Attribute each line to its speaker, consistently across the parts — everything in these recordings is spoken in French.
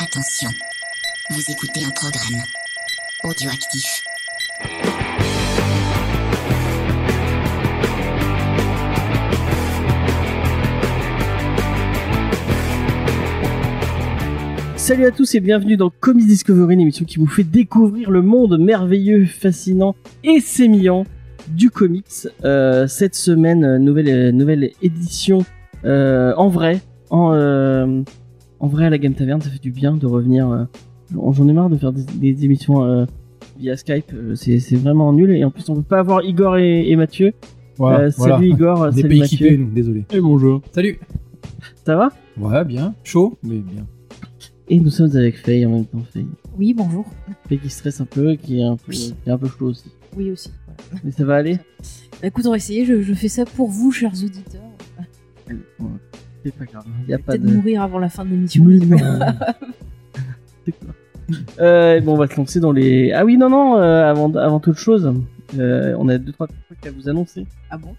Speaker 1: Attention, vous écoutez un programme audioactif.
Speaker 2: Salut à tous et bienvenue dans Comics Discovery, l'émission qui vous fait découvrir le monde merveilleux, fascinant et sémillant du comics. Euh, cette semaine, euh, nouvelle, euh, nouvelle édition euh, en vrai, en, euh, en vrai à la Game Taverne, ça fait du bien de revenir. euh, j'en j'en ai marre de faire des, des émissions euh, via Skype, euh, c'est c'est vraiment nul et en plus on peut pas avoir Igor et, et Mathieu.
Speaker 3: Voilà,
Speaker 2: Euh,
Speaker 3: voilà.
Speaker 2: Salut Igor,
Speaker 3: Des
Speaker 2: salut
Speaker 3: pays
Speaker 2: Mathieu.
Speaker 3: équipés, nous, désolé.
Speaker 4: Et bonjour.
Speaker 3: Salut
Speaker 2: Ça va
Speaker 3: Ouais, bien. Chaud, mais bien.
Speaker 2: Et nous sommes avec Faye en même temps, Faye.
Speaker 5: Oui, bonjour.
Speaker 2: Faye qui stresse un peu, qui est un peu,
Speaker 5: Oui.
Speaker 2: qui est un peu chaud aussi.
Speaker 5: Oui aussi. voilà.
Speaker 2: Mais ça va aller
Speaker 5: Bah, écoute, on va essayer. Je, je fais ça pour vous, chers auditeurs.
Speaker 2: C'est pas grave, il a pas
Speaker 5: Peut-être
Speaker 2: de...
Speaker 5: mourir avant la fin de l'émission.
Speaker 2: C'est quoi Euh, bon, on va se lancer dans les. Ah oui, non, non, euh, avant, avant toute chose, euh, on a deux trois trucs à vous annoncer.
Speaker 5: Ah bon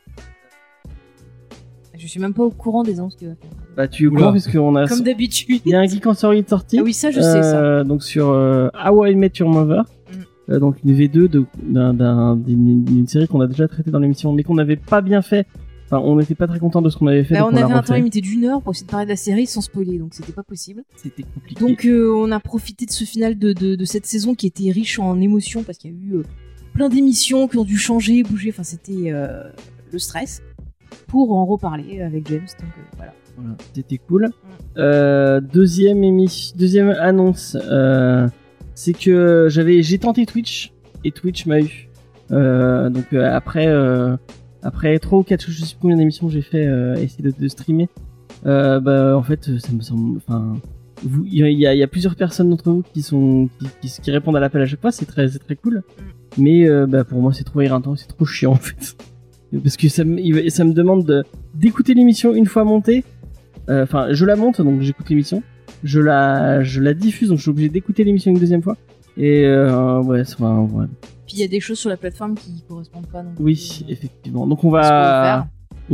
Speaker 5: Je suis même pas au courant des annonces qu'il va faire.
Speaker 2: Bah, tu es au
Speaker 3: Oula.
Speaker 2: courant, puisqu'on a.
Speaker 5: Comme d'habitude.
Speaker 2: Il y a un geek en série de sortie.
Speaker 5: Ah oui, ça je sais ça. Mm.
Speaker 2: Euh, donc sur euh, How I Met Your Mother. Euh, donc une V2 de- d'un- d'un- d'une d'une série qu'on a déjà traitée dans l'émission, mais qu'on n'avait pas bien fait. Enfin, on n'était pas très content de ce qu'on avait fait.
Speaker 5: Bah,
Speaker 2: donc
Speaker 5: on
Speaker 2: on l'a
Speaker 5: avait un temps
Speaker 2: refait.
Speaker 5: limité d'une heure pour essayer de parler de la série sans spoiler, donc c'était pas possible.
Speaker 2: C'était compliqué.
Speaker 5: Donc euh, on a profité de ce final de, de, de cette saison qui était riche en émotions parce qu'il y a eu euh, plein d'émissions qui ont dû changer, bouger, enfin c'était euh, le stress pour en reparler avec James. Donc euh, voilà.
Speaker 2: Voilà, c'était cool. Euh, deuxième émission, deuxième annonce, euh, c'est que j'avais, j'ai tenté Twitch et Twitch m'a eu. Euh, donc euh, après, euh, après trois ou quatre, je sais plus combien d'émissions j'ai fait, euh, essayer de, de streamer. Euh, bah en fait, ça me semble, enfin, vous, il y a- il y, a- il y a plusieurs personnes d'entre vous qui sont, qui, qui, qui répondent à l'appel à chaque fois, c'est très, c'est très cool. Mais euh, bah, pour moi, c'est trop éreintant, c'est trop chiant en fait. Parce que ça me, il- ça me demande de- d'écouter l'émission une fois montée. Euh, Enfin, je la monte, donc j'écoute l'émission. Je la, je la diffuse, donc je suis obligé d'écouter l'émission une deuxième fois. Et euh, ouais, c'est- enfin, ouais.
Speaker 5: Puis il y a des choses sur la plateforme qui correspondent pas non plus.
Speaker 2: oui,
Speaker 5: euh,
Speaker 2: effectivement. Donc on
Speaker 5: à ce qu'on veut
Speaker 2: va,
Speaker 5: faire.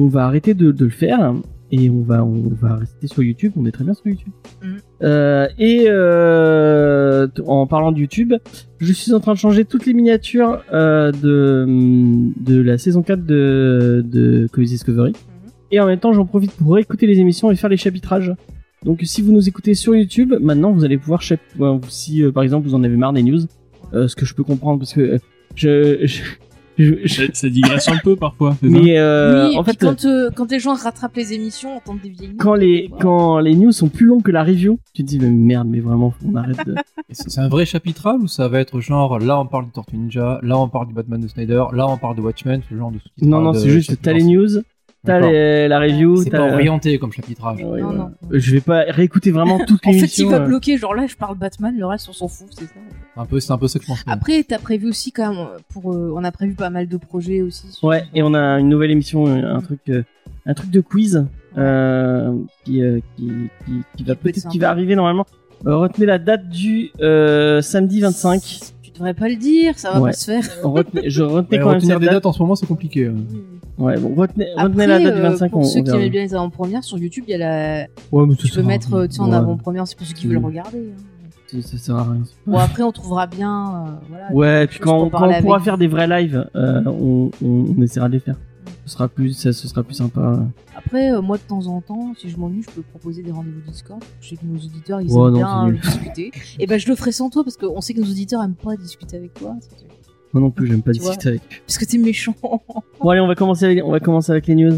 Speaker 2: on va arrêter de, de le faire et on va, on va rester sur YouTube. On est très bien sur YouTube.
Speaker 5: Mhm.
Speaker 2: Euh, et euh, t- en parlant de YouTube, je suis en train de changer toutes les miniatures euh, de, de la saison 4 de, de Comics
Speaker 5: Mhm.
Speaker 2: Discovery. Et en même temps, j'en profite pour écouter les émissions et faire les chapitrages. Donc si vous nous écoutez sur YouTube, maintenant vous allez pouvoir chap- ouais, si euh, par exemple vous en avez marre des news, euh, ce que je peux comprendre parce que euh, je, je, je- je-
Speaker 4: Ça, ça digresse un peu parfois. c'est ça
Speaker 2: mais euh,
Speaker 5: oui,
Speaker 2: en
Speaker 5: et puis
Speaker 2: fait
Speaker 5: quand, euh, quand les gens rattrapent les émissions, entendent des vieilles
Speaker 2: quand les
Speaker 5: Wow.
Speaker 2: quand les news sont plus longues que la review, tu te dis mais merde mais vraiment on arrête de
Speaker 3: Et C'est c'est un vrai chapitral ou ça va être genre là on parle de Tortue Ninja, là on parle du Batman de Snyder, là on parle de Watchmen, ce genre de sous-titres
Speaker 2: non non
Speaker 3: de
Speaker 2: c'est juste
Speaker 3: chapitrage.
Speaker 2: t'as les news, t'as
Speaker 3: D'accord.
Speaker 2: les- la review,
Speaker 3: C'est
Speaker 2: t'as
Speaker 3: pas
Speaker 2: la-
Speaker 3: orienté comme chapitrage.
Speaker 2: euh, Ouais, ouais.
Speaker 5: Non, non.
Speaker 2: Je vais pas réécouter vraiment toute
Speaker 5: En fait, il
Speaker 2: l'émission.
Speaker 5: va
Speaker 2: euh.
Speaker 5: bloquer, genre là je parle Batman, le reste on s'en fout, c'est ça.
Speaker 3: Un peu, c'est un peu ça que je pense. ouais.
Speaker 5: Après, t'as prévu aussi quand même, euh, pour, euh, on a prévu pas mal de projets aussi. sur-
Speaker 2: euh, Ouais, et on a une nouvelle émission, un truc, euh, un truc de quiz euh, qui, euh, qui, qui, qui va
Speaker 5: Qui peut être
Speaker 2: peut-être qui va
Speaker 5: sympa.
Speaker 2: arriver normalement. Euh, retenez la date du euh, samedi 25.
Speaker 5: Tu devrais pas le dire, ça va
Speaker 2: Ouais.
Speaker 5: pas se faire.
Speaker 2: Retenez, je retenais
Speaker 3: Ouais,
Speaker 2: quand même
Speaker 3: retenir
Speaker 2: cette
Speaker 3: des
Speaker 2: date.
Speaker 3: dates en ce moment c'est compliqué. euh.
Speaker 2: Ouais, bon, retenez, retenez
Speaker 5: Après,
Speaker 2: la date du
Speaker 5: euh,
Speaker 2: 25.
Speaker 5: pour
Speaker 2: on,
Speaker 5: ceux
Speaker 2: on
Speaker 5: qui
Speaker 2: verra.
Speaker 5: aimaient bien les avant-premières sur YouTube, il y a la...
Speaker 3: Ouais, mais
Speaker 5: tu
Speaker 2: hein.
Speaker 5: peux mettre euh, tu sais, en
Speaker 2: ouais.
Speaker 5: avant-première, c'est pour ceux qui veulent
Speaker 2: Mm.
Speaker 5: regarder. hein.
Speaker 2: Ça- ça sert à rien.
Speaker 5: Bon, après, on trouvera bien. euh, voilà,
Speaker 2: Ouais, puis
Speaker 5: Juste
Speaker 2: quand,
Speaker 5: pour
Speaker 2: on- quand
Speaker 5: parler
Speaker 2: on pourra
Speaker 5: avec
Speaker 2: faire
Speaker 5: vous.
Speaker 2: des vrais lives, euh, on, on, on essaiera de les faire. Ce sera plus, ça, ce sera plus sympa.
Speaker 5: Après, euh, moi, de temps en temps, si je m'ennuie, je peux proposer des rendez-vous Discord. Je sais que nos auditeurs, ils
Speaker 2: Oh,
Speaker 5: aiment
Speaker 2: non,
Speaker 5: bien
Speaker 2: c'est
Speaker 5: euh,
Speaker 2: nul.
Speaker 5: discuter. Et ben, je le ferai sans toi, parce qu'on sait que nos auditeurs aiment pas discuter avec toi.
Speaker 2: Moi non plus, j'aime pas
Speaker 5: Tu vois.
Speaker 2: discuter avec.
Speaker 5: Parce que t'es méchant.
Speaker 2: Bon allez, on va commencer, avec- on va commencer avec les news.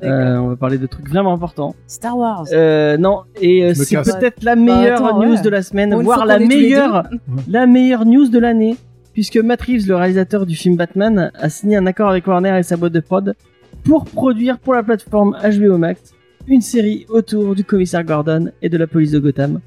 Speaker 5: D'accord.
Speaker 2: Euh, on va parler de trucs vraiment importants.
Speaker 5: Star Wars.
Speaker 2: Euh, non, et euh,
Speaker 3: Je me
Speaker 2: c'est
Speaker 3: casse.
Speaker 2: peut-être la meilleure
Speaker 5: Bah, attends,
Speaker 2: news
Speaker 5: ouais.
Speaker 2: de la semaine,
Speaker 5: Bon, une
Speaker 2: voire
Speaker 5: fois
Speaker 2: la
Speaker 5: qu'on est tous les
Speaker 2: meilleure, la meilleure news de l'année, puisque Matt Reeves, le réalisateur du film Batman, a signé un accord avec Warner et sa boîte de prod pour produire pour la plateforme HBO Max une série autour du commissaire Gordon et de la police de Gotham.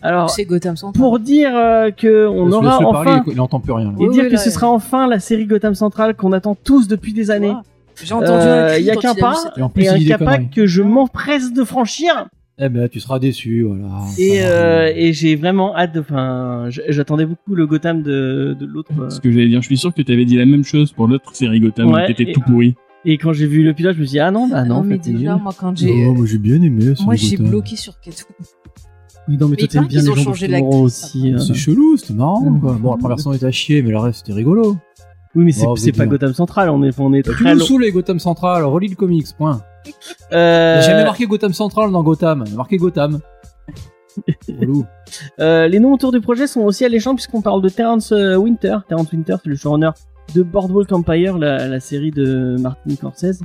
Speaker 2: Alors,
Speaker 5: c'est Gotham Central.
Speaker 2: pour dire euh, que on
Speaker 3: Laisse-le
Speaker 2: aura
Speaker 3: parler,
Speaker 2: enfin
Speaker 3: il- il entend plus rien. là.
Speaker 2: et
Speaker 5: Oui,
Speaker 2: dire
Speaker 5: oui,
Speaker 2: que
Speaker 5: là,
Speaker 2: ce sera enfin la série Gotham Central qu'on attend tous depuis des années.
Speaker 5: Voilà. J'ai entendu
Speaker 2: Euh,
Speaker 5: un cri
Speaker 2: y a
Speaker 5: quand
Speaker 2: qu'un
Speaker 5: il
Speaker 2: pas.
Speaker 5: vu cette-
Speaker 3: Et en plus
Speaker 2: Et
Speaker 3: il
Speaker 2: un
Speaker 3: dit des
Speaker 2: capac
Speaker 3: conneries.
Speaker 2: que je m'empresse de franchir.
Speaker 3: Eh ben tu seras déçu, voilà.
Speaker 2: Et,
Speaker 3: Ça va.
Speaker 2: euh, et j'ai vraiment hâte de. Enfin, j- j'attendais beaucoup le Gotham de, de l'autre. euh.
Speaker 4: Ce que j'allais dire, je suis sûr que tu avais dit la même chose pour l'autre série Gotham,
Speaker 2: Ouais,
Speaker 4: qui était
Speaker 2: et-
Speaker 4: tout pourri.
Speaker 2: Et quand j'ai vu le pilote, je me suis dit, ah non, bah non,
Speaker 5: Non,
Speaker 2: en
Speaker 5: mais
Speaker 2: fait, c'est nul.
Speaker 5: déjà, moi, quand j'ai.
Speaker 3: Non, moi j'ai bien aimé. ça,
Speaker 5: Moi,
Speaker 3: le
Speaker 5: j'ai
Speaker 3: Gotham.
Speaker 5: bloqué sur Catwoman.
Speaker 2: Oui, non, mais toi
Speaker 5: Mais il
Speaker 2: t'aimes
Speaker 5: paraît
Speaker 2: bien
Speaker 5: qu'ils
Speaker 2: les
Speaker 5: ont
Speaker 2: gens de
Speaker 5: changé
Speaker 2: Fumeroa
Speaker 5: l'actrice,
Speaker 2: aussi. euh.
Speaker 3: C'est chelou, c'était marrant
Speaker 2: Mmh.
Speaker 3: quoi. Bon, la première version était à chier, mais le reste c'était rigolo.
Speaker 2: Oui, mais c'est
Speaker 3: Oh,
Speaker 2: c'est
Speaker 3: vous
Speaker 2: pas
Speaker 3: dire.
Speaker 2: Gotham Central, on est, on est
Speaker 3: Tu
Speaker 2: très
Speaker 3: nous
Speaker 2: long.
Speaker 3: saoules les Gotham Central, relis le comics, point.
Speaker 2: Euh,
Speaker 3: J'ai jamais marqué Gotham Central dans Gotham, j'ai marqué Gotham. Relou.
Speaker 2: euh, les noms autour du projet sont aussi alléchants puisqu'on parle de Terrence euh, Winter. Terrence Winter, c'est le showrunner de Boardwalk Empire, la, la série de Martin Scorsese.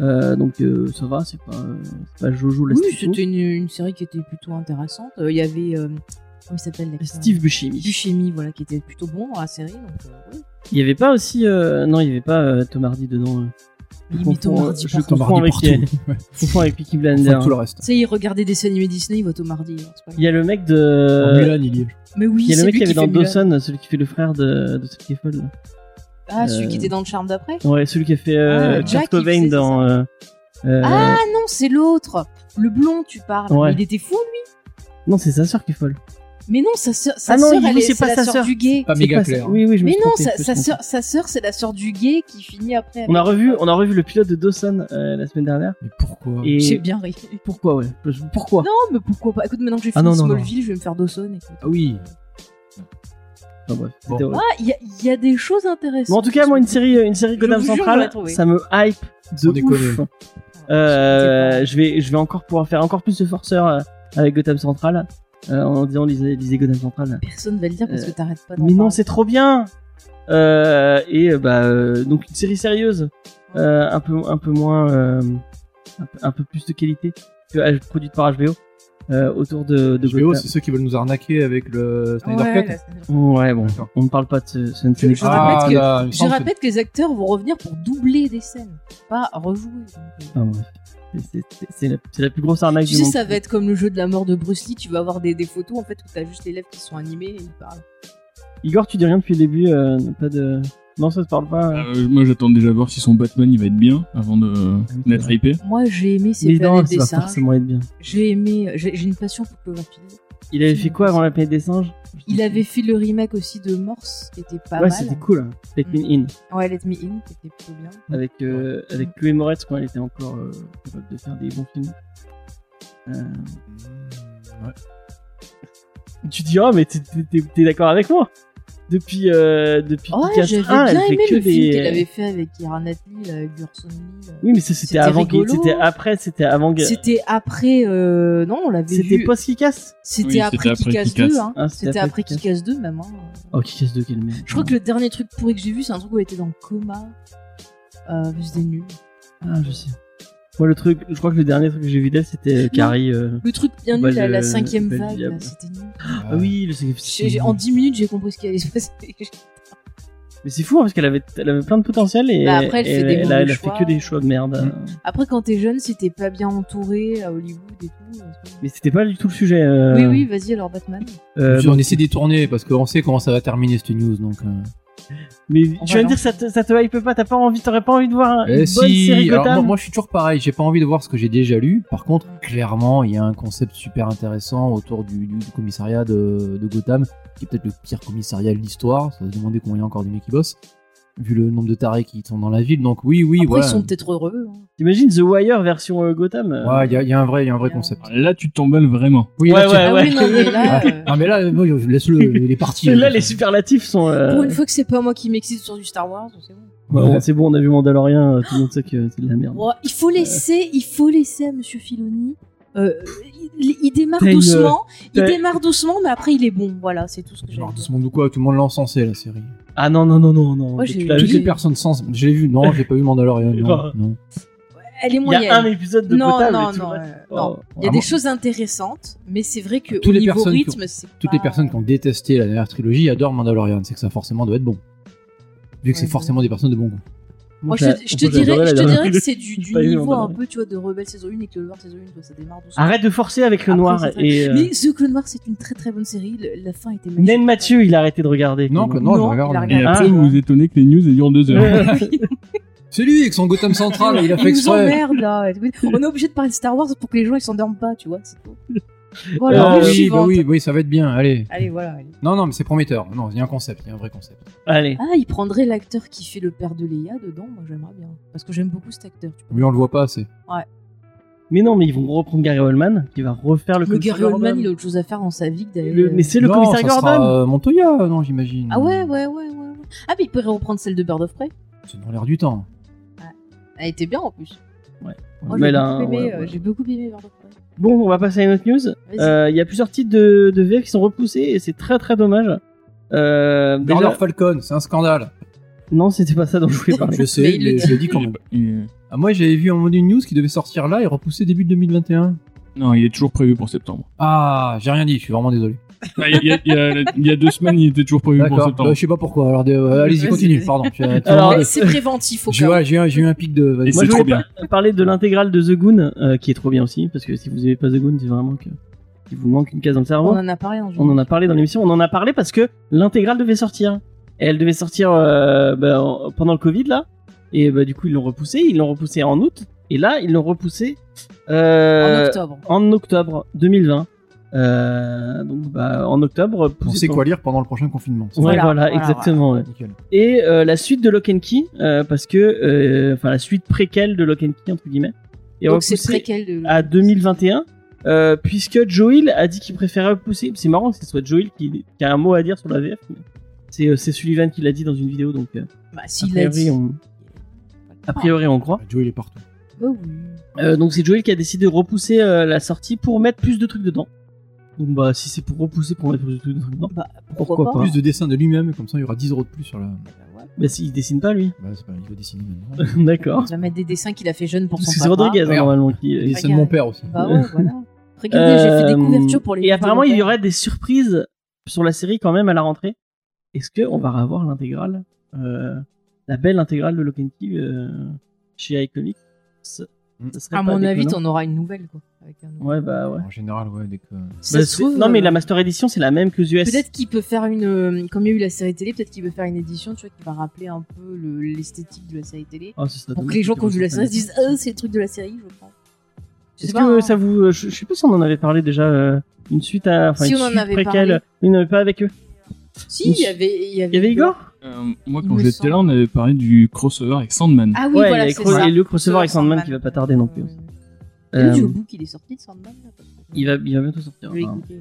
Speaker 2: Euh, donc euh, ça va, c'est pas, euh, c'est pas Jojo la
Speaker 5: Oui,
Speaker 2: Steve
Speaker 5: c'était une, une série qui était plutôt intéressante. Euh, Il y avait. euh, comment il s'appelle l'acteur
Speaker 2: Steve Buscemi.
Speaker 5: Buscemi, voilà, qui était plutôt bon dans la série. Donc, euh, oui.
Speaker 2: Il y avait pas aussi, euh, non, il y avait pas euh, Tom Hardy dedans. euh.
Speaker 5: Il
Speaker 2: Je
Speaker 5: met
Speaker 2: confonds,
Speaker 5: Tom Hardy
Speaker 2: je
Speaker 5: partout.
Speaker 2: confonds
Speaker 3: Tom
Speaker 2: avec,
Speaker 3: Hardy Ouais.
Speaker 2: je confonds avec Peaky
Speaker 3: Enfin,
Speaker 2: Blinders.
Speaker 3: tout le reste.
Speaker 5: Tu sais, il regardait des séries animées Disney, il vote au mardi. hein, c'est pas grave.
Speaker 2: Il y a le mec
Speaker 3: En
Speaker 2: de,
Speaker 3: Mulan, il y est.
Speaker 5: Mais oui,
Speaker 2: il y a
Speaker 5: c'est
Speaker 2: le mec
Speaker 5: lui
Speaker 2: qui
Speaker 5: qui
Speaker 2: avait dans
Speaker 5: fait Mulan.
Speaker 2: Dawson, celui qui fait le frère de, de celui qui est folle. là.
Speaker 5: Ah, celui
Speaker 2: Euh,
Speaker 5: qui était dans le charme d'après
Speaker 2: Ouais, celui qui a fait euh,
Speaker 5: Ah,
Speaker 2: Kurt
Speaker 5: Jack, il
Speaker 2: Cobain
Speaker 5: faisait
Speaker 2: dans. euh, euh,
Speaker 5: Ah non, c'est l'autre Le blond, tu parles.
Speaker 2: Ouais.
Speaker 5: Mais Il était fou, lui
Speaker 2: Non, c'est sa sœur qui est folle.
Speaker 5: Mais non, sa sœur, sa
Speaker 2: Ah non,
Speaker 5: sœur,
Speaker 2: oui,
Speaker 5: elle
Speaker 2: oui,
Speaker 5: est,
Speaker 2: c'est
Speaker 5: c'est
Speaker 2: pas
Speaker 5: la
Speaker 2: sa
Speaker 5: sœur
Speaker 2: sœur.
Speaker 5: du gay.
Speaker 3: Pas
Speaker 2: C'est
Speaker 3: méga
Speaker 2: pas-
Speaker 3: clair. hein.
Speaker 2: Oui, oui, je me
Speaker 5: Mais
Speaker 2: suis
Speaker 5: non,
Speaker 2: trompé,
Speaker 5: sa,
Speaker 2: je me
Speaker 5: sa
Speaker 2: suis
Speaker 5: sœur, sa sœur, c'est la sœur du gay qui finit après.
Speaker 2: trompé. On a
Speaker 5: avec-
Speaker 2: revu, on a revu le pilote de Dawson euh, la semaine dernière.
Speaker 3: Mais pourquoi
Speaker 2: Et
Speaker 5: J'ai bien ri.
Speaker 2: pourquoi, ouais je- Pourquoi
Speaker 5: Non, mais pourquoi pas Écoute, maintenant que j'ai
Speaker 2: Ah
Speaker 5: fini
Speaker 2: non, non,
Speaker 5: Smallville, je vais me faire Dawson. écoute.
Speaker 3: Ah oui.
Speaker 2: Enfin, bref,
Speaker 3: Bon.
Speaker 2: c'était horrible.
Speaker 5: Ah, il y, a- il y a des choses intéressantes.
Speaker 2: Mais en tout cas, moi, une série, euh, une série
Speaker 5: Je
Speaker 2: Gotham
Speaker 5: vous jure, on
Speaker 2: Central,
Speaker 5: l'a trouvé.
Speaker 2: ça me hype de
Speaker 3: Sans déconner.
Speaker 2: ouf. Euh, je vais, je vais encore pouvoir faire encore plus de forceur euh, avec Gotham Central euh, en disant lisez, lisez Gotham Central.
Speaker 5: Personne va le dire parce que
Speaker 2: Euh,
Speaker 5: t'arrêtes pas d'en
Speaker 2: Mais non,
Speaker 5: parler.
Speaker 2: c'est trop bien. Euh, et euh, bah euh, donc une série sérieuse, euh, un peu un peu moins, euh, un, peu, un peu plus de qualité que euh, produite par HBO euh, autour de, de
Speaker 3: HBO,
Speaker 2: Gotham.
Speaker 3: c'est ceux qui veulent nous arnaquer avec le Snyder
Speaker 5: Ouais,
Speaker 3: Cut.
Speaker 5: la-
Speaker 2: Ouais bon,
Speaker 3: D'accord.
Speaker 2: on ne parle pas de ce, ce, ce
Speaker 5: Je-
Speaker 2: n'est
Speaker 5: je
Speaker 2: pas-
Speaker 5: rappelle
Speaker 3: Ah,
Speaker 5: que-
Speaker 3: là, il me
Speaker 5: Je
Speaker 3: semble que-
Speaker 5: rappelle que les acteurs vont revenir pour doubler des scènes, pas rejouer. donc, euh.
Speaker 2: Enfin, bref. Ah, C'est- c'est- C'est la, c'est la plus grosse arnaque
Speaker 5: Tu
Speaker 2: du
Speaker 5: sais,
Speaker 2: monde.
Speaker 5: ça va être comme le jeu de la mort de Bruce Lee, tu vas avoir des, des photos en fait où t'as juste les lèvres qui sont animées et ils parlent.
Speaker 2: Igor, tu dis rien depuis le début, euh, pas de. Non, ça se parle pas. euh. Ah
Speaker 4: Euh, moi, j'attends déjà voir si son Batman il va être bien avant de
Speaker 2: oui, c'est
Speaker 4: d'être
Speaker 2: vrai.
Speaker 4: hypé.
Speaker 5: Moi j'ai aimé ces
Speaker 2: Mais non,
Speaker 5: planètes
Speaker 2: ça
Speaker 5: des
Speaker 2: va
Speaker 5: singes,
Speaker 2: forcément être bien.
Speaker 5: j'ai aimé, j'ai j'ai une passion pour Cloverfield.
Speaker 2: Il avait fait quoi avant la planète des singes
Speaker 5: Il avait fait le remake aussi de Morse qui était pas
Speaker 2: Ouais,
Speaker 5: mal. Mm.
Speaker 2: c'était cool. Let Me In.
Speaker 5: Ouais, Let Me In qui était plutôt bien.
Speaker 2: Avec, euh, avec Chloé Moretz quand elle était encore euh, capable de faire des bons films. Euh,
Speaker 3: Ouais.
Speaker 2: Tu dis, oh, mais t'es- t'es t'es- t'es d'accord avec moi Depuis, euh, depuis
Speaker 5: Ouais,
Speaker 2: Kick-Ass
Speaker 5: j'avais
Speaker 2: 1, elle
Speaker 5: bien
Speaker 2: fait
Speaker 5: aimé
Speaker 2: que
Speaker 5: le film
Speaker 2: des-
Speaker 5: qu'elle avait fait avec Ira Knightley, là, avec Burson Lee. là.
Speaker 2: Oui, mais ça, c'était
Speaker 5: C'était
Speaker 2: avant qu'il.
Speaker 5: rigolo.
Speaker 2: C'était après, c'était avant. que-
Speaker 5: C'était après, euh, non, on l'avait
Speaker 2: C'était
Speaker 5: vu.
Speaker 2: post-Kick-Ass
Speaker 5: C'était
Speaker 4: Oui,
Speaker 5: après
Speaker 4: c'était après
Speaker 5: Kick-Ass
Speaker 4: Kick-Ass.
Speaker 5: 2, hein.
Speaker 2: Ah, c'était
Speaker 5: C'était
Speaker 2: après
Speaker 5: après
Speaker 2: Kick-Ass.
Speaker 5: Kick-Ass 2, même. hein.
Speaker 2: Oh, Kick-Ass de quelle merde.
Speaker 5: Je crois que le dernier truc pourri que j'ai vu, c'est un truc où elle était dans le coma. Euh, c'était nul.
Speaker 2: Ah, je sais. Moi, le truc, je crois que le dernier truc que j'ai vu d'elle, c'était euh, Carrie. euh,
Speaker 5: Le truc bien nul,
Speaker 2: Bah,
Speaker 5: la, la
Speaker 2: le-
Speaker 5: cinquième
Speaker 2: le
Speaker 5: vague, là,
Speaker 2: diable.
Speaker 5: c'était nul.
Speaker 2: Ah oui, le
Speaker 5: J'ai- j'ai- en 10 minutes, j'ai compris ce qui allait se passer.
Speaker 2: Mais c'est fou hein, parce qu'elle avait, elle avait plein de potentiel et
Speaker 5: Bah, après, elle fait
Speaker 2: et elle,
Speaker 5: des
Speaker 2: a- elle a
Speaker 5: mauvais
Speaker 2: fait
Speaker 5: choix.
Speaker 2: que des choix de merde.
Speaker 3: Mm.
Speaker 2: euh.
Speaker 5: Après, quand t'es jeune, si t'es pas bien entouré à Hollywood et tout. euh, c'est pas-
Speaker 2: Mais c'était pas du tout le sujet. euh,
Speaker 5: Oui, oui, vas-y, alors Batman.
Speaker 2: euh,
Speaker 3: Puis on essaie de détourner parce qu'on sait comment ça va terminer cette news donc. euh.
Speaker 2: mais
Speaker 5: On
Speaker 2: tu
Speaker 5: va
Speaker 2: vas me dire que ça te, ça te hype pas, t'as pas envie, t'aurais pas envie de voir un- Ah, une
Speaker 3: Eh
Speaker 2: bonne
Speaker 3: si,
Speaker 2: série
Speaker 3: alors
Speaker 2: Gotham.
Speaker 3: moi, moi, je suis toujours pareil, j'ai pas envie de voir ce que j'ai déjà lu. Par contre, clairement, il y a un concept super intéressant autour du, du- du commissariat de, de Gotham, qui est peut-être le pire commissariat de l'histoire. Ça va se demander combien il y a encore des mecs qui bossent, vu le nombre de tarés qui sont dans la ville. Donc oui, oui,
Speaker 5: Après,
Speaker 3: voilà.
Speaker 5: ils sont peut-être heureux. hein.
Speaker 2: T'imagines The Wire version euh, Gotham euh,
Speaker 3: Ouais, il y, a- il y a un vrai, il y a un vrai concept.
Speaker 4: Ah, Là, tu t'emballes vraiment.
Speaker 3: Oui,
Speaker 2: Ouais,
Speaker 3: là, tiens.
Speaker 5: Ah
Speaker 2: ouais.
Speaker 5: oui, non, mais là. euh,
Speaker 3: Ah, mais là, euh, moi, je laisse le, les parties. hein,
Speaker 2: Là, les superlatifs sont. euh,
Speaker 5: Pour une fois que c'est pas moi qui m'excite sur du Star Wars, c'est bon.
Speaker 2: ouais, bon, c'est bon, on a vu Mandalorian, euh, tout le monde sait que c'est de la merde.
Speaker 5: Ouais, il faut laisser, il faut laisser à Monsieur Filoni. euh, il, il démarre
Speaker 2: T'as une-
Speaker 5: doucement, il
Speaker 2: t'as-
Speaker 5: démarre doucement, mais après il est bon. Voilà, c'est tout ce que j'ai. à
Speaker 3: Genre, tout
Speaker 5: dire.
Speaker 3: ce monde ou quoi Tout le monde l'a encensé la série.
Speaker 2: Ah non, non, non, non, non.
Speaker 5: Moi,
Speaker 2: tu
Speaker 5: j'ai-
Speaker 2: l'as
Speaker 3: Toutes
Speaker 5: j'ai-
Speaker 2: vu
Speaker 3: les personnes sens. J'ai vu. Non, j'ai pas vu Mandalorian.
Speaker 2: Bah,
Speaker 3: Non, non.
Speaker 5: Elle est
Speaker 2: Il y
Speaker 5: moyenne.
Speaker 2: a un épisode de
Speaker 5: non,
Speaker 2: Gotham
Speaker 5: non,
Speaker 2: et tout
Speaker 5: non,
Speaker 2: le reste.
Speaker 5: euh, non.
Speaker 2: Oh.
Speaker 5: Il y a
Speaker 3: Ah,
Speaker 5: des
Speaker 3: moi-
Speaker 5: choses intéressantes, mais c'est vrai que
Speaker 3: Toutes
Speaker 5: au
Speaker 3: les
Speaker 5: niveau
Speaker 3: personnes qui ont-
Speaker 5: rythme, c'est
Speaker 3: toutes
Speaker 5: pas-
Speaker 3: les personnes qui ont détesté la dernière trilogie adorent Mandalorian, c'est que ça forcément doit être bon. Vu que c'est
Speaker 5: Ouais,
Speaker 3: forcément des personnes de bon goût.
Speaker 5: Moi, je,
Speaker 2: j'a-
Speaker 5: te- je te
Speaker 2: moi, j'adorais
Speaker 5: dirais,
Speaker 2: la
Speaker 5: je te
Speaker 2: dernière
Speaker 5: dirais que
Speaker 2: vidéo.
Speaker 5: c'est du, du
Speaker 2: Pas eu
Speaker 5: niveau un
Speaker 2: Mandalorian.
Speaker 5: peu, tu vois, de Rebelle saison 1 et que le Noir saison 1, quoi, ça démarre doucement.
Speaker 2: Arrête de forcer avec le
Speaker 5: Après,
Speaker 2: noir
Speaker 5: c'est très-
Speaker 2: et. euh,
Speaker 5: Mais The Clone Noir, c'est une très très bonne série. le- La fin était magnifique.
Speaker 2: Nen Mathieu, il a arrêté de regarder.
Speaker 3: Non, que
Speaker 2: Clément.
Speaker 3: non, je
Speaker 5: Non,
Speaker 3: regarde.
Speaker 5: il a
Speaker 4: Et
Speaker 5: regardé.
Speaker 4: après,
Speaker 5: Ah.
Speaker 4: vous vous étonnez que les news elles durent deux heures.
Speaker 3: C'est lui avec son Gotham Central, il a fait
Speaker 5: Il nous
Speaker 3: exprès.
Speaker 5: emmerde là. On est obligé de parler de Star Wars pour que les gens ils s'endorment pas, tu vois. C'est tout.
Speaker 2: Euh,
Speaker 5: Voilà,
Speaker 3: Ah
Speaker 5: news
Speaker 3: oui, bah
Speaker 5: suivante.
Speaker 3: oui, oui, ça va être bien, allez.
Speaker 5: Allez, voilà. allez.
Speaker 3: Non, non, mais c'est prometteur. Non, il y a un concept, il y a un vrai concept.
Speaker 2: Allez.
Speaker 5: Ah, il prendrait l'acteur qui fait le père de Leia dedans. Moi, j'aimerais bien. Parce que j'aime beaucoup cet acteur. tu vois.
Speaker 3: Lui, on le voit pas assez.
Speaker 2: Mais non, mais ils vont reprendre Gary Oldman, qui va refaire le
Speaker 5: Le
Speaker 2: commissaire
Speaker 5: Gary Oldman,
Speaker 2: Gordon.
Speaker 5: il a autre chose à faire dans sa vie que d'aller. euh,
Speaker 2: Le- Mais c'est le
Speaker 3: Non,
Speaker 2: commissaire
Speaker 3: ça
Speaker 2: Gordon
Speaker 3: sera, euh, Montoya, non, j'imagine.
Speaker 5: Ah ouais, ouais, ouais, ouais. ouais. Ah, mais il pourrait reprendre celle de Bird of Prey.
Speaker 3: C'est dans l'air du temps.
Speaker 5: Elle était bien en plus.
Speaker 2: Ouais.
Speaker 5: Oh,
Speaker 2: Mais
Speaker 5: j'ai
Speaker 2: là,
Speaker 5: beaucoup, aimé,
Speaker 2: ouais,
Speaker 5: euh,
Speaker 2: ouais.
Speaker 5: j'ai beaucoup aimé Bird of Prey.
Speaker 2: Bon, on va passer à une autre news. Euh, Il
Speaker 5: Vas-y.
Speaker 2: y a plusieurs titres de, de VF qui sont repoussés et c'est très très dommage. Euh, déjà-
Speaker 3: Bernard Falcon, c'est un scandale.
Speaker 2: Non, c'était pas ça dont je voulais parler.
Speaker 3: Je
Speaker 5: Ah, Mais
Speaker 3: sais,
Speaker 5: il le
Speaker 3: mais
Speaker 5: dit.
Speaker 3: je le dis quand
Speaker 4: Il est
Speaker 3: même.
Speaker 4: pas- il est-
Speaker 3: Ah, moi, j'avais vu un moment d'une news qui devait sortir là et repousser début 2021.
Speaker 4: Non, il est toujours prévu pour septembre.
Speaker 3: Ah, j'ai rien dit, je suis vraiment désolé.
Speaker 4: Ah, Il y, a- il y a- il y a- il y a deux semaines, il était toujours prévu pour
Speaker 3: D'accord,
Speaker 4: septembre.
Speaker 3: bah, je sais pas pourquoi. Alors, euh, allez-y,
Speaker 5: Vas-y,
Speaker 3: continue,
Speaker 5: vas-y.
Speaker 3: pardon. J'ai-
Speaker 2: Alors,
Speaker 5: Mais C'est préventif au
Speaker 3: j'ai
Speaker 5: cas où.
Speaker 3: ouais, j'ai eu, un- j'ai eu un pic de.
Speaker 4: Et
Speaker 3: vas-y.
Speaker 2: Moi,
Speaker 4: c'est
Speaker 2: je
Speaker 4: trop
Speaker 2: voulais
Speaker 4: bien.
Speaker 2: parler de l'intégrale de The Goon, euh, qui est trop bien aussi, parce que si vous aimez pas The Goon, c'est vraiment que il vous manque une case dans le cerveau.
Speaker 5: On en a parlé hein, un jour.
Speaker 2: On en a parlé dans l'émission, on en a parlé parce que l'intégrale devait sortir. Et elle devait sortir euh, bah, en- pendant le Covid là. Et bah, du coup ils l'ont repoussée, ils l'ont repoussée en août. Et là ils l'ont repoussée euh,
Speaker 5: En octobre.
Speaker 2: en octobre 2020. Euh, donc bah, en octobre.
Speaker 3: On
Speaker 2: poussée
Speaker 3: sait
Speaker 2: pour-
Speaker 3: quoi lire pendant le prochain confinement.
Speaker 2: Ouais, voilà,
Speaker 5: Voilà, voilà,
Speaker 2: exactement. ouais.
Speaker 3: Nickel.
Speaker 2: Et euh, la suite de Lock and Key, euh, parce que euh, enfin la suite préquelle de Lock and Key entre guillemets. est
Speaker 5: Donc c'est
Speaker 2: repoussée
Speaker 5: préquel de.
Speaker 2: à 2021, euh, puisque Joel a dit qu'il préférait pousser. C'est marrant que ce soit Joel qui, qui a un mot à dire sur la VF. mais C'est euh, c'est Sullivan qui l'a dit dans une vidéo, donc euh,
Speaker 5: Bah,
Speaker 2: a,
Speaker 5: s'il l'a
Speaker 2: priori,
Speaker 5: dit. Ah,
Speaker 2: on, a priori on croit.
Speaker 3: Joe, il est partout.
Speaker 5: Bah oui.
Speaker 2: Euh, donc c'est Joel qui a décidé de repousser euh, la sortie pour mettre plus de trucs dedans. Donc bah si c'est pour repousser pour mettre plus de trucs dedans,
Speaker 5: Bah,
Speaker 2: pourquoi,
Speaker 5: pourquoi
Speaker 2: pas,
Speaker 3: Plus de dessins de lui-même, comme ça, il y aura 10 euros de plus sur la.
Speaker 2: Bah s'il dessine pas lui.
Speaker 3: Bah, c'est pas, il va dessiner maintenant.
Speaker 2: D'accord.
Speaker 5: On va mettre des dessins qu'il a fait jeune pour son
Speaker 2: Parce
Speaker 5: papa.
Speaker 2: que c'est Rodriguez hein,
Speaker 3: Merde.
Speaker 2: normalement qui.
Speaker 3: Il dessine mon père aussi.
Speaker 5: Bah ouais, voilà. Regardez, j'ai fait des
Speaker 2: Euh,
Speaker 5: couvertures pour les.
Speaker 2: Et
Speaker 5: livres de
Speaker 2: apparemment,
Speaker 5: mon
Speaker 2: il y
Speaker 5: père.
Speaker 2: aurait des surprises sur la série quand même à la rentrée. Est-ce qu'on va revoir l'intégrale, euh, la belle intégrale de Lock and Key euh, chez iComics Ça serait
Speaker 5: À
Speaker 2: pas
Speaker 5: mon avis,
Speaker 2: déconnant.
Speaker 5: t'en auras une nouvelle quoi. avec un-
Speaker 2: Ouais, bah ouais.
Speaker 3: En général, ouais, dès que.
Speaker 5: Si ça
Speaker 2: Bah,
Speaker 5: se
Speaker 2: c'est-
Speaker 5: trouve,
Speaker 2: non, mais
Speaker 5: euh,
Speaker 2: la Master Edition, c'est la même que aux US.
Speaker 5: Peut-être qu'il peut faire une, euh, comme il y a eu la série télé, peut-être qu'il peut faire une édition, tu vois, qui va rappeler un peu le- l'esthétique de la série télé,
Speaker 2: Oh, ce serait
Speaker 5: pour que
Speaker 2: dommage
Speaker 5: les gens
Speaker 2: qu'ils
Speaker 5: qui ont vu la
Speaker 2: refassent
Speaker 5: série se disent, ah, c'est le truc de la série, je pense. Je sais
Speaker 2: Est-ce
Speaker 5: pas.
Speaker 2: que
Speaker 5: hein.
Speaker 2: ça vous. euh, Je, je sais pas si on en avait parlé déjà. euh, une suite à. Enfin,
Speaker 5: Si,
Speaker 2: une
Speaker 5: on en
Speaker 2: suite
Speaker 5: avait
Speaker 2: préquelle.
Speaker 5: parlé.
Speaker 2: Il n'y en avait pas avec eux.
Speaker 5: Si, il y avait, il y avait,
Speaker 2: Il y avait Igor
Speaker 4: Euh, moi,
Speaker 5: Il
Speaker 4: quand
Speaker 5: me
Speaker 4: j'étais
Speaker 5: semble.
Speaker 4: là, on avait parlé du crossover avec Sandman.
Speaker 5: Ah oui,
Speaker 2: Ouais,
Speaker 5: voilà,
Speaker 2: il y a
Speaker 5: c'est
Speaker 2: Cro-
Speaker 5: ça.
Speaker 2: et le crossover avec Sandman qui va pas tarder non plus.
Speaker 5: Le
Speaker 2: Euh,
Speaker 5: duo book, il est sorti de Sandman. là, parce que-
Speaker 2: il, va, il va bientôt sortir.
Speaker 5: Je vais
Speaker 2: enfin,
Speaker 5: écouter.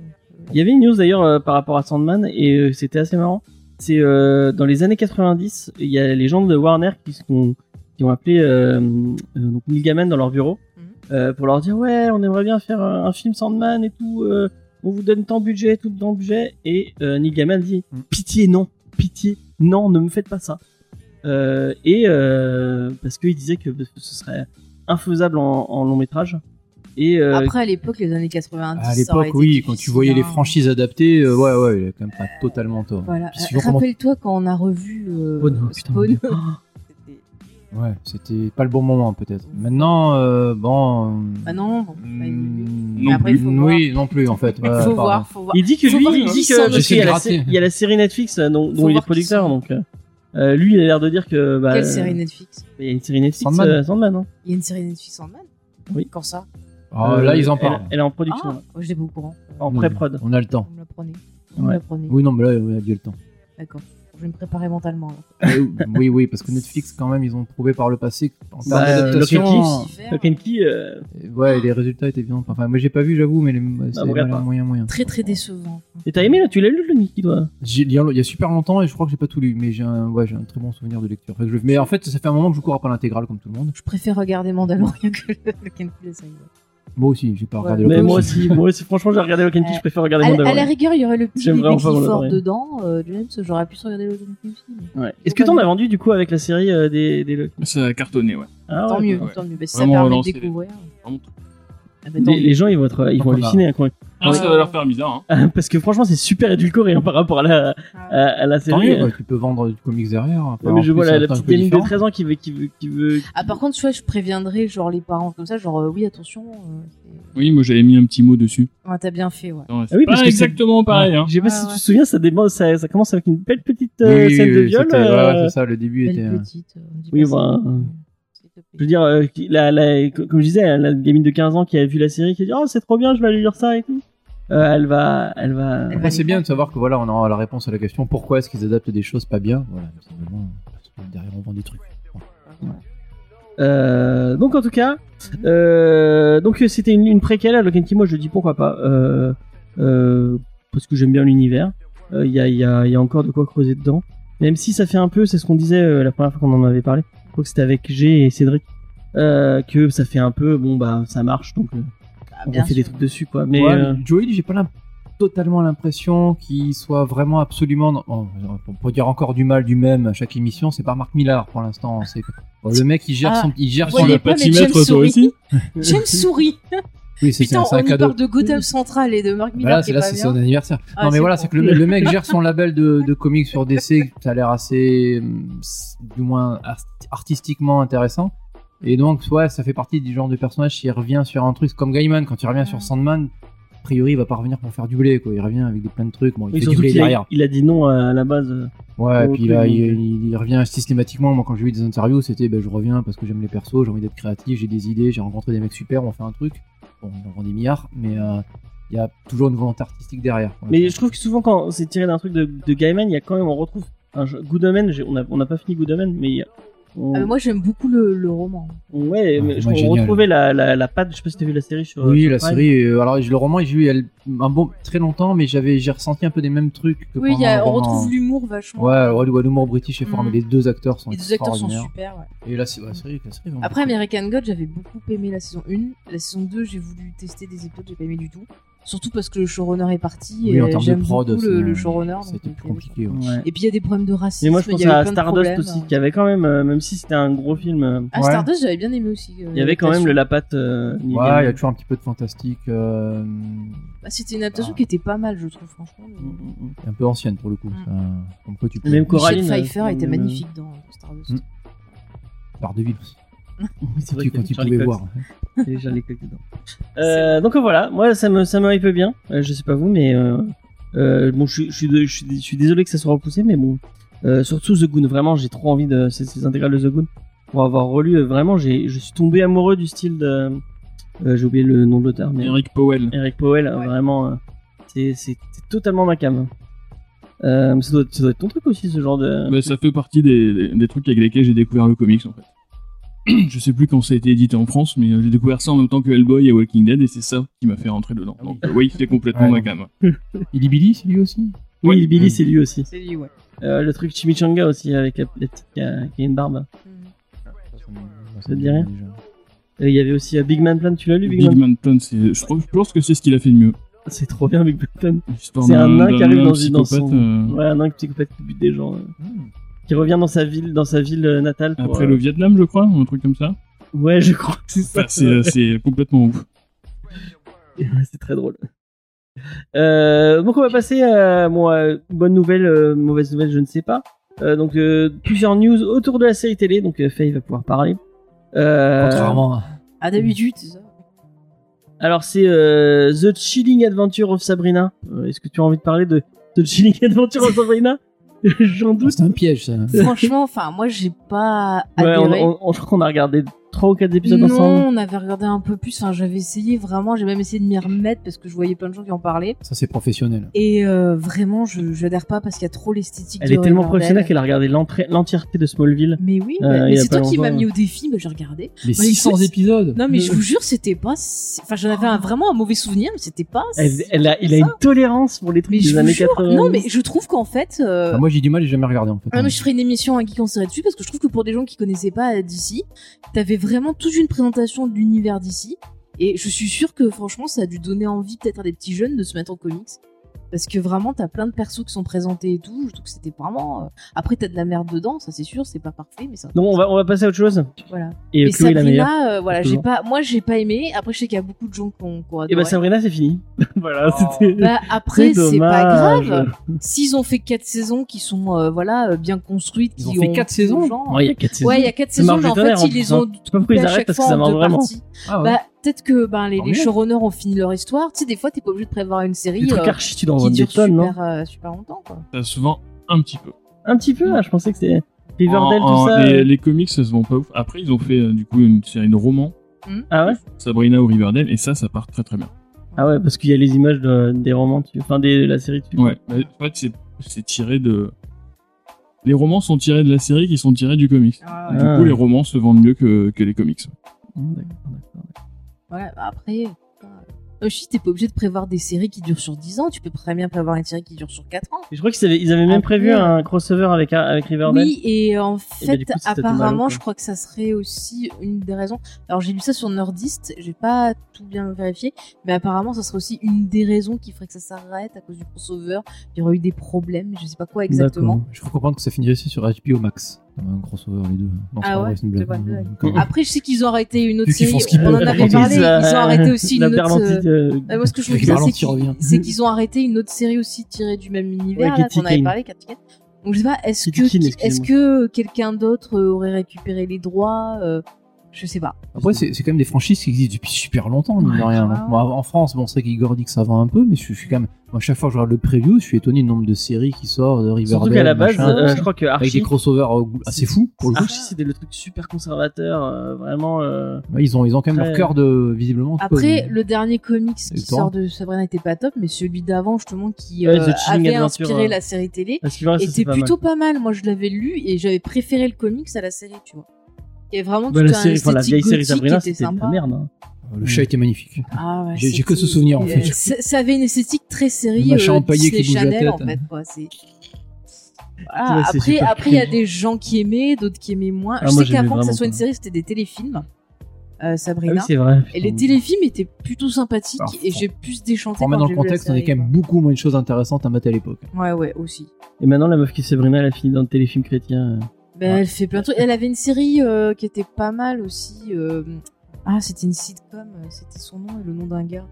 Speaker 2: Il y avait une news d'ailleurs euh, par rapport à Sandman et euh, c'était assez marrant. C'est euh, dans les années 90, il y a les gens de Warner qui, sont, qui ont appelé euh, euh, donc Neil Gaiman dans leur bureau
Speaker 5: Mhm.
Speaker 2: euh, pour leur dire ouais, on aimerait bien faire un, un film Sandman et tout. euh, on vous donne tant de budget, tout tant de budget. Et euh, Neil Gaiman dit
Speaker 3: Mhm.
Speaker 2: pitié non, pitié non, ne me faites pas ça. Euh, et euh, parce qu'il disait que ce serait infaisable en, en long métrage. Et euh,
Speaker 5: Après, à l'époque, les années 90.
Speaker 3: À
Speaker 5: ça
Speaker 3: l'époque,
Speaker 5: aurait été
Speaker 3: oui,
Speaker 5: difficile,
Speaker 3: quand tu voyais les
Speaker 5: hein.
Speaker 3: franchises adaptées, euh, ouais, ouais, il a quand même pas totalement tort.
Speaker 5: Voilà.
Speaker 3: Puis si
Speaker 5: Euh,
Speaker 3: on remonte-
Speaker 5: Rappelle-toi quand on a revu euh,
Speaker 2: Oh non, putain. Oh.
Speaker 5: Spawn. C'était-
Speaker 3: Ouais, c'était pas le bon moment peut-être. Maintenant, euh, bon. euh,
Speaker 5: Bah non, bon,
Speaker 3: hmm,
Speaker 5: pas évolué.
Speaker 4: Non
Speaker 5: Après,
Speaker 4: plus.
Speaker 5: faut voir.
Speaker 3: Oui, non plus en fait. Ouais,
Speaker 5: faut
Speaker 3: pardon.
Speaker 5: voir, faut voir.
Speaker 2: Il dit que
Speaker 5: Faut
Speaker 2: lui,
Speaker 5: voir
Speaker 2: il
Speaker 5: qui
Speaker 2: dit
Speaker 5: sont-
Speaker 2: que parce
Speaker 3: J'essaie
Speaker 2: qu'il y,
Speaker 3: de
Speaker 2: a la
Speaker 3: gratter.
Speaker 2: sé- il y a la série Netflix euh, dont,
Speaker 5: Faut
Speaker 2: dont il est
Speaker 5: voir qui
Speaker 2: producteur,
Speaker 5: sont.
Speaker 2: donc euh, euh, lui il a l'air de dire que bah,
Speaker 5: Quelle
Speaker 2: euh,
Speaker 5: série Netflix
Speaker 2: Il y a une série Netflix
Speaker 3: Sandman.
Speaker 2: euh, Sandman, hein.
Speaker 5: Il y a une série Netflix Sandman
Speaker 2: Oui.
Speaker 5: Quand ça
Speaker 3: Ah,
Speaker 2: Euh,
Speaker 3: là, ils en
Speaker 2: elle-
Speaker 3: parlent.
Speaker 2: Elle, est en production,
Speaker 5: Ah, je l'ai pas au courant.
Speaker 2: là, en
Speaker 3: Oui,
Speaker 2: pré-prod.
Speaker 3: On a le temps.
Speaker 5: On me l'apprenait. On me
Speaker 2: Ouais.
Speaker 5: l'apprenait.
Speaker 3: Oui, non, mais là, il a du le temps.
Speaker 5: D'accord. Je vais me préparer mentalement. alors.
Speaker 3: Euh, oui, oui, parce que Netflix, quand même, ils ont prouvé par le passé en termes
Speaker 2: Bah, euh,
Speaker 3: d'adaptation.
Speaker 2: Lock
Speaker 5: Lucifer,
Speaker 2: Lock and Key, euh,
Speaker 3: euh, Ouais, les résultats étaient bien. Enfin, moi, j'ai pas vu, j'avoue, mais les... c'est
Speaker 2: Ah, regarde
Speaker 3: moyen,
Speaker 2: pas.
Speaker 3: moyen, moyen.
Speaker 5: Très très décevant.
Speaker 2: et t'as aimé là Tu l'as lu le Nicky toi
Speaker 3: J'ai- Il y a il y a super longtemps et je crois que j'ai pas tout lu, mais j'ai un, ouais, j'ai un très bon souvenir de lecture. Enfin, je- mais en fait, ça fait un moment que je cours pas l'intégrale comme tout le monde.
Speaker 5: Je préfère regarder Mandalorian que le Lock and Key, la série.
Speaker 3: Moi aussi, j'ai pas
Speaker 5: Ouais.
Speaker 3: regardé
Speaker 5: Lock
Speaker 2: Mais
Speaker 5: and
Speaker 2: moi
Speaker 3: Key.
Speaker 2: aussi, moi aussi, franchement j'ai regardé Lock and Key, je préfère regarder
Speaker 5: À, à la
Speaker 2: Mandalorian.
Speaker 5: rigueur, il y aurait le petit
Speaker 2: J'aime
Speaker 5: bébé
Speaker 2: vraiment pas
Speaker 5: Clifford
Speaker 2: Mandalorian.
Speaker 5: dedans. euh, James, j'aurais pu regarder Lock and Key aussi. mais
Speaker 2: Ouais. Est-ce que t'en as vendu du coup avec la série euh, des, des Lock-
Speaker 4: Ça a cartonné, ouais.
Speaker 2: Ah
Speaker 5: Tant
Speaker 2: ouais,
Speaker 5: mieux,
Speaker 2: quoi.
Speaker 4: ouais.
Speaker 5: tant mieux. Bah, si ça
Speaker 4: Vraiment
Speaker 5: permet de
Speaker 4: relancer les-
Speaker 5: découvrir.
Speaker 4: Vraiment.
Speaker 5: Ah bah, tant
Speaker 2: Les,
Speaker 5: mieux.
Speaker 2: les gens ils vont être, ils vont
Speaker 3: Pourquoi
Speaker 2: halluciner hein, quand-
Speaker 4: Ah,
Speaker 5: Ouais.
Speaker 4: ça va leur faire bizarre. Hein.
Speaker 2: parce que franchement c'est super édulcoré hein, par rapport à la,
Speaker 5: Ah.
Speaker 2: à, à la
Speaker 3: Tant
Speaker 2: série.
Speaker 3: mieux, quoi, tu peux vendre du comics derrière. Enfin,
Speaker 2: Ouais,
Speaker 3: en
Speaker 2: mais je
Speaker 3: plus,
Speaker 2: vois
Speaker 3: ça
Speaker 2: la, la
Speaker 3: atteint un
Speaker 2: petite
Speaker 3: peu
Speaker 2: gamine de
Speaker 3: différent.
Speaker 2: 13 ans qui veut, qui veut, qui veut.
Speaker 5: Ah, par contre, tu vois, je préviendrai genre les parents comme ça, genre euh, oui, attention. euh, c'est-
Speaker 4: Oui, moi j'avais mis un petit mot dessus.
Speaker 5: Ouais, t'as bien fait, ouais.
Speaker 4: Non, c'est
Speaker 2: Ah oui,
Speaker 4: pas
Speaker 2: parce que c'est-
Speaker 4: exactement pareil. Hein.
Speaker 2: Je sais pas
Speaker 5: Ah,
Speaker 2: si
Speaker 5: ouais.
Speaker 2: tu te souviens, ça, démarre- ça, ça commence avec une belle petite
Speaker 3: Oui,
Speaker 2: euh,
Speaker 3: oui,
Speaker 2: scène de
Speaker 3: oui,
Speaker 2: viol.
Speaker 3: c'était-
Speaker 2: euh,
Speaker 3: ouais, c'est ça, le début était.
Speaker 5: Belle
Speaker 3: euh,
Speaker 5: petite. euh, on dit
Speaker 2: Oui,
Speaker 5: pas ça.
Speaker 2: bah, euh,
Speaker 5: S'il te plaît.
Speaker 2: je veux dire, euh, qui- la, la- comme je disais, la gamine de 15 ans qui a vu la série, qui a dit Oh, c'est trop bien, je vais aller lire ça et tout. Euh, elle va. Elle va.
Speaker 5: Elle
Speaker 3: Après, c'est bien de savoir que voilà, on aura la réponse à la question pourquoi est-ce qu'ils adaptent des choses pas bien. Voilà, mais simplement, parce que derrière on vend des trucs. Voilà.
Speaker 5: Ouais.
Speaker 2: Euh, donc en tout cas, euh, donc euh, c'était une, une préquelle à Lock and Key. Moi je dis pourquoi pas, euh, euh, parce que j'aime bien l'univers. Euh, Il y, a, il y a- il y a encore de quoi creuser dedans. Même si ça fait un peu, c'est ce qu'on disait euh, la première fois qu'on en avait parlé. Je crois que c'était avec G et Cédric euh, que ça fait un peu. Bon bah ça marche donc euh, on
Speaker 5: Ah, bien
Speaker 2: fait des
Speaker 5: sûr.
Speaker 2: trucs dessus quoi. Mais
Speaker 3: Ouais,
Speaker 2: euh,
Speaker 3: Joel, j'ai pas l'im- totalement l'impression qu'il soit vraiment absolument. dans- bon, on peut dire encore du mal du même à chaque émission, c'est par Marc Millard pour l'instant. c'est- Bon, le mec, il gère
Speaker 5: Ah,
Speaker 3: son. Il gère
Speaker 5: voyez
Speaker 3: son.
Speaker 5: pas, mais James sourit. James
Speaker 2: c'est
Speaker 5: sourit.
Speaker 3: Oui, c'est c'est
Speaker 5: Putain,
Speaker 3: un,
Speaker 5: on
Speaker 3: c'est un
Speaker 5: nous
Speaker 3: cadeau.
Speaker 5: parle de Gotham Central et de Mark Miller
Speaker 3: Voilà,
Speaker 5: qui
Speaker 3: c'est
Speaker 5: est
Speaker 3: Bah là,
Speaker 5: pas
Speaker 3: c'est son
Speaker 5: bien.
Speaker 3: anniversaire.
Speaker 5: Ah,
Speaker 3: non, mais
Speaker 5: c'est
Speaker 3: voilà,
Speaker 5: bon.
Speaker 3: c'est que le, le mec gère son label de, de comics sur DC, ça a l'air assez, hum, s- du moins art- artistiquement intéressant. Et donc, ouais, ça fait partie du genre de personnage qui revient sur un truc comme Gaiman. Quand il revient sur Sandman, a priori, il va pas revenir pour faire du blé, quoi. Il revient avec des plein de trucs. Bon, il
Speaker 2: Oui,
Speaker 3: fait du
Speaker 2: surtout
Speaker 3: blé
Speaker 2: qu'il a-
Speaker 3: derrière.
Speaker 2: il a dit non à la base.
Speaker 3: Ouais, et
Speaker 2: Oh,
Speaker 3: puis là,
Speaker 2: ok.
Speaker 5: euh.
Speaker 3: il, il- il revient systématiquement. Moi, quand j'ai vu des interviews, c'était ben, je reviens parce que j'aime les persos, j'ai envie d'être créatif, j'ai des idées, j'ai rencontré des mecs super, on fait un truc. Bon, on en vend des milliards, mais euh, il y a toujours une volonté artistique derrière. quoi.
Speaker 2: Mais je trouve que souvent quand c'est tiré d'un truc de, de Gaiman, il y a quand même on retrouve un jeu- Good Omen, j'ai- on n'a on n'a pas fini Good Omen, mais il y a- on-
Speaker 5: Ah, mais moi j'aime beaucoup le, le roman.
Speaker 2: ouais,
Speaker 3: Ah,
Speaker 2: mais je-
Speaker 3: moi,
Speaker 2: on
Speaker 3: génial.
Speaker 2: retrouvait la, la, la patte. Je sais pas si t'as vu la série sur.
Speaker 3: Oui,
Speaker 2: sur
Speaker 3: la
Speaker 2: Prime.
Speaker 3: série. euh, alors, je- le roman, j'ai eu il y a l- un bon très longtemps, mais j'avais, j'ai ressenti un peu des mêmes trucs. Que
Speaker 5: Oui, il y
Speaker 3: pendant
Speaker 5: a-
Speaker 3: le
Speaker 5: on
Speaker 3: roman. hein.
Speaker 5: retrouve l'humour vachement.
Speaker 3: Ouais, alors, le- l'humour british est fort,
Speaker 5: Mhm.
Speaker 3: mais les deux acteurs sont
Speaker 5: les deux acteurs sont
Speaker 3: extraordinaires.
Speaker 5: super. ouais.
Speaker 3: Et là, c'est ouais, la série, la série est vraiment
Speaker 5: Après
Speaker 3: cool.
Speaker 5: American God, j'avais beaucoup aimé la saison 1. La saison 2, j'ai voulu tester des épisodes, j'ai pas aimé du tout. Surtout parce que le showrunner est parti
Speaker 3: Oui,
Speaker 5: et
Speaker 3: en termes de
Speaker 5: euh, j'aime
Speaker 3: prod,
Speaker 5: beaucoup
Speaker 3: c'est-
Speaker 5: le, le showrunner. donc
Speaker 3: c'était
Speaker 5: donc,
Speaker 3: plus
Speaker 5: euh,
Speaker 3: compliqué. ouais.
Speaker 2: Ouais.
Speaker 5: Et puis il y a des problèmes de racisme.
Speaker 2: Mais moi je
Speaker 5: il y
Speaker 2: pense
Speaker 5: avait
Speaker 2: à
Speaker 5: plein de
Speaker 2: Stardust
Speaker 5: problèmes.
Speaker 2: aussi, qui avait quand même, euh, même si c'était un gros film, euh,
Speaker 5: Ah,
Speaker 3: Ouais.
Speaker 5: Stardust, j'avais bien aimé aussi. euh,
Speaker 2: il y avait quand même le la patte. euh, Neil
Speaker 3: Ouais,
Speaker 2: Gaiman.
Speaker 3: il y a toujours un petit peu de fantastique, euh,
Speaker 5: Bah, C'était une adaptation
Speaker 3: Ah.
Speaker 5: qui était pas mal, je trouve, franchement. Euh, mais-
Speaker 2: Mm, mm, mm.
Speaker 3: un peu ancienne pour le coup.
Speaker 5: Mhm.
Speaker 3: ça, Comme quoi tu peux.
Speaker 2: Même Coraline.
Speaker 5: Michel
Speaker 2: euh,
Speaker 5: Pfeiffer
Speaker 2: c'est
Speaker 5: était
Speaker 2: une, euh,
Speaker 5: magnifique dans Stardust.
Speaker 3: Mm. Par de ville aussi.
Speaker 2: Oui, c'est vrai qu'il
Speaker 3: Tu-
Speaker 2: y
Speaker 3: quand
Speaker 2: avait
Speaker 3: tu
Speaker 2: Charlie
Speaker 3: pouvais
Speaker 2: Cox.
Speaker 3: voir.
Speaker 2: Il y avait Charlie Cox dedans. Euh, donc euh, voilà, moi ça me ça me hype bien. Euh, je sais pas vous, mais euh, euh, bon, je suis- je suis de- je suis je suis désolé que ça soit repoussé, mais bon, euh, surtout The Goon. Vraiment, j'ai trop envie de ces, ces intégrales de The Goon pour avoir relu. euh, vraiment, j'ai je suis tombé amoureux du style de euh, j'ai oublié le nom de l'auteur, mais
Speaker 4: Eric Powell.
Speaker 2: Eric Powell. euh,
Speaker 5: Ouais.
Speaker 2: Vraiment, euh, c'est c'est c'est totalement ma cam. Euh, mais ça, doit, ça doit être ton truc aussi, ce genre de.
Speaker 4: Bah, ça fait partie des, des- des trucs avec lesquels j'ai découvert le comics en fait. Je sais plus quand ça a été édité en France, mais euh, j'ai découvert ça en même temps que Hellboy et Walking Dead, et c'est ça qui m'a fait rentrer dedans. Donc, euh, oui, c'est complètement
Speaker 3: Ouais.
Speaker 4: ma gamme.
Speaker 3: Il Billy, c'est lui aussi
Speaker 2: oui,
Speaker 4: ouais. Mm.
Speaker 2: Billy, c'est lui aussi.
Speaker 5: C'est lui, ouais.
Speaker 2: Euh, le truc Chimichanga aussi avec la petite qui a, qui a une barbe.
Speaker 5: Mm.
Speaker 3: Ça
Speaker 2: te dit rien Euh, Il y avait aussi euh, Big Man Plan, tu l'as lu Big,
Speaker 4: Big
Speaker 2: Man
Speaker 4: Man Plan, c'est- je, crois- je pense que c'est ce qu'il a fait de mieux.
Speaker 2: C'est trop bien Big Man Plan.
Speaker 4: L'histoire
Speaker 2: C'est
Speaker 4: d'un-
Speaker 2: un nain qui
Speaker 4: d'un
Speaker 2: arrive
Speaker 4: nain
Speaker 2: dans une- dans
Speaker 4: psychopathe,
Speaker 2: son-
Speaker 4: euh,
Speaker 2: Ouais, un nain psychopathe qui bute des gens. euh, Qui revient dans sa ville, dans sa ville euh, natale. Pour,
Speaker 4: Après
Speaker 2: euh,
Speaker 4: le Vietnam, je crois, un truc comme ça.
Speaker 2: Ouais, je crois que c'est ça.
Speaker 4: Enfin, c'est, c'est complètement ouf.
Speaker 2: Ouais, c'est très drôle. Euh, donc on va passer à bon, euh, bonne nouvelle, euh, mauvaise nouvelle, je ne sais pas. Euh, donc euh, plusieurs news autour de la série télé, donc euh, Faye va pouvoir parler. Euh,
Speaker 3: Contrairement à.
Speaker 5: Ah, d'habitude, c'est ça.
Speaker 2: Alors c'est euh, The Chilling Adventure of Sabrina. Euh, Est-ce que tu as envie de parler de The Chilling Adventure of Sabrina J'en
Speaker 3: Ah,
Speaker 2: doute.
Speaker 3: C'est un piège, ça.
Speaker 5: Franchement, enfin, moi, j'ai pas
Speaker 2: Mm. Ouais, on,
Speaker 5: adhéré.
Speaker 2: on- on- je crois qu'on a regardé 3 ou 4 épisodes
Speaker 5: Ah, non,
Speaker 2: ensemble.
Speaker 5: on avait regardé un peu plus. Enfin, j'avais essayé vraiment. J'ai même essayé de m'y remettre parce que je voyais plein de gens qui en parlaient.
Speaker 3: Ça, c'est professionnel.
Speaker 5: Et euh, vraiment, je j'adhère pas parce qu'il y a trop l'esthétique.
Speaker 2: Elle
Speaker 5: de
Speaker 2: est tellement
Speaker 5: Riverdale.
Speaker 2: professionnelle qu'elle a regardé l'entrée- l'entièreté de Smallville.
Speaker 5: Mais oui,
Speaker 2: Euh,
Speaker 5: mais-
Speaker 2: il y
Speaker 5: mais
Speaker 2: a
Speaker 5: c'est
Speaker 2: pas
Speaker 5: toi qui m'as
Speaker 2: longtemps, Mm.
Speaker 5: mis au défi, bah, j'ai regardé.
Speaker 3: Les
Speaker 5: Mais
Speaker 3: 600
Speaker 5: écoute,
Speaker 3: épisodes
Speaker 5: Non, mais je vous jure, c'était pas. si- Enfin, j'en avais un- vraiment un mauvais souvenir, mais c'était pas.
Speaker 2: Ah. Elle,
Speaker 5: si
Speaker 2: elle a,
Speaker 5: pire
Speaker 2: il a
Speaker 5: que
Speaker 2: une
Speaker 5: ça.
Speaker 2: tolérance pour les trucs
Speaker 5: Mais je
Speaker 2: des
Speaker 5: vous
Speaker 2: années
Speaker 5: jure,
Speaker 2: 80.
Speaker 5: Non, mais je trouve qu'en fait. euh,
Speaker 3: Enfin, Ah, moi, j'ai du mal, j'ai jamais regardé en fait.
Speaker 5: Ah, moi, je ferai une émission à Geek en série dessus parce que je trouve que pour des gens qui connaissaient pas euh, d'ici, t'avais vraiment toute une présentation de l'univers d'ici. Et je suis sûre que franchement, ça a dû donner envie peut-être à des petits jeunes de se mettre en comics. Parce que vraiment, t'as plein de persos qui sont présentés et tout. Je trouve que c'était vraiment. euh, Après, t'as de la merde dedans, ça c'est sûr, c'est pas parfait, mais ça.
Speaker 2: Donc on va, on va passer à autre chose.
Speaker 5: Voilà.
Speaker 2: Et,
Speaker 5: Et,
Speaker 2: Chloé la meilleure.
Speaker 5: Sabrina, euh, voilà, j'ai
Speaker 2: toujours.
Speaker 5: pas. Moi, j'ai pas aimé. Après, je sais qu'il y a beaucoup de gens qui ont. qui ont
Speaker 2: Et bah
Speaker 5: adoré.
Speaker 2: Sabrina, c'est fini. voilà,
Speaker 3: Oh.
Speaker 2: c'était.
Speaker 5: Bah, après, c'est pas
Speaker 2: dommage.
Speaker 5: grave. S'ils ont fait quatre saisons qui sont euh, voilà euh, bien construites,
Speaker 3: Ils ont
Speaker 5: qui
Speaker 3: fait quatre saisons
Speaker 5: genre,
Speaker 2: Ouais, il y a 4 saisons.
Speaker 5: Ouais, il y a 4
Speaker 2: C'est
Speaker 5: saisons,
Speaker 2: Marge
Speaker 5: mais en
Speaker 2: du Tonnerre,
Speaker 5: fait,
Speaker 2: en
Speaker 5: ils
Speaker 2: plus,
Speaker 5: les
Speaker 2: hein.
Speaker 5: ont
Speaker 2: sais pas pourquoi ils
Speaker 5: coupés à
Speaker 2: arrêtent,
Speaker 5: chaque
Speaker 2: parce que
Speaker 5: fois
Speaker 2: ça
Speaker 5: en
Speaker 2: marche
Speaker 5: deux
Speaker 2: vraiment.
Speaker 5: parties.
Speaker 3: Ah, ouais.
Speaker 5: Bah, peut-être que ben, les,
Speaker 3: Tant
Speaker 5: les
Speaker 3: mieux.
Speaker 5: showrunners ont fini leur histoire. Tu sais, des fois, t'es pas obligé de prévoir une
Speaker 2: Les
Speaker 5: série
Speaker 2: trucs
Speaker 5: euh,
Speaker 2: archi, tu dois en
Speaker 5: qui
Speaker 2: vendre des
Speaker 5: dure
Speaker 2: tonnes, non
Speaker 5: super, euh, super longtemps. Quoi.
Speaker 4: Ça se vend un petit peu.
Speaker 2: Un petit peu, ah, je pensais que c'était Riverdale,
Speaker 4: En- en-
Speaker 2: tout ça.
Speaker 4: les,
Speaker 2: euh.
Speaker 4: les comics, ça se vend pas ouf. Après, ils ont fait euh, du coup une série de romans,
Speaker 2: Ah ouais
Speaker 4: Sabrina ou Riverdale, et ça, ça part très très bien.
Speaker 2: Ah ouais, parce qu'il y a les images de- des romans, dessus. enfin des, de la série dessus.
Speaker 4: Ouais, bah, en fait, c'est, c'est tiré de. les romans sont tirés de la série qui sont tirés du comics.
Speaker 5: Ah,
Speaker 4: Du
Speaker 5: ouais.
Speaker 2: Ah.
Speaker 4: coup, les romans se vendent mieux que, que les comics.
Speaker 5: Voilà, bah après, putain, aussi, t'es pas obligé de prévoir des séries qui durent sur 10 ans, tu peux très bien prévoir une série qui dure sur 4 ans.
Speaker 2: Et je crois qu'ils avaient, ils avaient même
Speaker 5: Après,
Speaker 2: prévu
Speaker 5: euh,
Speaker 2: un crossover avec, avec Riverdale.
Speaker 5: Oui, et en fait,
Speaker 2: ben, du coup, c'était tombé à l'eau,
Speaker 5: apparemment,
Speaker 2: quoi.
Speaker 5: je crois que ça serait aussi une des raisons. Alors, j'ai lu ça sur Nordist, j'ai pas tout bien vérifié, mais apparemment, ça serait aussi une des raisons qui ferait que ça s'arrête à cause du crossover. Il y aurait eu des problèmes, je sais pas quoi exactement.
Speaker 3: Je faut comprendre que ça finirait aussi sur HBO Max. Un crossover, les deux. Non, c'est
Speaker 5: Ah
Speaker 3: pas
Speaker 5: ouais,
Speaker 3: vrai, c'est une
Speaker 5: c'est
Speaker 3: blague.
Speaker 5: pas vrai.
Speaker 3: Comment-
Speaker 5: Après, je sais qu'ils ont arrêté une autre
Speaker 3: Vu qu'ils
Speaker 5: série,
Speaker 3: font ce qu'ils
Speaker 5: on en
Speaker 3: peuvent,
Speaker 5: avait
Speaker 3: ils
Speaker 5: parlé,
Speaker 3: disent,
Speaker 5: ils ont arrêté aussi
Speaker 2: Euh, la
Speaker 5: une autre.
Speaker 2: Berlanti
Speaker 5: euh,
Speaker 2: de-
Speaker 5: ouais, moi, ce que je
Speaker 3: Avec
Speaker 5: me disais, c'est
Speaker 3: Berlanti revient.
Speaker 5: qu'ils- c'est qu'ils ont arrêté une autre série aussi tirée du même univers,
Speaker 2: Ouais,
Speaker 5: là,
Speaker 2: Kitty
Speaker 5: qu'on avait
Speaker 2: Kane.
Speaker 5: parlé, Cathy Kane. Donc, je sais pas, est-ce
Speaker 2: Kitty
Speaker 5: que,
Speaker 2: Kane,
Speaker 5: est-ce
Speaker 2: excusez-moi.
Speaker 5: que quelqu'un d'autre euh, aurait récupéré les droits euh, Je sais pas.
Speaker 3: Après, c'est c'est quand même des franchises qui existent depuis super longtemps, mine de
Speaker 5: Ouais,
Speaker 3: rien.
Speaker 5: grave.
Speaker 3: Donc, moi, en France, bon, c'est vrai qu'Igor dit que ça va un peu, mais je suis je suis quand même. Moi, chaque fois que je regarde le preview, je suis étonné du nombre de séries qui sortent de Riverdale.
Speaker 2: Surtout qu'à la base,
Speaker 3: machin,
Speaker 2: euh, je crois que
Speaker 3: avec des
Speaker 2: Archie,
Speaker 3: crossovers euh, assez fous, pour le coup.
Speaker 2: Archie c'était le truc super conservateur, euh, vraiment. euh,
Speaker 3: Ouais, Ils ont, ils ont quand même
Speaker 2: Ouais.
Speaker 3: leur cœur de. Visiblement. en tout cas,
Speaker 5: Après,
Speaker 3: ils-
Speaker 5: le dernier comics
Speaker 3: Et
Speaker 5: qui
Speaker 3: le torrent.
Speaker 5: sort de Sabrina était pas top, mais celui d'avant, justement, qui
Speaker 2: Ouais,
Speaker 5: euh,
Speaker 2: The Chilling
Speaker 5: avait
Speaker 2: Adventure,
Speaker 5: inspiré
Speaker 2: euh,
Speaker 5: la série télé,
Speaker 2: à ce qui paraît, ça, c'est
Speaker 5: était
Speaker 2: pas mal.
Speaker 5: plutôt pas mal. Moi, je l'avais lu et j'avais préféré le comics à la série, tu vois. Il y avait vraiment
Speaker 2: Bah,
Speaker 5: tout
Speaker 2: la,
Speaker 5: un
Speaker 2: série, enfin, la
Speaker 5: esthétique
Speaker 2: vieille série
Speaker 5: gothique
Speaker 2: Sabrina,
Speaker 5: qui était
Speaker 2: c'était de
Speaker 5: sympa.
Speaker 2: la merde. hein.
Speaker 3: Euh, Le chat était magnifique.
Speaker 5: Ah ouais,
Speaker 3: J'ai- j'ai
Speaker 5: c'était-
Speaker 3: que ce souvenir, en fait.
Speaker 5: euh, ça, ça avait une esthétique très série.
Speaker 3: Le machin
Speaker 5: euh,
Speaker 3: empaillé
Speaker 5: Disney
Speaker 3: qui bouge la
Speaker 5: Channel,
Speaker 3: tête. hein.
Speaker 5: en fait, quoi. C'est-
Speaker 2: Ouais,
Speaker 5: Voilà,
Speaker 2: c'est
Speaker 5: après,
Speaker 2: super
Speaker 5: après il y a
Speaker 2: cringe.
Speaker 5: des gens qui aimaient, d'autres qui aimaient moins.
Speaker 2: Ah,
Speaker 5: je
Speaker 2: moi,
Speaker 5: sais
Speaker 2: j'aimais
Speaker 5: qu'avant que ça
Speaker 2: vraiment
Speaker 5: soit une
Speaker 2: pas.
Speaker 5: série, c'était des téléfilms. euh,
Speaker 2: Ah oui,
Speaker 5: Sabrina.
Speaker 2: c'est vrai.
Speaker 5: et les téléfilms étaient plutôt sympathiques
Speaker 2: Bah,
Speaker 3: Alors,
Speaker 5: et
Speaker 3: faut-
Speaker 5: j'ai plus déchanté.
Speaker 3: Pour remettre
Speaker 5: quand
Speaker 3: dans
Speaker 5: j'ai
Speaker 3: le
Speaker 5: vu la
Speaker 3: contexte, on est
Speaker 5: série,
Speaker 3: quand même beaucoup moins de choses intéressantes à mater à l'époque.
Speaker 5: quoi. Ouais, ouais, aussi.
Speaker 2: Et maintenant, la meuf qui est Sabrina, elle a fini dans le téléfilm chrétien. euh.
Speaker 5: Ben, Elle fait plein de trucs. Elle avait une série euh, qui était pas mal aussi. euh, Ah, c'était une sitcom. euh, C'était son nom et le nom d'un gars.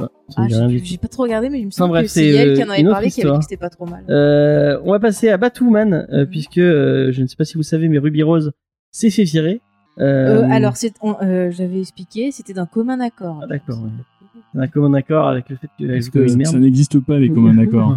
Speaker 2: Ouais, ça
Speaker 5: Ah,
Speaker 2: me dit rien
Speaker 5: j'ai
Speaker 2: du
Speaker 5: j'ai pas trop regardé, mais il me semble
Speaker 2: bref,
Speaker 5: que c'est
Speaker 2: c'est,
Speaker 5: elle qui
Speaker 2: euh,
Speaker 5: en avait
Speaker 2: une autre
Speaker 5: parlé, qui avait dit
Speaker 2: histoire.
Speaker 5: que c'était pas trop mal.
Speaker 2: Euh, on va passer à Batwoman, euh,
Speaker 5: Mhm.
Speaker 2: puisque euh, je ne sais pas si vous savez, mais Ruby Rose s'est fait virer. Euh,
Speaker 5: Euh, alors, c'est, on- euh, j'avais expliqué, c'était d'un commun accord.
Speaker 2: Ah, d'accord, ouais. on a commun accord avec le fait qu'elle
Speaker 3: Parce
Speaker 2: joue comme
Speaker 3: que
Speaker 2: une
Speaker 4: Ça
Speaker 2: merde.
Speaker 4: n'existe pas, les communs accords.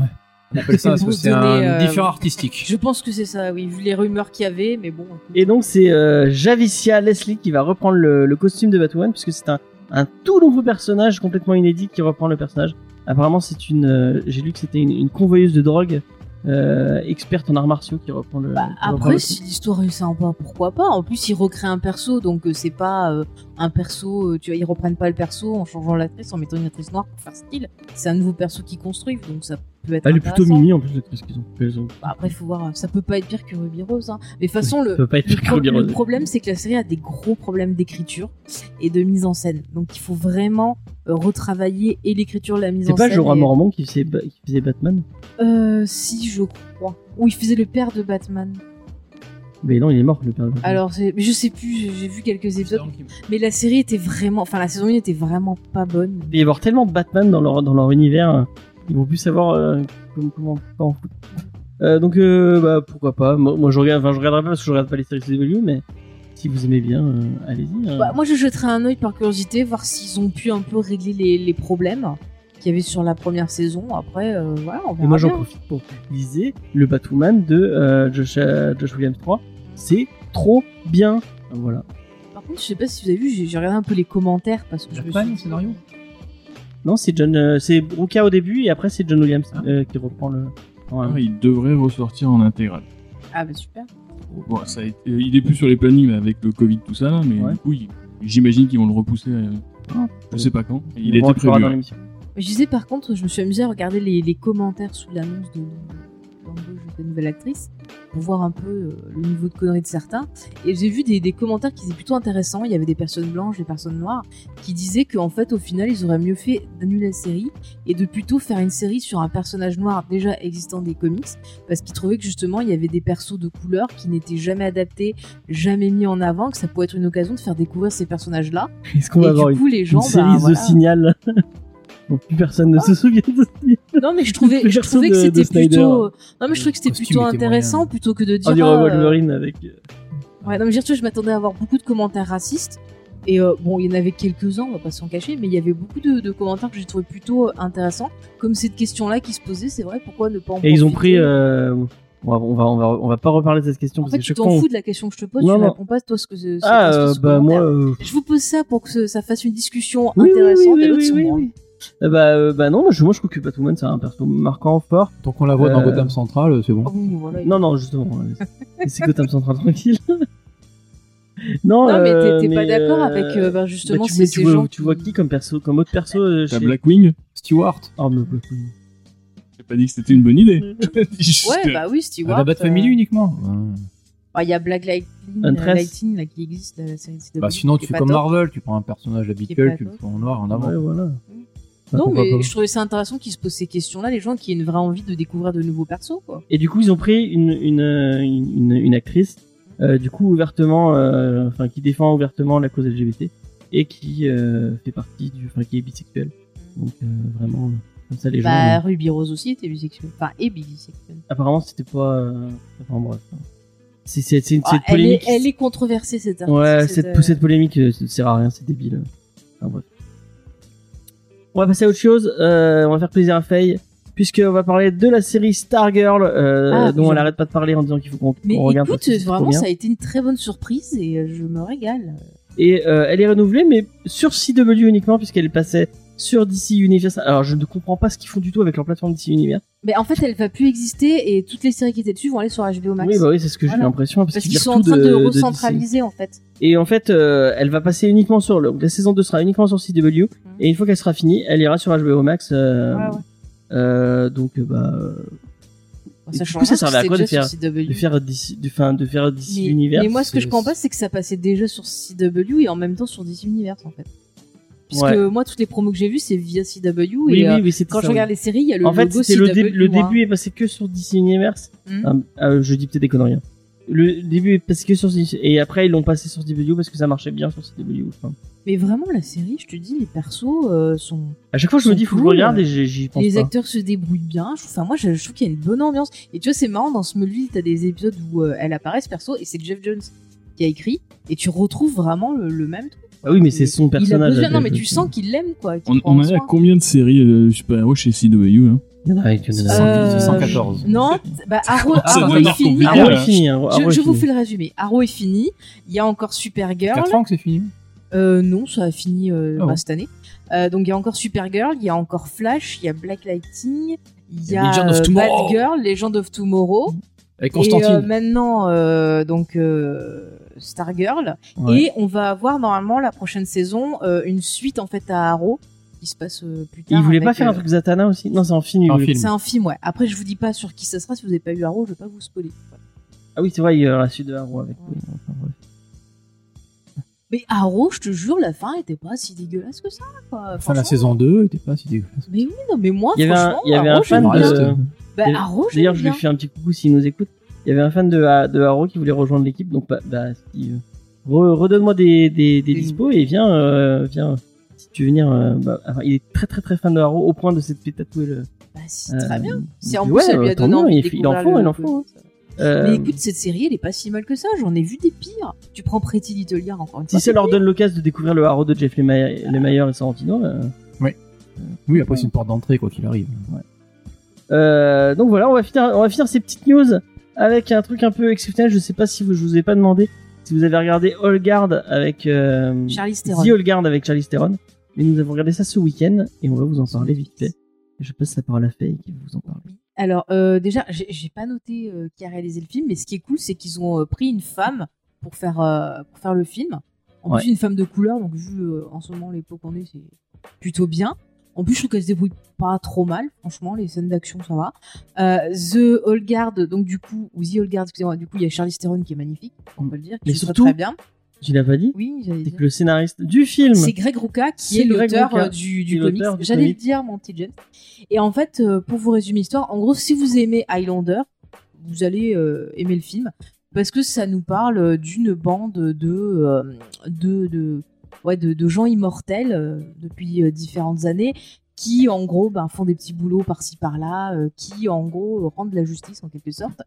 Speaker 3: On appelle ça parce que
Speaker 5: Vous
Speaker 3: c'est
Speaker 5: donnez,
Speaker 3: un
Speaker 5: euh,
Speaker 3: différent artistique.
Speaker 5: Je pense que c'est ça, oui, vu les rumeurs qu'il y avait, mais bon. écoute.
Speaker 2: Et donc c'est euh, Javicia Leslie qui va reprendre le, le costume de Batwoman, puisque c'est un, un tout nouveau personnage complètement inédit qui reprend le personnage. Apparemment c'est une, euh, j'ai lu que c'était une, une convoyeuse de drogue, euh, experte en arts martiaux qui reprend le. qui reprend
Speaker 5: Bah, Après,
Speaker 2: le-
Speaker 5: si l'histoire est sympa, pourquoi pas En plus, ils recréent un perso, donc euh, c'est pas euh, un perso. euh, tu vois, ils reprennent pas le perso en changeant l'actrice, en mettant une actrice noire pour faire style. C'est un nouveau perso qu'ils construisent, donc ça peut
Speaker 2: Elle
Speaker 5: être.
Speaker 2: Ah, est plutôt
Speaker 5: intéressant.
Speaker 2: mimi en plus de ce qu'ils ont. Elles ont-
Speaker 5: Bah, après, faut voir. euh, Ça peut pas être pire que Ruby Rose. hein. Mais de toute façon,
Speaker 2: Ça
Speaker 5: le,
Speaker 2: peut pas être
Speaker 5: Le,
Speaker 2: pire que
Speaker 5: pro-
Speaker 2: Ruby
Speaker 5: le
Speaker 2: Rose.
Speaker 5: problème, c'est que la série a des gros problèmes d'écriture et de mise en scène. Donc, il faut vraiment euh, retravailler et l'écriture, la mise en
Speaker 2: C'est pas
Speaker 5: scène.
Speaker 2: Jorah
Speaker 5: et-
Speaker 2: Mormon qui faisait, Ba- qui faisait Batman
Speaker 5: Euh, si, je crois. Où il faisait le père de Batman.
Speaker 2: Mais non, il est mort le père. de Batman.
Speaker 5: Alors, c'est- mais je sais plus, j'ai j'ai vu quelques épisodes. Mais la série était vraiment. Enfin, la saison 1 était vraiment pas bonne.
Speaker 2: Il va y avoir tellement de Batman dans leur, dans leur univers, hein. ils vont plus savoir euh, comment, comment pas en foutre. Euh, donc, euh, bah, pourquoi pas. Moi, moi, je regarde, enfin, je regarderai pas parce que je regarde pas les séries CW, mais si vous aimez bien, euh, allez-y. hein.
Speaker 5: Bah, moi, je jetterai un œil par curiosité, voir s'ils ont pu un peu régler les, les problèmes qu'il y avait sur la première saison. Après, euh, voilà, on verra.
Speaker 2: Et moi, j'en
Speaker 5: bien.
Speaker 2: profite pour lisez le Batwoman de euh, Josh, euh, Josh Williams 3. C'est trop bien. Voilà.
Speaker 5: Par contre, je sais pas si vous avez vu, j'ai j'ai regardé un peu les commentaires parce que je me
Speaker 3: Jackman,
Speaker 5: suis-
Speaker 3: le scénario
Speaker 2: Non, c'est John, euh, c'est Ruka au début et après c'est John Williams
Speaker 5: Ah.
Speaker 2: euh, qui reprend le. Ouais.
Speaker 4: Alors, il devrait Ah, ressortir en intégrale.
Speaker 5: Ah, bah super.
Speaker 4: Bon, ça a été- euh, il est plus sur les plannings là, avec le Covid, tout ça, là, mais
Speaker 2: Ouais. Ah.
Speaker 4: du coup, il- j'imagine qu'ils vont le repousser. euh, je sais pas quand. Il
Speaker 2: On
Speaker 4: était
Speaker 2: le fera
Speaker 4: prévu. hein.
Speaker 2: dans
Speaker 4: ouais.
Speaker 2: l'émission.
Speaker 5: Je disais par contre, je me suis amusée à regarder les, les commentaires sous l'annonce de l'embauche de la nouvelle actrice pour voir un peu euh, le niveau de conneries de certains. Et j'ai vu des, des commentaires qui étaient plutôt intéressants. Il y avait des personnes blanches, des personnes noires qui disaient qu'en fait, au final, ils auraient mieux fait d'annuler la série et de plutôt faire une série sur un personnage noir déjà existant des comics parce qu'ils trouvaient que justement, il y avait des persos de couleur qui n'étaient jamais adaptés, jamais mis en avant, que ça pouvait être une occasion de faire découvrir ces personnages-là.
Speaker 2: Est-ce qu'on
Speaker 5: Et
Speaker 2: va avoir
Speaker 5: du
Speaker 2: une
Speaker 5: coup, les gens.
Speaker 2: une série
Speaker 5: bah,
Speaker 2: The
Speaker 5: voilà. Bah,
Speaker 2: Signal. Bon, plus personne ne se souvient de Signal.
Speaker 5: Non, mais je trouvais,
Speaker 2: Le
Speaker 5: je
Speaker 2: perso
Speaker 5: trouvais que
Speaker 2: de- de
Speaker 5: c'était
Speaker 2: Snyder.
Speaker 5: plutôt. euh, Non, mais je trouvais
Speaker 3: Le
Speaker 5: que c'était
Speaker 3: costume
Speaker 5: plutôt
Speaker 3: était
Speaker 5: intéressant
Speaker 3: moyen.
Speaker 5: plutôt que de dire.
Speaker 2: On dirait
Speaker 5: ah, euh,
Speaker 2: Wolverine avec.
Speaker 5: ouais, non, mais je, veux dire, tu vois, je m'attendais à avoir beaucoup de commentaires racistes. Et euh, bon, il y en avait quelques-uns, on va pas s'en cacher, mais il y avait beaucoup de, de commentaires que j'ai trouvé plutôt euh, intéressants. Comme cette question-là qui se posait, c'est vrai, pourquoi ne pas en
Speaker 2: Et ils ont
Speaker 5: profiter
Speaker 2: pris. euh, On, va, on, va, on, va, on va pas reparler de cette question
Speaker 5: En
Speaker 2: parce
Speaker 5: fait,
Speaker 2: que
Speaker 5: tu
Speaker 2: chaque
Speaker 5: t'en
Speaker 2: fois, on-
Speaker 5: fous de la question que je te pose,
Speaker 2: Non,
Speaker 5: tu
Speaker 2: non.
Speaker 5: réponds pas toi ce que c'est.
Speaker 2: Ah, euh, bah moi. euh,
Speaker 5: Je vous pose ça pour que ce- ça fasse une discussion
Speaker 2: oui, oui,
Speaker 5: intéressante
Speaker 2: oui,
Speaker 5: et l'autre
Speaker 2: oui,
Speaker 5: se
Speaker 2: oui,
Speaker 5: branle.
Speaker 2: oui. Euh, bah, euh, bah non, moi je, moi, je trouve que Batwoman c'est un perso marquant, fort.
Speaker 3: Tant qu'on la voit dans
Speaker 2: Euh,
Speaker 3: Gotham Central, c'est bon.
Speaker 5: Ah oui, voilà.
Speaker 2: Non, non, justement, euh, c'est- c'est Gotham Central tranquille. non,
Speaker 5: Non, mais
Speaker 2: euh,
Speaker 5: t'es- t'es pas
Speaker 2: mais,
Speaker 5: d'accord
Speaker 2: euh,
Speaker 5: avec euh, bah,
Speaker 2: bah,
Speaker 5: justement
Speaker 2: tu,
Speaker 5: ces,
Speaker 2: mais tu
Speaker 5: ces
Speaker 2: vois,
Speaker 5: gens.
Speaker 2: tu vois qui comme perso, comme autre perso euh,
Speaker 4: T'as
Speaker 2: chez-
Speaker 4: Blackwing.
Speaker 3: Stewart.
Speaker 2: Oh, mais Blackwing.
Speaker 4: J'ai pas dit que c'était une bonne idée.
Speaker 5: Mm. Ouais, bah oui, Stewart.
Speaker 3: Ah, la Bat
Speaker 5: euh,
Speaker 3: Family uniquement. Ouais.
Speaker 5: Ah, il y a Black Lightning, euh,
Speaker 2: Huntress.
Speaker 5: Lightning, là, qui existe, la série CW,
Speaker 3: Bah, sinon, tu
Speaker 5: qui est
Speaker 3: fais
Speaker 5: pas
Speaker 3: comme
Speaker 5: top.
Speaker 3: Marvel, tu prends un personnage habituel,
Speaker 5: pas
Speaker 3: tu le
Speaker 5: top.
Speaker 3: fais en noir, en avant.
Speaker 2: Ouais, voilà. Bah,
Speaker 5: Non,
Speaker 2: pourquoi
Speaker 5: mais
Speaker 2: pas.
Speaker 5: je trouvais ça intéressant qu'ils se posent ces questions-là, les gens qui ont une vraie envie de découvrir de nouveaux persos, quoi.
Speaker 2: Et du coup, ils ont pris une, une, euh, une, une- une actrice, euh, du coup, ouvertement, euh, enfin, qui défend ouvertement la cause LGBT et qui euh, fait partie du, enfin, qui est bisexuelle. Donc, euh, vraiment, euh, comme ça, les gens.
Speaker 5: Bah, Ruby Rose aussi était bisexuelle. Enfin, et bisexuelle.
Speaker 2: Apparemment, c'était pas. euh, Enfin, bref. C'est c'est- c'est une
Speaker 5: Ah,
Speaker 2: cette
Speaker 5: elle, est,
Speaker 2: polémique.
Speaker 5: elle est controversée, cette artiste.
Speaker 2: Ouais, cette,
Speaker 5: euh,
Speaker 2: cette polémique, euh, ça ne sert à rien, c'est débile. Enfin, bref. On va passer à autre chose. euh, on va faire plaisir à Faye. Puisqu'on va parler de la série Stargirl, euh,
Speaker 5: Ah,
Speaker 2: dont
Speaker 5: oui.
Speaker 2: elle arrête pas de parler en disant qu'il faut qu'on
Speaker 5: Mais
Speaker 2: qu'on regarde.
Speaker 5: écoute,
Speaker 2: parce que c'est trop
Speaker 5: vraiment,
Speaker 2: bien.
Speaker 5: ça a été une très bonne surprise et euh, je me régale.
Speaker 2: Et euh, elle est renouvelée, mais sur CW uniquement, puisqu'elle passait sur DC Universe. Alors, je ne comprends pas ce qu'ils font du tout avec leur plateforme DC Universe.
Speaker 5: Mais en fait, elle va plus exister et toutes les séries qui étaient dessus vont aller sur HBO Max.
Speaker 2: Oui, bah oui, c'est ce que j'ai
Speaker 5: Voilà.
Speaker 2: l'impression. Parce,
Speaker 5: parce
Speaker 2: qu'ils
Speaker 5: qu'ils
Speaker 2: virent
Speaker 5: sont en
Speaker 2: tout
Speaker 5: train de,
Speaker 2: DC.
Speaker 5: recentraliser, en fait.
Speaker 2: Et en fait, euh, elle va passer uniquement sur le. donc La saison 2 sera uniquement sur CW. Et une fois qu'elle sera finie, elle ira sur HBO Max. euh,
Speaker 5: Mhm. Ouais, ouais.
Speaker 2: euh, donc, euh, bah, euh,
Speaker 5: Enfin,
Speaker 2: et
Speaker 5: ça
Speaker 2: du
Speaker 5: change
Speaker 2: coup, ça
Speaker 5: rien, parce
Speaker 2: servait à
Speaker 5: que
Speaker 2: quoi
Speaker 5: c'est
Speaker 2: de
Speaker 5: déjà sur CW.
Speaker 2: de faire DC, de, enfin, de faire DC
Speaker 5: mais,
Speaker 2: Universe.
Speaker 5: mais moi, ce que je
Speaker 2: c'est-
Speaker 5: comprends pas, c'est que ça passait déjà sur CW et en même temps sur DC Universe, en fait. Puisque
Speaker 2: Ouais.
Speaker 5: moi, toutes les promos que j'ai vues, c'est via CW.
Speaker 2: Oui,
Speaker 5: et, euh,
Speaker 2: oui, oui, c'est
Speaker 5: quand
Speaker 2: ça,
Speaker 5: je
Speaker 2: oui.
Speaker 5: regarde les séries, il y a le
Speaker 2: en fait,
Speaker 5: logo
Speaker 2: c'était le,
Speaker 5: CW,
Speaker 2: dé- le
Speaker 5: hein.
Speaker 2: début est passé que sur DC Universe.
Speaker 5: Mhm.
Speaker 2: Ah, ah, je dis peut-être des conneries. hein. Le début est passé que sur DC et après ils l'ont passé sur CW parce que ça marchait bien sur CW. enfin.
Speaker 5: Mais vraiment, la série, je te dis, les persos euh, sont.
Speaker 2: À chaque fois, je me
Speaker 5: Ils
Speaker 2: dis
Speaker 5: sont
Speaker 2: faut que je
Speaker 5: cool.
Speaker 2: regarde et j'y- j'y pense
Speaker 5: les
Speaker 2: pas.
Speaker 5: acteurs se débrouillent bien. Je trouve, enfin, moi, je, je trouve qu'il y a une bonne ambiance. Et tu vois, c'est marrant, dans Smallville, t'as des épisodes où euh, elle apparaît, ce perso, et c'est Jeff Jones qui a écrit. Et tu retrouves vraiment le, le même truc.
Speaker 2: Ah oui, mais c'est son
Speaker 5: Il a
Speaker 2: personnage.
Speaker 5: besoin... Non,
Speaker 2: euh,
Speaker 5: mais
Speaker 2: je-
Speaker 5: tu sens qu'il l'aime, quoi. qu'il
Speaker 4: On,
Speaker 5: prend
Speaker 4: on est
Speaker 5: soin.
Speaker 4: à combien de séries euh, super-héros chez CW hein
Speaker 2: Il y en a il y en a-
Speaker 5: Euh,
Speaker 3: 114.
Speaker 5: Non, t- bah, Arrow,
Speaker 4: Ça
Speaker 5: Arrow
Speaker 4: doit
Speaker 5: est
Speaker 4: être
Speaker 5: fini.
Speaker 4: compliqué,
Speaker 2: Ah ouais,
Speaker 4: là.
Speaker 2: fini, hein, ah
Speaker 5: Je,
Speaker 2: ouais,
Speaker 5: je vous
Speaker 2: fini.
Speaker 5: fais le résumé. Arrow est fini. Il y a encore Supergirl.
Speaker 3: 4 ans que c'est fini.
Speaker 5: Euh, non, ça a fini euh,
Speaker 3: Ah
Speaker 5: bah,
Speaker 3: bon.
Speaker 5: cette année. Euh, donc il y a encore Supergirl, il y a encore Flash, il y a Black Lightning, il y a
Speaker 3: Legend of
Speaker 5: euh,
Speaker 3: Tomorrow.
Speaker 5: Batgirl, Legend of Tomorrow.
Speaker 3: Avec
Speaker 5: Et euh,
Speaker 3: Constantine.
Speaker 5: maintenant, euh, donc euh, Stargirl.
Speaker 3: Ouais.
Speaker 5: Et on va avoir normalement la prochaine saison euh, une suite en fait à Arrow qui se passe euh, plus
Speaker 2: Il
Speaker 5: tard.
Speaker 2: voulait
Speaker 5: avec,
Speaker 2: pas faire
Speaker 5: euh,
Speaker 2: un truc Zatanna aussi Non, c'est en film. il
Speaker 3: Un
Speaker 2: voulait-
Speaker 3: film.
Speaker 5: C'est un film, ouais. Après, je vous dis pas sur qui ça sera si vous n'avez pas eu Arrow, je vais pas vous spoiler.
Speaker 2: Ah oui, c'est vrai, il y a la suite de Arrow avec. oui, enfin, bref.
Speaker 5: Mais Arrow, je te jure, la fin était pas si dégueulasse que ça. Quoi.
Speaker 3: Enfin, la
Speaker 5: Franchement.
Speaker 3: saison 2 était pas si dégueulasse.
Speaker 5: Mais oui, non, mais moi,
Speaker 2: Il y avait un,
Speaker 5: franchement,
Speaker 2: il y avait un
Speaker 5: Arrow,
Speaker 2: fan
Speaker 5: j'aime
Speaker 3: le
Speaker 5: bien.
Speaker 3: reste.
Speaker 2: de.
Speaker 5: Bah,
Speaker 2: D'ailleurs-
Speaker 5: Arrow, j'aime
Speaker 2: D'ailleurs, je lui
Speaker 5: bien.
Speaker 2: fais un petit coucou s'il nous écoute. Il y avait un fan de, ah, de Haro qui voulait rejoindre l'équipe, donc bah, bah, si, euh, re- redonne-moi des, des, des
Speaker 5: Des
Speaker 2: dispos et viens, euh, viens. Si tu veux venir, euh, bah, enfin, il est très très très fan de Haro au point de s'être fait tatouer le.
Speaker 5: Bah, c'est
Speaker 2: euh,
Speaker 5: très bien. C'est
Speaker 2: donc,
Speaker 5: en plus,
Speaker 2: ouais,
Speaker 5: ça lui
Speaker 2: euh,
Speaker 5: a
Speaker 2: tant
Speaker 5: donné
Speaker 2: mieux,
Speaker 5: envie de
Speaker 2: il, il en
Speaker 5: découvrir
Speaker 2: faut,
Speaker 5: le
Speaker 2: il en
Speaker 5: logo.
Speaker 2: faut. hein. Euh,
Speaker 5: Mais écoute, cette série, elle est pas si mal que ça. J'en ai vu des pires. Tu prends Pretty Little Liars encore une fois.
Speaker 2: si ça leur donne l'occasion de découvrir le Haro de Jeff Lemire Lemire et Sorrentino. euh,
Speaker 3: Oui, après, c'est une porte d'entrée, quoi qu'il arrive.
Speaker 2: Euh, donc voilà, on va finir, on va finir ces petites news avec un truc un peu exceptionnel. Je sais pas si vous, je vous ai pas demandé si vous avez regardé All Guard avec euh,
Speaker 5: Charlize Theron.
Speaker 2: The All Guard avec Charlize Theron, mais nous avons regardé ça ce week-end et on va vous en parler vite fait. Je passe la parole à Faye qui va vous en parler.
Speaker 5: Alors, euh, déjà, j'ai- j'ai pas noté euh, qui a réalisé le film, mais ce qui est cool, c'est qu'ils ont euh, pris une femme pour faire, euh, pour faire le film. En
Speaker 2: Ouais.
Speaker 5: plus, une femme de couleur, donc vu euh, en ce moment les peaux qu'on est, c'est plutôt bien. En plus, je trouve qu'elle se débrouille pas trop mal, franchement, les scènes d'action, ça va. Euh, The All Guard, donc du coup, ou The All Guard, excusez-moi, du coup, il y a Charlize Theron qui est magnifique, on peut le dire,
Speaker 2: Mm.
Speaker 5: qui
Speaker 2: Mais
Speaker 5: joue
Speaker 2: surtout-
Speaker 5: très bien.
Speaker 2: Tu l'as pas dit
Speaker 5: Oui, j'allais
Speaker 2: C'est
Speaker 5: dire.
Speaker 2: que le scénariste du film.
Speaker 5: C'est Greg Rucka qui
Speaker 2: C'est
Speaker 5: est
Speaker 2: Greg
Speaker 5: l'auteur
Speaker 2: Rucka
Speaker 5: euh, du,
Speaker 2: qui est
Speaker 5: du comics.
Speaker 2: l'auteur du
Speaker 5: J'allais le
Speaker 2: comics.
Speaker 5: dire, mon petit James. Et en fait, euh, pour vous résumer l'histoire, en gros, si vous aimez Highlander, vous allez euh, aimer le film parce que ça nous parle euh, d'une bande de, euh, de, de, ouais, de, de gens immortels euh, depuis euh, différentes années qui, en gros, ben, font des petits boulots par-ci par-là, euh, qui, en gros, euh, rendent la justice en quelque sorte.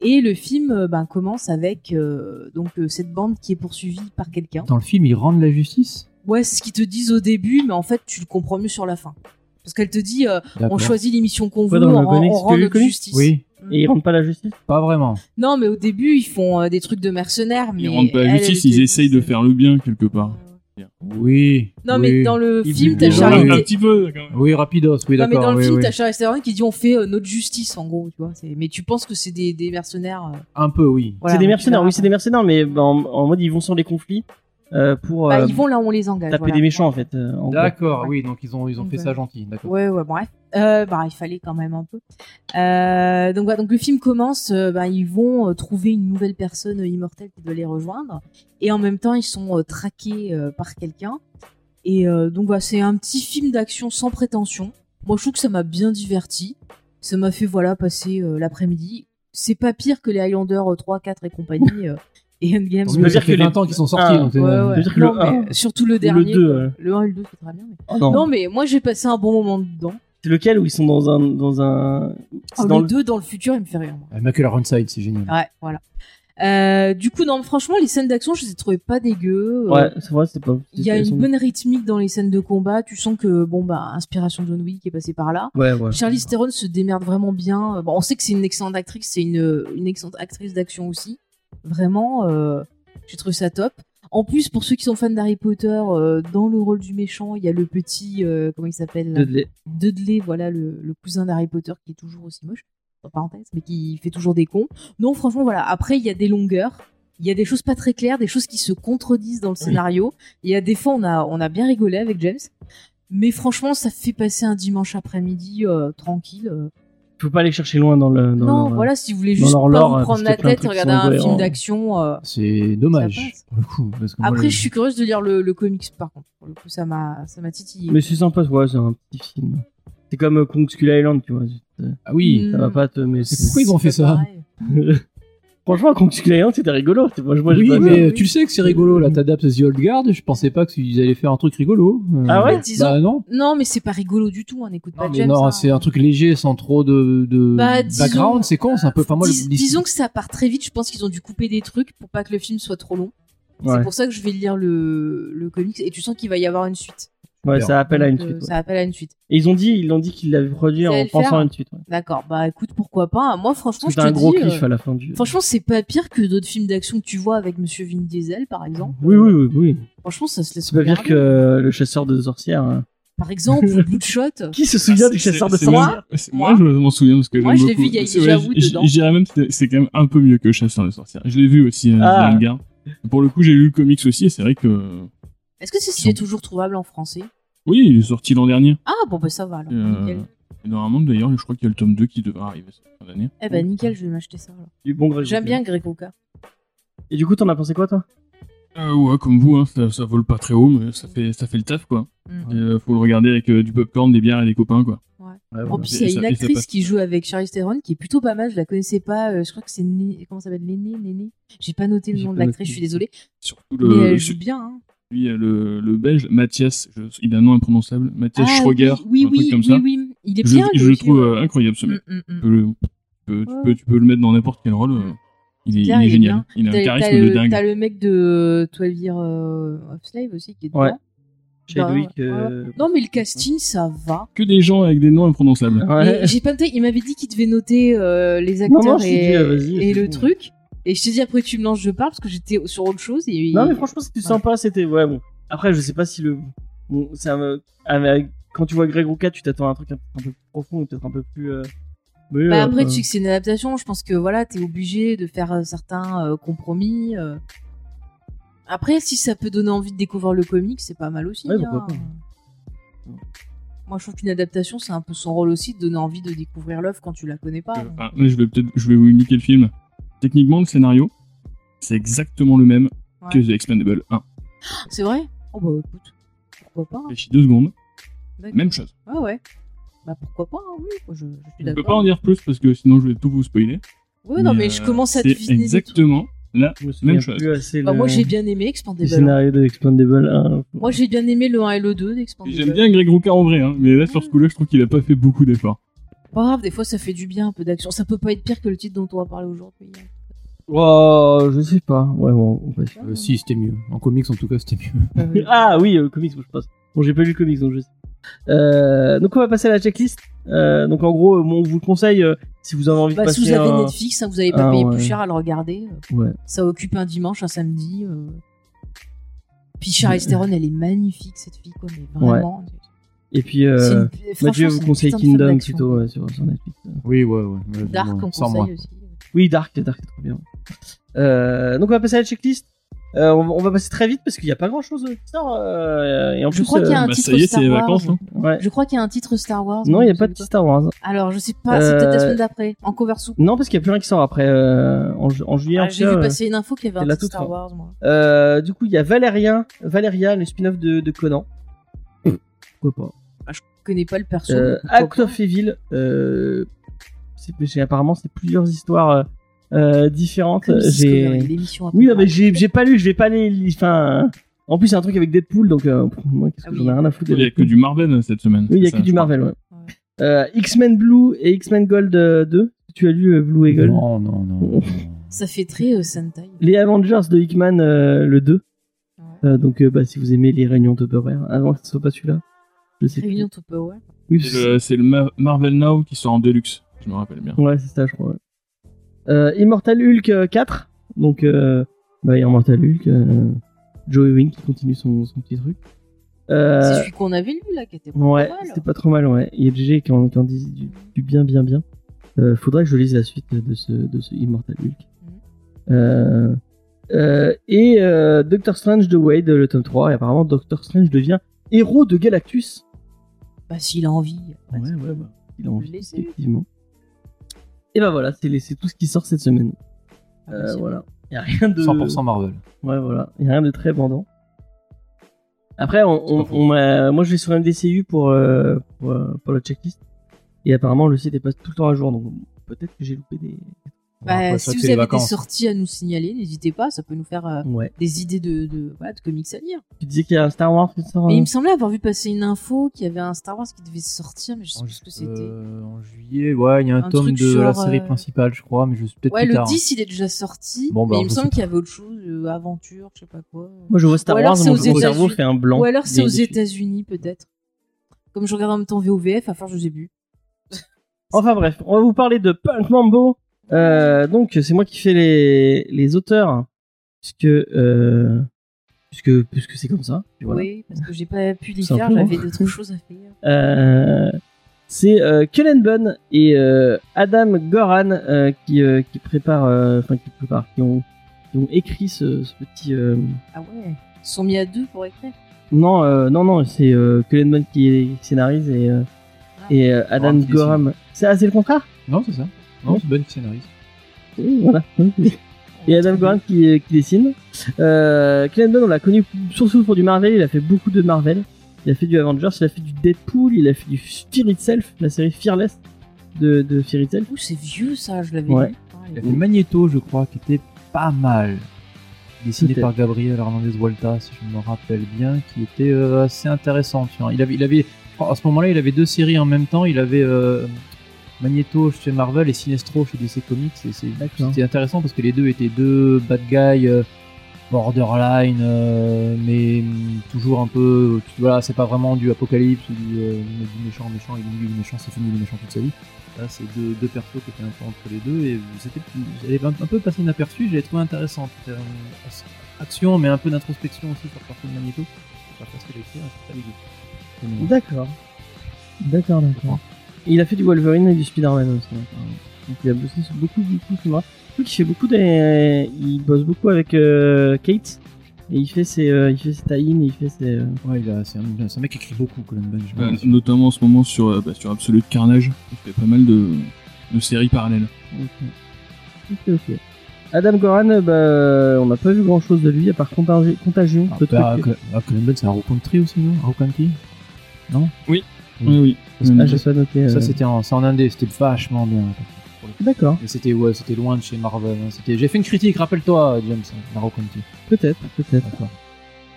Speaker 5: Et le film euh, ben, commence avec euh, donc, euh, cette bande qui est poursuivie par quelqu'un.
Speaker 3: Dans le film, ils rendent la justice.
Speaker 5: Ouais, c'est ce qu'ils te disent au début, mais en fait, tu le comprends mieux sur la fin. Parce qu'elle te dit, euh, on
Speaker 3: D'accord.
Speaker 5: choisit l'émission qu'on
Speaker 2: Pas
Speaker 5: veut,
Speaker 2: dans
Speaker 5: on,
Speaker 2: le
Speaker 5: rend-
Speaker 2: comics,
Speaker 5: on
Speaker 2: parce
Speaker 5: rend
Speaker 2: que le
Speaker 5: notre
Speaker 2: comics,
Speaker 5: justice. Mm.
Speaker 3: Oui,
Speaker 2: Et ils rendent pas la justice
Speaker 3: pas vraiment.
Speaker 5: Non, mais au début, ils font euh, des trucs de mercenaires. Mais
Speaker 4: Ils rendent pas à
Speaker 5: elle,
Speaker 4: justice,
Speaker 5: elle te
Speaker 4: ils
Speaker 5: dit-
Speaker 4: essayent de faire le bien quelque part.
Speaker 3: Oui.
Speaker 5: Non,
Speaker 3: oui.
Speaker 5: mais dans le
Speaker 3: Il
Speaker 5: film,
Speaker 3: dit
Speaker 5: t'as
Speaker 3: déjà-
Speaker 5: Charlie.
Speaker 4: un petit peu, quand même.
Speaker 3: Oui, rapidos, oui,
Speaker 5: non, mais
Speaker 3: d'accord.
Speaker 5: dans le
Speaker 3: oui,
Speaker 5: film,
Speaker 3: oui.
Speaker 5: t'as Charlie Theron qui dit on fait euh, notre justice, en gros, tu vois. c'est- Mais tu penses que c'est des, des mercenaires. euh,
Speaker 3: Un peu, oui.
Speaker 5: voilà,
Speaker 2: c'est des
Speaker 5: donc,
Speaker 2: mercenaires,
Speaker 5: voilà.
Speaker 2: oui, c'est des mercenaires, mais bah, en, en mode ils vont sur les conflits euh, pour
Speaker 5: Bah,
Speaker 2: euh,
Speaker 5: ils vont là où on les engage.
Speaker 2: taper
Speaker 5: voilà.
Speaker 2: des méchants en fait. euh, en gros.
Speaker 3: D'accord,
Speaker 5: Ouais.
Speaker 3: oui, donc ils ont, ils ont
Speaker 5: Donc,
Speaker 3: fait
Speaker 5: euh,
Speaker 3: ça gentil, d'accord.
Speaker 5: Ouais, ouais, bref. Euh, bah, il fallait quand même un peu. Euh, donc, voilà, donc le film commence. euh, bah, ils vont euh, trouver une nouvelle personne euh, immortelle qui doit les rejoindre. Et en même temps, ils sont euh, traqués euh, par quelqu'un. Et euh, donc, voilà, c'est un petit film d'action sans prétention. Moi, je trouve que ça m'a bien diverti. Ça m'a fait, voilà, passer euh, l'après-midi. C'est pas pire que les Highlanders euh, 3, 4 et compagnie. euh, et Endgame.
Speaker 3: Tant
Speaker 2: Ça
Speaker 3: mieux,
Speaker 2: veut
Speaker 3: ça
Speaker 2: dire
Speaker 3: fait
Speaker 2: que les-
Speaker 3: 20 ans qu'ils sont sortis.
Speaker 2: Ah,
Speaker 3: donc,
Speaker 5: Ouais,
Speaker 3: euh,
Speaker 5: ouais.
Speaker 2: veut dire que le
Speaker 5: Non, mais
Speaker 2: un-
Speaker 5: surtout le
Speaker 2: le
Speaker 5: dernier.
Speaker 2: deux,
Speaker 5: quoi.
Speaker 2: euh.
Speaker 5: le 1 et le 2, c'est très bien. mais-
Speaker 2: Oh, non.
Speaker 5: Non, mais moi, j'ai passé un bon moment dedans.
Speaker 2: C'est lequel où ils sont dans un dans un c'est
Speaker 5: Ah,
Speaker 2: dans
Speaker 5: le
Speaker 2: le
Speaker 5: 2 dans le futur, il me fait rire. moi.
Speaker 3: euh, Michael Ironside, c'est génial.
Speaker 5: Ouais, voilà. Euh, du coup, non, franchement, les scènes d'action, je les ai trouvées pas dégueu. Euh,
Speaker 2: ouais c'est vrai c'est pas
Speaker 5: Il y a
Speaker 2: elles
Speaker 5: une
Speaker 2: sont-
Speaker 5: bonne rythmique dans les scènes de combat. Tu sens que, bon, bah, inspiration John Wick est passée par là.
Speaker 2: ouais ouais
Speaker 5: Charlize Theron se démerde vraiment bien. Euh, Bon, on sait que c'est une excellente actrice, c'est une, euh, une excellente actrice d'action aussi. Vraiment, euh, j'ai trouvé ça top. En plus, pour ceux qui sont fans d'Harry Potter, euh, dans le rôle du méchant, il y a le petit, euh, comment il s'appelle là
Speaker 2: Dudley.
Speaker 5: Dudley, voilà le, le cousin d'Harry Potter qui est toujours aussi moche, en parenthèse, mais qui fait toujours des cons. Non, franchement, voilà. Après, il y a des longueurs, il y a des choses pas très claires, des choses qui se contredisent dans le scénario. Et à des fois, on a, on a bien rigolé avec James. Mais franchement, ça fait passer un dimanche après-midi euh, tranquille. euh.
Speaker 2: faut pas aller chercher loin dans le dans
Speaker 5: non,
Speaker 2: leur-
Speaker 5: voilà, si vous voulez juste
Speaker 2: leur
Speaker 5: pas
Speaker 2: lore,
Speaker 5: vous
Speaker 2: parce
Speaker 5: prendre
Speaker 2: qu'il y a
Speaker 5: la
Speaker 2: plein de
Speaker 5: tête,
Speaker 2: trucs qui
Speaker 5: regarder
Speaker 2: sont
Speaker 5: un
Speaker 2: incohérents.
Speaker 5: film d'action. euh.
Speaker 3: C'est dommage,
Speaker 5: passe.
Speaker 3: pour le coup. Parce que moi,
Speaker 5: Après,
Speaker 3: le-
Speaker 5: je suis curieuse de lire le, le comics, par contre. Pour le coup, ça m'a, ça m'a titillé.
Speaker 2: mais c'est sympa ouais c'est un petit film c'est comme euh, Kong Skull Island tu vois c'est-
Speaker 3: Ah oui,
Speaker 5: Mm.
Speaker 2: ça va pas te mais c'est-
Speaker 3: pourquoi ils ont fait
Speaker 5: pas
Speaker 3: ça
Speaker 5: pareil.
Speaker 2: franchement Kong Skull Island c'était rigolo moi je moi, j'ai
Speaker 3: oui,
Speaker 2: pas-
Speaker 3: mais euh,
Speaker 5: oui.
Speaker 3: tu le sais que c'est rigolo, là, t'adaptes The Old Guard, je pensais pas qu'ils allaient faire un truc rigolo. Euh,
Speaker 2: Ah ouais
Speaker 5: Mais disons-
Speaker 3: Bah non.
Speaker 5: Non, mais c'est pas rigolo du tout. On écoute
Speaker 3: Non,
Speaker 5: pas
Speaker 3: mais
Speaker 5: James.
Speaker 3: non,
Speaker 5: hein.
Speaker 3: c'est un truc léger, sans trop de, de
Speaker 5: Bah, disons-
Speaker 3: background, c'est con, c'est un peu... Enfin, moi, le-
Speaker 5: Dis- disons que ça part très vite. Je pense qu'ils ont dû couper des trucs pour pas que le film soit trop long.
Speaker 2: Ouais.
Speaker 5: C'est pour ça que je vais lire le, le comics et tu sens qu'il va y avoir une suite.
Speaker 2: ouais ça appelle à une
Speaker 5: Donc, euh,
Speaker 2: suite ouais.
Speaker 5: Ça appelle à une suite.
Speaker 2: et ils ont dit ils l'ont dit qu'ils l'avaient produit
Speaker 5: Ils allaient
Speaker 2: en
Speaker 5: le
Speaker 2: pensant
Speaker 5: faire.
Speaker 2: à une suite ouais.
Speaker 5: D'accord. Bah écoute, pourquoi pas. Moi, franchement, je
Speaker 2: c'était
Speaker 5: te
Speaker 2: un gros
Speaker 5: dis. euh,
Speaker 2: cliff à la fin du
Speaker 5: Franchement, c'est pas pire que d'autres films d'action que tu vois avec Monsieur Vin Diesel, par exemple.
Speaker 2: oui oui oui oui
Speaker 5: Franchement, ça se laisse
Speaker 2: c'est pas pire
Speaker 5: regarder.
Speaker 2: que euh, le chasseur de sorcières hein.
Speaker 5: Par exemple, Bloodshot.
Speaker 2: qui se souvient du
Speaker 4: C'est-
Speaker 2: chasseur de
Speaker 4: c'est- c'est
Speaker 2: sorcières
Speaker 4: même- c'est- Moi, je m'en souviens parce que
Speaker 5: Moi,
Speaker 4: j'aime
Speaker 5: je l'ai vu,
Speaker 4: beaucoup.
Speaker 5: il y a
Speaker 4: C'est vrai,
Speaker 5: Elijah Wood
Speaker 4: j- j-
Speaker 5: dedans.
Speaker 4: Je dirais même que c'était- c'est quand même un peu mieux que Chasseur de sorcières. Je l'ai vu aussi euh,
Speaker 2: Ah.
Speaker 4: dans le Gard. Pour le coup, j'ai lu le comics aussi et c'est vrai que euh,
Speaker 5: Est-ce que c'est s'il est toujours trouvable en français
Speaker 4: oui, il est sorti l'an dernier.
Speaker 5: Ah bon, bah ça va alors.
Speaker 4: Euh,
Speaker 5: Nickel.
Speaker 4: et Normalement, d'ailleurs, je crois qu'il y a le tome 2 qui devra arriver cette fin d'année.
Speaker 5: Eh ben nickel, je vais m'acheter ça. alors.
Speaker 2: du bon Grégory.
Speaker 5: J'aime bien Greg Coca.
Speaker 2: et du coup t'en as pensé quoi toi
Speaker 4: Euh, ouais, comme vous, hein, ça, ça vole pas très haut, mais ça fait, ça fait le taf, quoi.
Speaker 5: Mm.
Speaker 4: Et, euh, faut le regarder avec euh, du popcorn, des bières et des copains, quoi.
Speaker 5: En
Speaker 4: Voilà.
Speaker 5: plus,
Speaker 4: Et
Speaker 5: il y a
Speaker 4: ça-
Speaker 5: une
Speaker 4: et ça
Speaker 5: actrice
Speaker 4: passe.
Speaker 5: qui joue avec Charlize Theron qui est plutôt pas mal. Je la connaissais pas. euh, je crois que c'est Né- comment ça s'appelle Néné, Néné. J'ai pas noté le
Speaker 2: J'ai
Speaker 5: nom de
Speaker 2: pas
Speaker 5: l'actrice.
Speaker 2: noté.
Speaker 5: Je suis désolée.
Speaker 4: Surtout
Speaker 5: mais
Speaker 4: le,
Speaker 5: elle joue bien. hein.
Speaker 4: celui, euh, le, le belge, Mathias, je- il a un nom imprononçable, Mathias
Speaker 5: Ah,
Speaker 4: Schroeger,
Speaker 5: Oui,
Speaker 4: un
Speaker 5: oui,
Speaker 4: truc
Speaker 5: oui,
Speaker 4: comme
Speaker 5: oui,
Speaker 4: ça.
Speaker 5: oui. Il est
Speaker 4: Je,
Speaker 5: bien.
Speaker 4: je
Speaker 5: lui,
Speaker 4: le
Speaker 5: aussi,
Speaker 4: trouve
Speaker 5: ouais.
Speaker 4: euh, incroyable, ce mec.
Speaker 5: Mm, mm, mm.
Speaker 4: Tu peux le- tu peux- tu,
Speaker 5: Ouais.
Speaker 4: peux, tu peux le mettre dans n'importe quel rôle. euh, Il est,
Speaker 5: Claire,
Speaker 4: il est
Speaker 5: il est
Speaker 4: génial.
Speaker 5: bien.
Speaker 4: Il a
Speaker 5: T'as-
Speaker 4: un
Speaker 5: T'as
Speaker 4: charisme de
Speaker 5: le, t'as
Speaker 4: dingue.
Speaker 5: le mec de 12 Years euh, of Slave aussi qui est dedans.
Speaker 2: Ouais.
Speaker 5: Bah,
Speaker 2: Chadwick
Speaker 5: ouais.
Speaker 2: euh,
Speaker 5: Non, mais le casting, ça va.
Speaker 4: Que des gens avec des noms imprononçables.
Speaker 2: ouais.
Speaker 5: Mais J'ai pas noté. Il m'avait dit qu'il devait noter euh, les
Speaker 2: Non,
Speaker 5: acteurs
Speaker 2: non, je t'ai
Speaker 5: et,
Speaker 2: dit, euh, vas-y,
Speaker 5: et
Speaker 2: c'est
Speaker 5: le
Speaker 2: bon.
Speaker 5: truc. Et je t'ai dit après tu me lances, je parle parce que j'étais sur autre chose. Et,
Speaker 2: Non, mais franchement, c'était
Speaker 5: Ouais.
Speaker 2: sympa. C'était ouais, bon. Après, je sais pas si le. Bon, ça me... ah, mais Quand tu vois Greg Roca, tu t'attends à un truc un, un peu plus profond et peut-être un peu plus. euh, mais,
Speaker 5: Bah
Speaker 2: euh,
Speaker 5: après,
Speaker 2: euh,
Speaker 5: tu sais que c'est une adaptation. Je pense que voilà, t'es obligé de faire euh, certains euh, compromis. euh. Après, si ça peut donner envie de découvrir le comic, c'est pas mal aussi.
Speaker 2: Ouais, pourquoi
Speaker 5: hein.
Speaker 2: pas.
Speaker 5: Moi, je trouve qu'une adaptation, c'est un peu son rôle aussi de donner envie de découvrir l'œuvre quand tu la connais pas. hein. donc.
Speaker 4: Ah, là, je vais peut-être, je vais vous niquer le film. Techniquement, le scénario, c'est exactement le même que
Speaker 5: Ouais.
Speaker 4: The Expendable 1.
Speaker 5: C'est vrai Oh bah écoute, pourquoi pas hein.
Speaker 4: Réfléchis deux secondes,
Speaker 5: D'accord.
Speaker 4: même chose.
Speaker 5: Ouais, ouais. Bah pourquoi pas, hein, oui, moi, je, je suis
Speaker 4: Je peux pas
Speaker 5: d'accord.
Speaker 4: en dire plus parce que sinon je vais tout vous spoiler.
Speaker 5: Ouais, non, mais
Speaker 4: euh,
Speaker 5: je commence à
Speaker 4: c'est
Speaker 5: deviner. des trucs.
Speaker 4: Exactement. Là,
Speaker 2: Je me souviens
Speaker 4: même chose.
Speaker 2: plus assez
Speaker 5: Bah,
Speaker 2: le-
Speaker 5: moi, j'ai bien aimé
Speaker 2: le
Speaker 5: Expandable.
Speaker 2: scénario de Expandable 1.
Speaker 5: Moi, j'ai bien aimé le 1 et le 2
Speaker 4: Et
Speaker 5: d'Expandable.
Speaker 4: j'aime bien Greg Rucka en vrai, hein, mais là
Speaker 5: Mm.
Speaker 4: sur ce coup-là, je trouve qu'il a pas fait beaucoup d'efforts.
Speaker 5: Pas grave, des fois ça fait du bien un peu d'action. Ça peut pas être pire que le titre dont on va parler aujourd'hui. hein.
Speaker 2: Oh, je sais pas. Ouais, bon,
Speaker 5: Ah,
Speaker 2: on passe.
Speaker 5: bah
Speaker 3: Euh, si, c'était mieux. En comics, en tout cas, c'était mieux.
Speaker 2: Ah oui, euh, le comics, moi, je pense. Bon, j'ai pas lu le comics, donc je sais. Euh, donc on va passer à la checklist. Euh, donc en gros, euh, bon, on vous le conseille euh, si vous avez envie
Speaker 5: Bah,
Speaker 2: de passer.
Speaker 5: si vous avez
Speaker 2: un-
Speaker 5: Netflix, hein, vous avez pas
Speaker 2: Ah,
Speaker 5: payé
Speaker 2: ouais.
Speaker 5: plus cher à le regarder. euh,
Speaker 2: Ouais.
Speaker 5: Ça occupe un dimanche, un samedi. euh, Puis Charlize Theron, elle est magnifique cette fille, quoi, mais vraiment.
Speaker 2: Et puis,
Speaker 5: C'est
Speaker 2: euh,
Speaker 5: une-
Speaker 2: bah,
Speaker 5: franchement,
Speaker 2: je vous
Speaker 5: c'est une
Speaker 2: conseille
Speaker 5: putain de femme
Speaker 2: Kingdom
Speaker 5: d'action.
Speaker 2: plutôt euh, sur, sur Netflix.
Speaker 3: Oui, ouais, ouais.
Speaker 5: Dark, on
Speaker 3: Sans moi.
Speaker 5: conseille aussi.
Speaker 2: Oui, Dark, Dark est trop bien. Euh, donc on va passer à la checklist. Euh, on, va- on va passer très vite parce qu'il n'y a pas grand chose qui sort. euh, et en
Speaker 5: Je
Speaker 2: plus,
Speaker 5: crois
Speaker 2: euh,
Speaker 5: qu'il y a un
Speaker 4: bah,
Speaker 5: titre
Speaker 4: ça y est,
Speaker 5: Star
Speaker 4: c'est les
Speaker 5: Wars.
Speaker 4: vacances, hein.
Speaker 2: ouais.
Speaker 5: Je crois qu'il y a un titre Star Wars.
Speaker 2: Non,
Speaker 5: mais
Speaker 2: il n'y a
Speaker 5: je
Speaker 2: pas
Speaker 5: sais
Speaker 2: de Euh, Star Wars.
Speaker 5: Alors, je sais pas, c'est peut-être la semaine d'après, en cover soup.
Speaker 2: Non, parce qu'il n'y a plus rien qui sort après euh, en, ju- en juillet. en
Speaker 5: Ah,
Speaker 2: tout
Speaker 5: J'ai
Speaker 2: cas,
Speaker 5: vu
Speaker 2: euh.
Speaker 5: passer une info qu'il y
Speaker 2: c'est
Speaker 5: avait
Speaker 2: la
Speaker 5: un titre
Speaker 2: toute
Speaker 5: Star
Speaker 2: fin.
Speaker 5: Wars, moi.
Speaker 2: Euh, du coup, il y a Valérien, Valéria, le spin-off de, de Conan. Pourquoi pas.
Speaker 5: Je connais pas le perso.
Speaker 2: Euh,
Speaker 5: donc pourquoi
Speaker 2: Act of Evil. Euh, c'est- j'ai- apparemment, c'est plusieurs histoires euh, euh, différentes.
Speaker 5: pas. Comme Discovery,
Speaker 2: J'ai-
Speaker 5: l'émission après.
Speaker 2: Oui, ah, bah, non, mais j'ai j'ai pas lu, je vais pas les. les- Enfin, en plus, c'est un truc avec Deadpool, donc euh, pff, moi, qu'est-ce
Speaker 5: Ah
Speaker 2: que
Speaker 5: oui.
Speaker 2: j'en ai rien à foutre. de
Speaker 4: Il y a que
Speaker 2: Deadpool.
Speaker 4: du Marvel euh, cette semaine.
Speaker 2: Oui, il y a
Speaker 4: Ça,
Speaker 2: que du
Speaker 4: je crois.
Speaker 2: Marvel, ouais.
Speaker 5: Ouais.
Speaker 2: Euh, X-Men Blue et X-Men Gold euh, 2. Tu as lu euh, Blue et Gold
Speaker 3: Non, non, non.
Speaker 5: Ça fait très euh, Sentai.
Speaker 2: Les Avengers de Hickman, euh, le 2.
Speaker 5: Ouais.
Speaker 2: Euh, donc, euh, bah, si vous aimez les réunions Tupperware, avant que ce soit pas celui-là. Je sais plus.
Speaker 5: Réunion Tupperware.
Speaker 2: Oui,
Speaker 4: C'est le- C'est le, Ma- Marvel Now qui sort en Deluxe. Je me rappelle bien.
Speaker 2: Ouais, c'est ça, je crois. ouais. Euh, Immortal Hulk euh, 4. Donc, euh, bah, Immortal Hulk. euh, Joey Wing qui continue son, son petit truc. Euh,
Speaker 5: C'est celui qu'on avait lu là, qui était pas
Speaker 2: ouais,
Speaker 5: mal.
Speaker 2: c'était pas trop mal, ouais. Il y a GG qui en, qui en dit du, du bien, bien, bien. Euh, faudrait que je lise la suite de ce, de ce Immortal Hulk.
Speaker 5: Mhm.
Speaker 2: Euh, euh, et euh, Doctor Strange de Wade, le tome 3. Et apparemment, Doctor Strange devient héros de Galactus.
Speaker 5: Bah, s'il a envie.
Speaker 2: Ouais, ouais, bah, il a envie,
Speaker 5: Laissez-le.
Speaker 2: effectivement. Et bah voilà, c'est les- c'est tout ce qui sort cette semaine.
Speaker 5: Ah, bah,
Speaker 2: Euh,
Speaker 5: c'est
Speaker 2: voilà. Il n'y a rien de.
Speaker 3: 100% Marvel.
Speaker 2: Ouais, voilà. Il n'y a rien de très bandant. Après, on,
Speaker 3: C'est pas
Speaker 2: on-
Speaker 3: faux.
Speaker 2: on m'a- moi, je vais sur MDCU pour, euh, pour, euh, pour la checklist. Et apparemment, le site est pas tout le temps à jour. Donc, peut-être que j'ai loupé des.
Speaker 5: Bah,
Speaker 3: Après, ça,
Speaker 5: si
Speaker 3: c'est
Speaker 5: vous
Speaker 3: les
Speaker 5: avez des
Speaker 3: vacances.
Speaker 5: sorties à nous signaler, n'hésitez pas, ça peut nous faire euh,
Speaker 2: Ouais.
Speaker 5: des idées de, de, voilà, de comics à lire.
Speaker 2: Tu disais qu'il y a un Star Wars qui sort.
Speaker 5: Mais
Speaker 2: euh,
Speaker 5: il me semblait avoir vu passer une info qu'il y avait un Star Wars qui devait sortir, mais je sais
Speaker 3: En
Speaker 5: plus ce que c'était.
Speaker 3: Euh, en juillet, ouais, il y a un,
Speaker 5: Un
Speaker 3: tome
Speaker 5: truc
Speaker 3: de la
Speaker 5: sur,
Speaker 3: série
Speaker 5: euh,
Speaker 3: principale, je crois, mais je suis peut-être
Speaker 5: Ouais,
Speaker 3: plus
Speaker 2: hein.
Speaker 5: le
Speaker 3: tard. hein.
Speaker 5: 10, il est déjà sorti,
Speaker 3: Bon, bah,
Speaker 5: mais il me
Speaker 3: je
Speaker 5: semble
Speaker 3: sais
Speaker 5: qu'il y avait autre chose, euh, aventure, je sais pas quoi.
Speaker 2: Moi, je vois Star
Speaker 5: Ou alors,
Speaker 2: Wars, mon
Speaker 5: c'est aux
Speaker 2: mon cerveau
Speaker 5: États-Unis.
Speaker 2: fait un blanc.
Speaker 5: Ou alors
Speaker 2: Il y
Speaker 5: c'est
Speaker 2: a
Speaker 5: aux
Speaker 2: une suite.
Speaker 5: États-Unis peut-être. Comme je regarde en même temps VOVF, à force je les ai bu.
Speaker 2: Enfin bref, on va vous parler de Punk Mambo. Euh, donc c'est moi qui fais les, les auteurs, puisque euh, puisque puisque c'est comme ça. puis voilà.
Speaker 5: Oui, parce que j'ai pas pu les
Speaker 2: Tout
Speaker 5: faire,
Speaker 2: simplement.
Speaker 5: j'avais d'autres choses à faire.
Speaker 2: Euh, c'est euh, Cullen Bunn et euh, Adam Goran euh, qui euh, qui préparent, euh, enfin qui préparent, qui ont qui ont écrit ce, ce petit. euh,
Speaker 5: Ah ouais, ils se sont mis à deux pour écrire.
Speaker 2: Non euh, non non, c'est euh, Cullen Bunn qui, qui scénarise et euh, et euh, Adam
Speaker 3: Goran qui
Speaker 2: Goran. C'est ah, c'est le contraire.
Speaker 3: Non, c'est ça. Non, c'est bonne scénariste.
Speaker 2: Oui, Voilà. Et Adam Goran qui, qui dessine. Euh, Clint Dunn, on l'a connu surtout pour du Marvel, il a fait beaucoup de Marvel. Il a fait du Avengers, il a fait du Deadpool, il a fait du Fear Itself, la série Fearless de, de Fear Itself.
Speaker 5: Ouh, c'est vieux ça, je l'avais
Speaker 2: Ouais.
Speaker 5: lu. Ah,
Speaker 3: Il a fait Magneto, je crois, qui était pas mal. Dessiné
Speaker 2: Peut-être.
Speaker 3: par Gabriel Hernandez Walta, si je me rappelle bien, qui était euh, assez intéressant. tiens. Il avait, il avait, à ce moment-là, il avait deux séries en même temps. Il avait euh, Magneto chez Marvel et Sinestro chez DC Comics. Et c'est-
Speaker 2: D'accord.
Speaker 3: c'était intéressant parce que les deux étaient deux bad guys euh, borderline, euh, mais hum, toujours un peu. tu- Voilà, c'est pas vraiment du apocalypse ou du, euh, du méchant, méchant, il est du méchant, c'est fini le méchant toute sa vie. Là, c'est deux, deux persos qui étaient un peu entre les deux et c'était j'avais un, un peu passé inaperçu, j'avais trouvé intéressant. C'était une action, mais un peu d'introspection aussi sur le perso de Magneto. C'est pas facile à écrire, c'est pas dégueu. C'est mignon.
Speaker 2: D'accord. D'accord, d'accord. Et Il a fait du Wolverine et du Spider-Man aussi. hein. Donc il a bossé sur beaucoup, beaucoup de Oui, il fait beaucoup des. Il bosse beaucoup avec euh, Kate. Et il fait ses, euh, il fait ses tie-in, il fait ses. euh,
Speaker 3: Mmh. Ouais, il a- c'est un, c'est un mec qui écrit beaucoup, Colin Bunn. je
Speaker 4: Bah,
Speaker 3: me souviens.
Speaker 4: notamment en ce moment sur, euh, bah, sur Absolute Carnage. Il fait pas mal de, de séries parallèles.
Speaker 2: Ok, ok. Adam Goran, euh, bah, on n'a pas vu grand chose de lui à part Contagi- Contagion.
Speaker 3: Ah,
Speaker 2: ce
Speaker 3: bah,
Speaker 2: truc.
Speaker 3: Col- ah, Colin Bunn, c'est un Arrow Country aussi, non Arrow County
Speaker 4: Oui, oui.
Speaker 2: Ah, j'ai pas noté. euh,
Speaker 3: Ça, c'était en, c'est en indé, c'était vachement bien.
Speaker 2: D'accord,
Speaker 3: Et c'était ouais, c'était loin de chez Marvel. hein. C'était, j'ai fait une critique, rappelle-toi, James, hein, Arrow County.
Speaker 2: peut-être, peut-être.
Speaker 3: D'accord.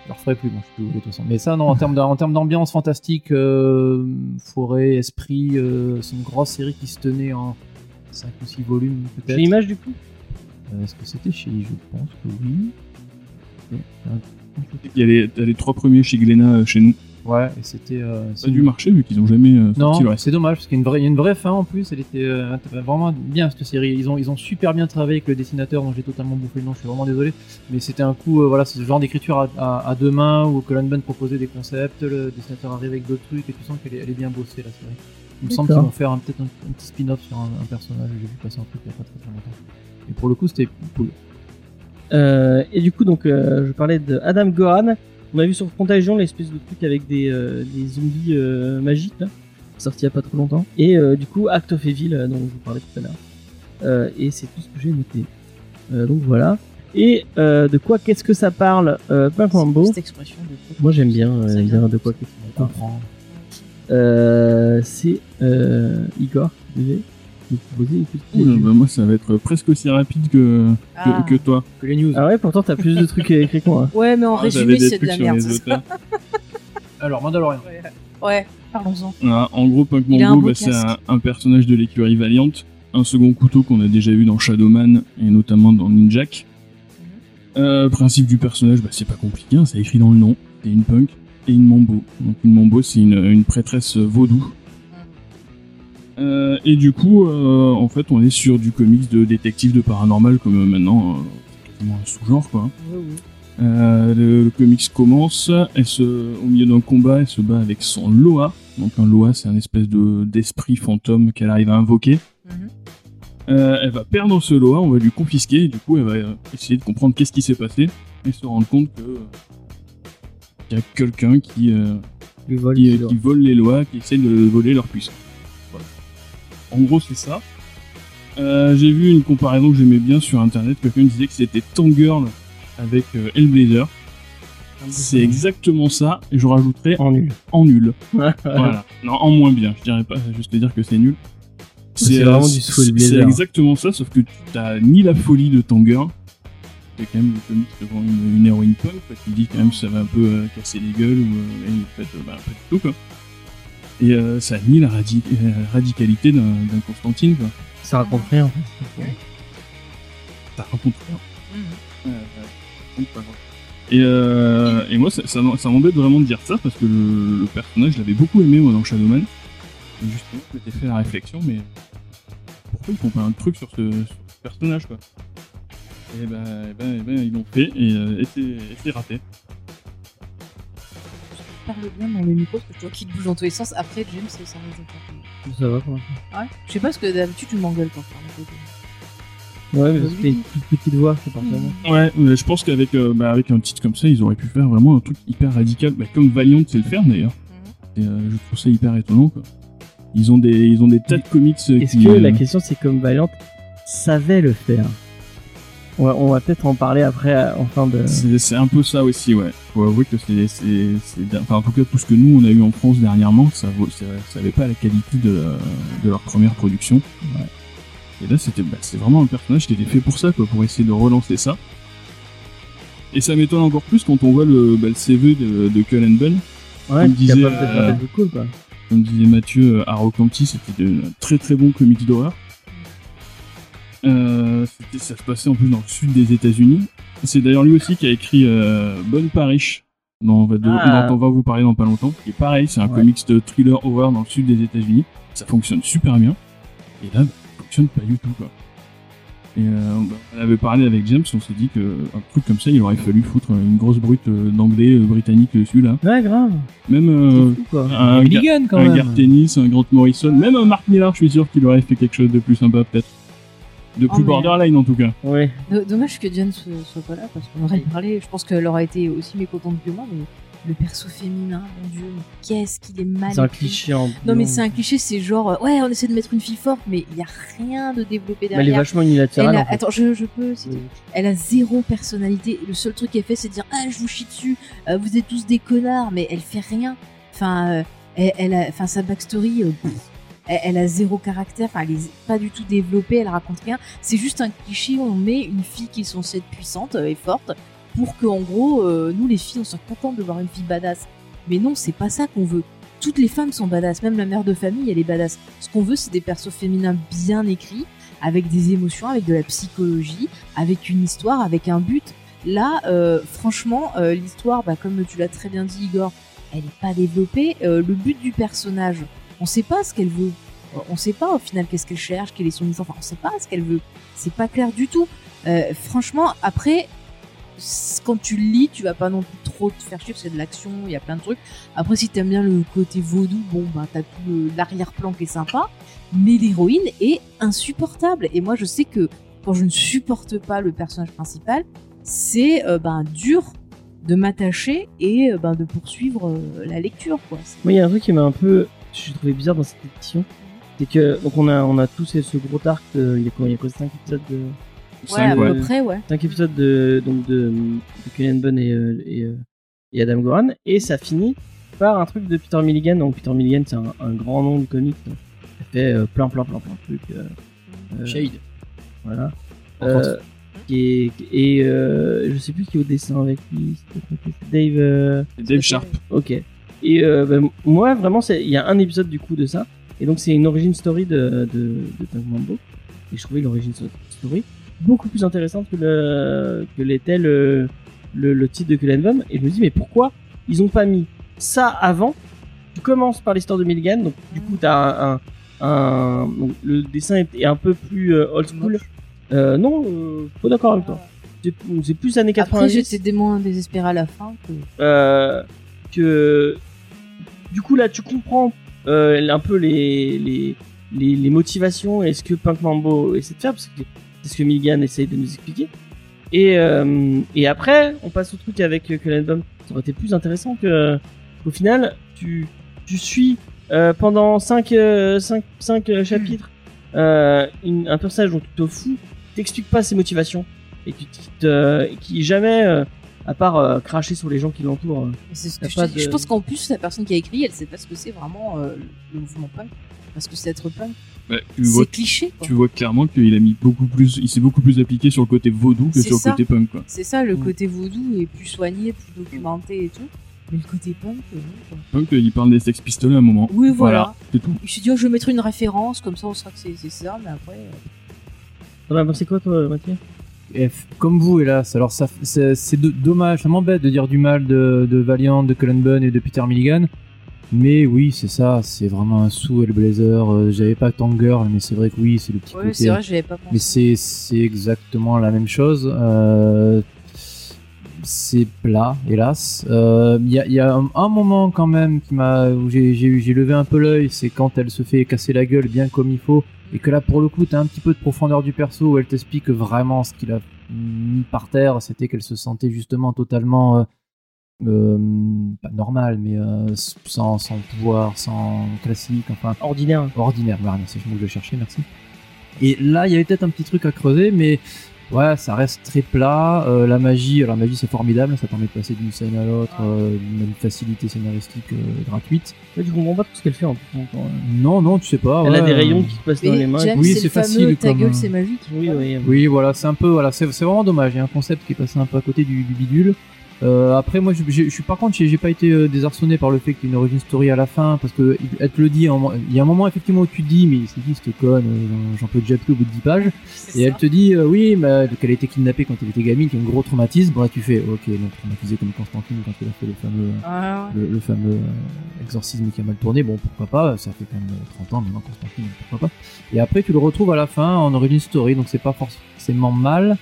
Speaker 3: Je le referai plus, bon, je suis plus obligé, de toute façon. Mais ça, non, en termes de- en termes d'ambiance fantastique, euh, forêt, esprit, euh, c'est une grosse série qui se tenait en 5 ou 6 volumes,
Speaker 2: J'ai
Speaker 3: peut-être.
Speaker 2: l'image du coup
Speaker 3: Euh, Est-ce que c'était chez Je pense que oui.
Speaker 4: Il y a les, t'as les trois premiers chez Glénat euh, chez nous.
Speaker 3: Ouais, et c'était. euh,
Speaker 4: Ça a dû marcher vu qu'ils ont jamais euh, sorti le
Speaker 3: Non,
Speaker 4: reste.
Speaker 3: c'est dommage parce qu'il y a une vraie, il y a une vraie fin en plus. Elle était euh, vraiment bien cette série. Ils ont, ils ont super bien travaillé avec le dessinateur dont j'ai totalement bouffé le nom. Je suis vraiment désolé, mais c'était un coup. euh, voilà, c'est ce genre d'écriture à, à- à deux mains où Colin Bunn proposait des concepts, le dessinateur arrive avec d'autres trucs et tu sens qu'elle est, elle est bien bossée la série. Il me semble qu'ils
Speaker 2: D'accord.
Speaker 3: vont faire un- peut-être un, un petit spin-off sur un, un personnage. J'ai vu passer un truc il y a pas très très longtemps. Et pour le coup, c'était cool.
Speaker 2: Euh, et du coup, donc, euh, je parlais de Adam Gohan. On a vu sur Contagion l'espèce de truc avec des, euh, des zombies euh, magiques, là, sorti il y a pas trop longtemps. Et euh, du coup, Act of Evil, euh, dont je vous parlais tout à l'heure. Euh, et c'est tout ce que j'ai noté. Euh, donc voilà. Et euh, de quoi qu'est-ce que ça parle euh, Pas vraiment beau.
Speaker 5: Cette expression de-
Speaker 2: Moi j'aime bien, euh,
Speaker 5: Ça
Speaker 2: j'aime
Speaker 5: vient
Speaker 2: bien de quoi qu'est-ce que ça parle. Euh, c'est euh, Igor qui devait nous proposer une petite.
Speaker 4: Ouh, bah, moi, ça va être presque aussi rapide que, que-
Speaker 5: Ah.
Speaker 4: que, toi.
Speaker 3: Que les news.
Speaker 2: Ah ouais, pourtant t'as plus de trucs écrits que moi. hein.
Speaker 5: Ouais, mais en
Speaker 4: Ah, j'avais
Speaker 5: résumé,
Speaker 4: des
Speaker 5: c'est de
Speaker 4: trucs
Speaker 5: la
Speaker 4: sur
Speaker 5: merde.
Speaker 4: les auteurs.
Speaker 3: Alors Mandalorian.
Speaker 5: Ouais, parlons-en.
Speaker 4: Ah, en gros, Punk
Speaker 5: Il a un
Speaker 4: Mongo,
Speaker 5: beau
Speaker 4: bah, c'est un,
Speaker 5: casque.
Speaker 4: un personnage de l'écurie Valiant, un second couteau qu'on a déjà eu dans Shadowman et notamment dans Ninjak.
Speaker 5: Mhm.
Speaker 4: Euh, principe du personnage, bah, c'est pas compliqué, hein, c'est écrit dans le nom. C'est une punk et une mambo. Donc une mambo, c'est une, une prêtresse vaudou. Euh, et du coup, euh, en fait, on est sur du comics de détective de paranormal comme euh, maintenant, euh, c'est quasiment un sous-genre quoi. Euh, le, le comics commence, elle se, au milieu d'un combat, elle se bat avec son Loa. Donc un Loa, c'est un espèce de d'esprit fantôme qu'elle arrive à invoquer.
Speaker 5: Mhm.
Speaker 4: Euh, elle va perdre ce Loa, on va lui confisquer, et du coup elle va euh, essayer de comprendre qu'est-ce qui s'est passé, et se rendre compte que euh, qu'il y a quelqu'un qui, euh,
Speaker 2: Le vol,
Speaker 4: qui,
Speaker 2: Igor.
Speaker 4: qui vole les lois, qui essaye de voler leur puissance. Voilà. En gros, c'est ça. Euh, J'ai vu une comparaison que j'aimais bien sur internet. Quelqu'un disait que c'était Tangirl avec euh, Hellblazer. C'est exactement ça, et je rajouterais
Speaker 2: en nul.
Speaker 4: en nul. Voilà. Non, en moins bien, je dirais pas, juste dire que c'est nul.
Speaker 2: C'est vraiment
Speaker 4: euh,
Speaker 2: du
Speaker 4: c'est-
Speaker 2: Soul
Speaker 4: C'est
Speaker 2: Blazer.
Speaker 4: exactement ça, sauf que tu t'as ni la folie de Tanger, c'est quand même le comics devant une, une héroïne punk, quoi, qui dit quand même que ça va un peu euh, casser les gueules, ou, euh, et en fait, euh, bah, pas du tout, quoi. Et euh, ça nie la radi- euh, radicalité d'un d'un Constantine, quoi.
Speaker 2: Ça raconte rien.
Speaker 4: Ça raconte rien. Ouais, ouais. Donc, pas grave. hein. Et, euh, et moi, ça, ça m'en- ça m'embête vraiment de dire ça parce que le, le personnage, je l'avais beaucoup aimé moi dans Shadowman. Et justement, je m'étais fait la réflexion, mais pourquoi ils font pas un truc sur ce, sur ce personnage quoi Et ben, eh ben, eh ben, ils l'ont fait et, euh, et c'est- et c'est raté.
Speaker 5: Parle bien dans le micro, parce que tu vois qu'il te bouge dans tous les sens. Après, James, c'est sans raison. pour
Speaker 2: Ça va pour
Speaker 5: toi. Ouais. Je sais pas, parce que d'habitude, tu m'engueules quand je parle. à côté.
Speaker 2: Ouais, mais parce que t'as une toute petite voix, c'est pas vraiment.
Speaker 4: Ouais, mais je pense qu'avec euh, bah, avec un titre comme ça, ils auraient pu faire vraiment un truc hyper radical, bah, comme Valiant sait le faire d'ailleurs. Et, euh, je trouve ça hyper étonnant quoi. Ils ont des, ils ont des tas de comics euh,
Speaker 2: Est-ce
Speaker 4: qui,
Speaker 2: que
Speaker 4: euh,
Speaker 2: la question c'est comme Valiant savait le faire On va, on va peut-être en parler après euh, en fin de.
Speaker 4: C'est c'est un peu ça aussi, ouais. Faut avouer que c'est, c'est, c'est- enfin, en tout cas, tout ce que nous on a eu en France dernièrement, ça, vaut- ça, ça avait pas la qualité de, de leur première production. Et là, c'était, bah, c'est vraiment un personnage qui était fait pour ça, quoi, pour essayer de relancer ça. Et ça m'étonne encore plus quand on voit le, bah, le CV de, de Cullen Bunn.
Speaker 2: Ouais,
Speaker 4: me
Speaker 2: qui est
Speaker 4: disait,
Speaker 2: capable de faire
Speaker 4: euh,
Speaker 2: des trucs cool quoi.
Speaker 4: Comme disait Mathieu, Haro Conti, c'était de- un très très bon comics d'horreur. Euh, c'était- ça se passait en plus dans le sud des États-Unis. C'est d'ailleurs lui aussi qui a écrit euh, Bonne Parish, dont on, va de-
Speaker 2: Ah.
Speaker 4: dont on va vous parler dans pas longtemps. Et pareil, c'est un
Speaker 2: Ouais.
Speaker 4: comics de thriller horror dans le sud des États-Unis. Ça fonctionne super bien. Et là, bah, ça fonctionne pas du tout. Quoi. Et euh, bah, on avait parlé avec James, on s'est dit qu'un truc comme ça, il aurait fallu foutre une grosse brute euh, d'anglais euh, britannique dessus là.
Speaker 2: Ouais, grave.
Speaker 4: Même
Speaker 2: C'est
Speaker 4: euh,
Speaker 2: fou quoi.
Speaker 4: un, gars-
Speaker 3: Mulligan quand
Speaker 4: un
Speaker 3: même.
Speaker 4: Garth Ennis, un Grant Morrison, même un Mark Millar, je suis sûr qu'il aurait fait quelque chose de plus sympa peut-être. De
Speaker 5: Oh,
Speaker 4: plus
Speaker 5: mais-
Speaker 4: borderline en tout cas.
Speaker 2: Ouais.
Speaker 5: D- Dommage que Diane soit, soit pas là, parce qu'on aurait parlé. Je pense qu'elle aurait été aussi mécontente que moi, mais le perso féminin, mon dieu, mais qu'est-ce qu'il est mal.
Speaker 2: C'est un
Speaker 5: écrit.
Speaker 2: cliché en.
Speaker 5: Non, mais c'est un cliché, c'est genre, euh, ouais, on essaie de mettre une fille forte, mais il n'y a rien de développé
Speaker 2: Mais Elle est
Speaker 5: derrière.
Speaker 2: vachement
Speaker 5: Elle
Speaker 2: unilatérale.
Speaker 5: a-
Speaker 2: en fait.
Speaker 5: Attends, je, je peux. c'est-
Speaker 2: Oui.
Speaker 5: Elle a zéro personnalité. Le seul truc qu'elle fait, c'est de dire Ah, je vous chie dessus, euh, vous êtes tous des connards, mais elle fait rien. Enfin, euh, elle, elle a, enfin sa backstory, euh, pff, elle, elle a zéro caractère. Enfin, elle est pas du tout développée, elle raconte rien. C'est juste un cliché où on met une fille qui est censée être puissante euh, et forte pour que, en gros, euh, nous les filles, on soit contentes de voir une fille badass. Mais non, c'est pas ça qu'on veut. Toutes les femmes sont badass, même la mère de famille, elle est badass. Ce qu'on veut, c'est des persos féminins bien écrits, avec des émotions, avec de la psychologie, avec une histoire, avec un but. Là, euh, franchement, euh, l'histoire, bah, comme tu l'as très bien dit, Igor, elle n'est pas développée. Euh, le but du personnage, on sait pas ce qu'elle veut. Euh, On sait pas au final qu'est-ce qu'elle cherche, quel est son but. Enfin, on sait pas ce qu'elle veut. C'est pas clair du tout. Euh, franchement, après, c- quand tu lis, tu vas pas non plus trop te faire chier. parce qu'il y a de l'action, il y a plein de trucs. Après, si t'aimes bien le côté vaudou, bon, bah t'as tout le- l'arrière-plan qui est sympa. Mais l'héroïne est insupportable. Et moi, je sais que quand je ne supporte pas le personnage principal, c'est euh, ben, dur de m'attacher et euh, ben, de poursuivre euh, la lecture. Quoi. C'est-
Speaker 2: Moi, il y a un truc qui m'a un peu, j'ai trouvé bizarre dans cette édition, c'est que donc on a on a tous ce, ce gros arc. de- il y a combien Il y a quoi 5 épisodes de
Speaker 5: Ouais, à
Speaker 4: Cinq, ouais.
Speaker 5: peu près, ouais.
Speaker 2: 5 épisodes de donc de, de Cullen Bunn et, euh, et, euh, et Adam Goran et ça finit par un truc de Peter Milligan. Donc Peter Milligan, c'est un, un grand nom du comic. donc, Il fait euh, plein plein plein plein de trucs. euh, euh,
Speaker 3: Shade.
Speaker 2: Voilà.
Speaker 3: En
Speaker 2: Euh, qui est- et euh, je sais plus qui est au dessin avec lui. c'était Dave. euh,
Speaker 4: Et Dave Sharp.
Speaker 2: Ok. Et euh, ben, moi, vraiment, c'est- il y a un épisode du coup de ça. Et donc, c'est une origin story de, de, de Punk Mambo. Et je trouvais l'origin so- story beaucoup plus intéressante que, le, que l'était le, le, le titre de Cullen Bunn. Et je me dis, mais pourquoi ils ont pas mis ça avant Tu commences par l'histoire de Milligan. Donc, du coup, t'as un. un, un- donc, le dessin est, est un peu plus euh, old school. Euh, non, euh, pas d'accord avec toi. C'est, c'est plus années 90
Speaker 5: Après, j'étais démon désespéré à la fin. que-
Speaker 2: euh, que du coup là tu comprends euh, un peu les, les, les, les motivations et ce que Punk Mambo essaie de faire parce que c'est ce que Milligan essaye de nous expliquer et, euh, et après on passe au truc avec euh, Cullen Bunn ça aurait été plus intéressant que euh, au final tu, tu suis euh, pendant 5 cinq, cinq, euh, chapitres euh, une- un personnage dont tu te fous t'expliques pas ses motivations et qui, qui, te- qui jamais euh, à part euh, cracher sur les gens qui l'entourent. euh.
Speaker 5: Mais c'est ce
Speaker 2: Y a
Speaker 5: que je,
Speaker 2: pas
Speaker 5: te dis.
Speaker 2: de-
Speaker 5: Je pense qu'en plus, la personne qui a écrit, elle sait pas ce que c'est vraiment euh, le mouvement punk. Parce que c'est être punk,
Speaker 4: Ouais, Bah, tu, vois,
Speaker 5: c'est cliché. quoi.
Speaker 4: tu vois clairement qu'il a mis beaucoup plus, il s'est beaucoup plus appliqué sur le côté vaudou que
Speaker 5: C'est
Speaker 4: sur
Speaker 5: ça.
Speaker 4: le côté punk. Quoi.
Speaker 5: C'est ça, le
Speaker 3: Mm.
Speaker 5: côté vaudou est plus soigné, plus documenté et tout. Mais le côté punk, euh, non, quoi.
Speaker 4: Punk, il parle des sex pistolets à un moment.
Speaker 5: Oui, voilà.
Speaker 4: C'est tout.
Speaker 5: Je me suis dit, oh, je vais mettre une référence, comme ça on saura que c'est c'est ça, mais après. euh,
Speaker 2: T'en as pensé quoi, toi, Mathieu
Speaker 3: Et Eh, f- comme vous, hélas. Alors, ça, c'est c'est de- dommage, ça m'embête de dire du mal de, de Valiant, de Cullen Bunn et de Peter Milligan. Mais oui, c'est ça, c'est vraiment un sous Hellblazer. euh, J'avais pas tant girl, mais c'est vrai que oui, c'est le petit
Speaker 5: Ouais,
Speaker 3: côté.
Speaker 5: c'est vrai, je l'avais pas
Speaker 3: Mais c'est
Speaker 5: pensé.
Speaker 3: c'est exactement la même chose. euh, c'est plat, hélas. Euh, Il y a, il y a un, un moment quand même qui m'a où j'ai- j'ai j'ai levé un peu l'œil, c'est quand elle se fait casser la gueule bien comme il faut, et que là pour le coup t'as un petit peu de profondeur du perso où elle t'explique vraiment ce qu'il a mis par terre, c'était qu'elle se sentait justement totalement euh, euh, pas normale, mais euh, sans, sans pouvoir, sans classique, enfin
Speaker 2: Ordinaire.
Speaker 3: ordinaire. Voilà, merci, je me le cherchais, merci. Et là, il y avait peut-être un petit truc à creuser, mais ouais, ça reste très plat. Euh, la magie, alors la magie c'est formidable, ça permet de passer d'une scène à l'autre,
Speaker 2: Ah.
Speaker 3: euh, d'une facilité scénaristique euh, gratuite.
Speaker 2: Toi, tu comprends pas tout ce qu'elle fait en plus. encore, hein.
Speaker 3: Non, non, tu sais pas.
Speaker 2: Elle a
Speaker 3: ouais. euh,
Speaker 2: des rayons qui te passent dans les mains.
Speaker 5: James,
Speaker 3: oui,
Speaker 5: c'est
Speaker 3: c'est
Speaker 5: le fameux
Speaker 3: facile,
Speaker 5: ta
Speaker 3: comme,
Speaker 5: gueule,
Speaker 3: euh,
Speaker 5: c'est magique.
Speaker 2: Oui, oui.
Speaker 3: Oui, voilà, c'est un peu, voilà, c'est c'est vraiment dommage. Il y a un concept qui est passé un peu à côté du, du bidule. Euh, après, moi, je j'ai- je suis par contre, j'ai j'ai pas été euh, désarçonné par le fait qu'il y ait une origin story à la fin, parce que il- elle te le dit. à un moment- Il y a un moment effectivement où tu te dis, mais c'est qui cette conne euh, J'en peux déjà plus au bout de 10 pages. Et elle te dit, euh, oui, mais qu'elle a été kidnappée quand elle était gamine, qu'il y a un gros traumatisme. Bon, là, tu fais, ok, donc traumatisée comme Constantine quand elle a fait le fameux,
Speaker 5: Ah,
Speaker 3: le, le fameux euh, exorcisme qui a mal tourné. Bon, pourquoi pas, ça fait quand même euh, 30 ans maintenant Constantine, donc pourquoi pas. Et après, tu le retrouves à la fin en origin story, donc c'est pas forcément mal,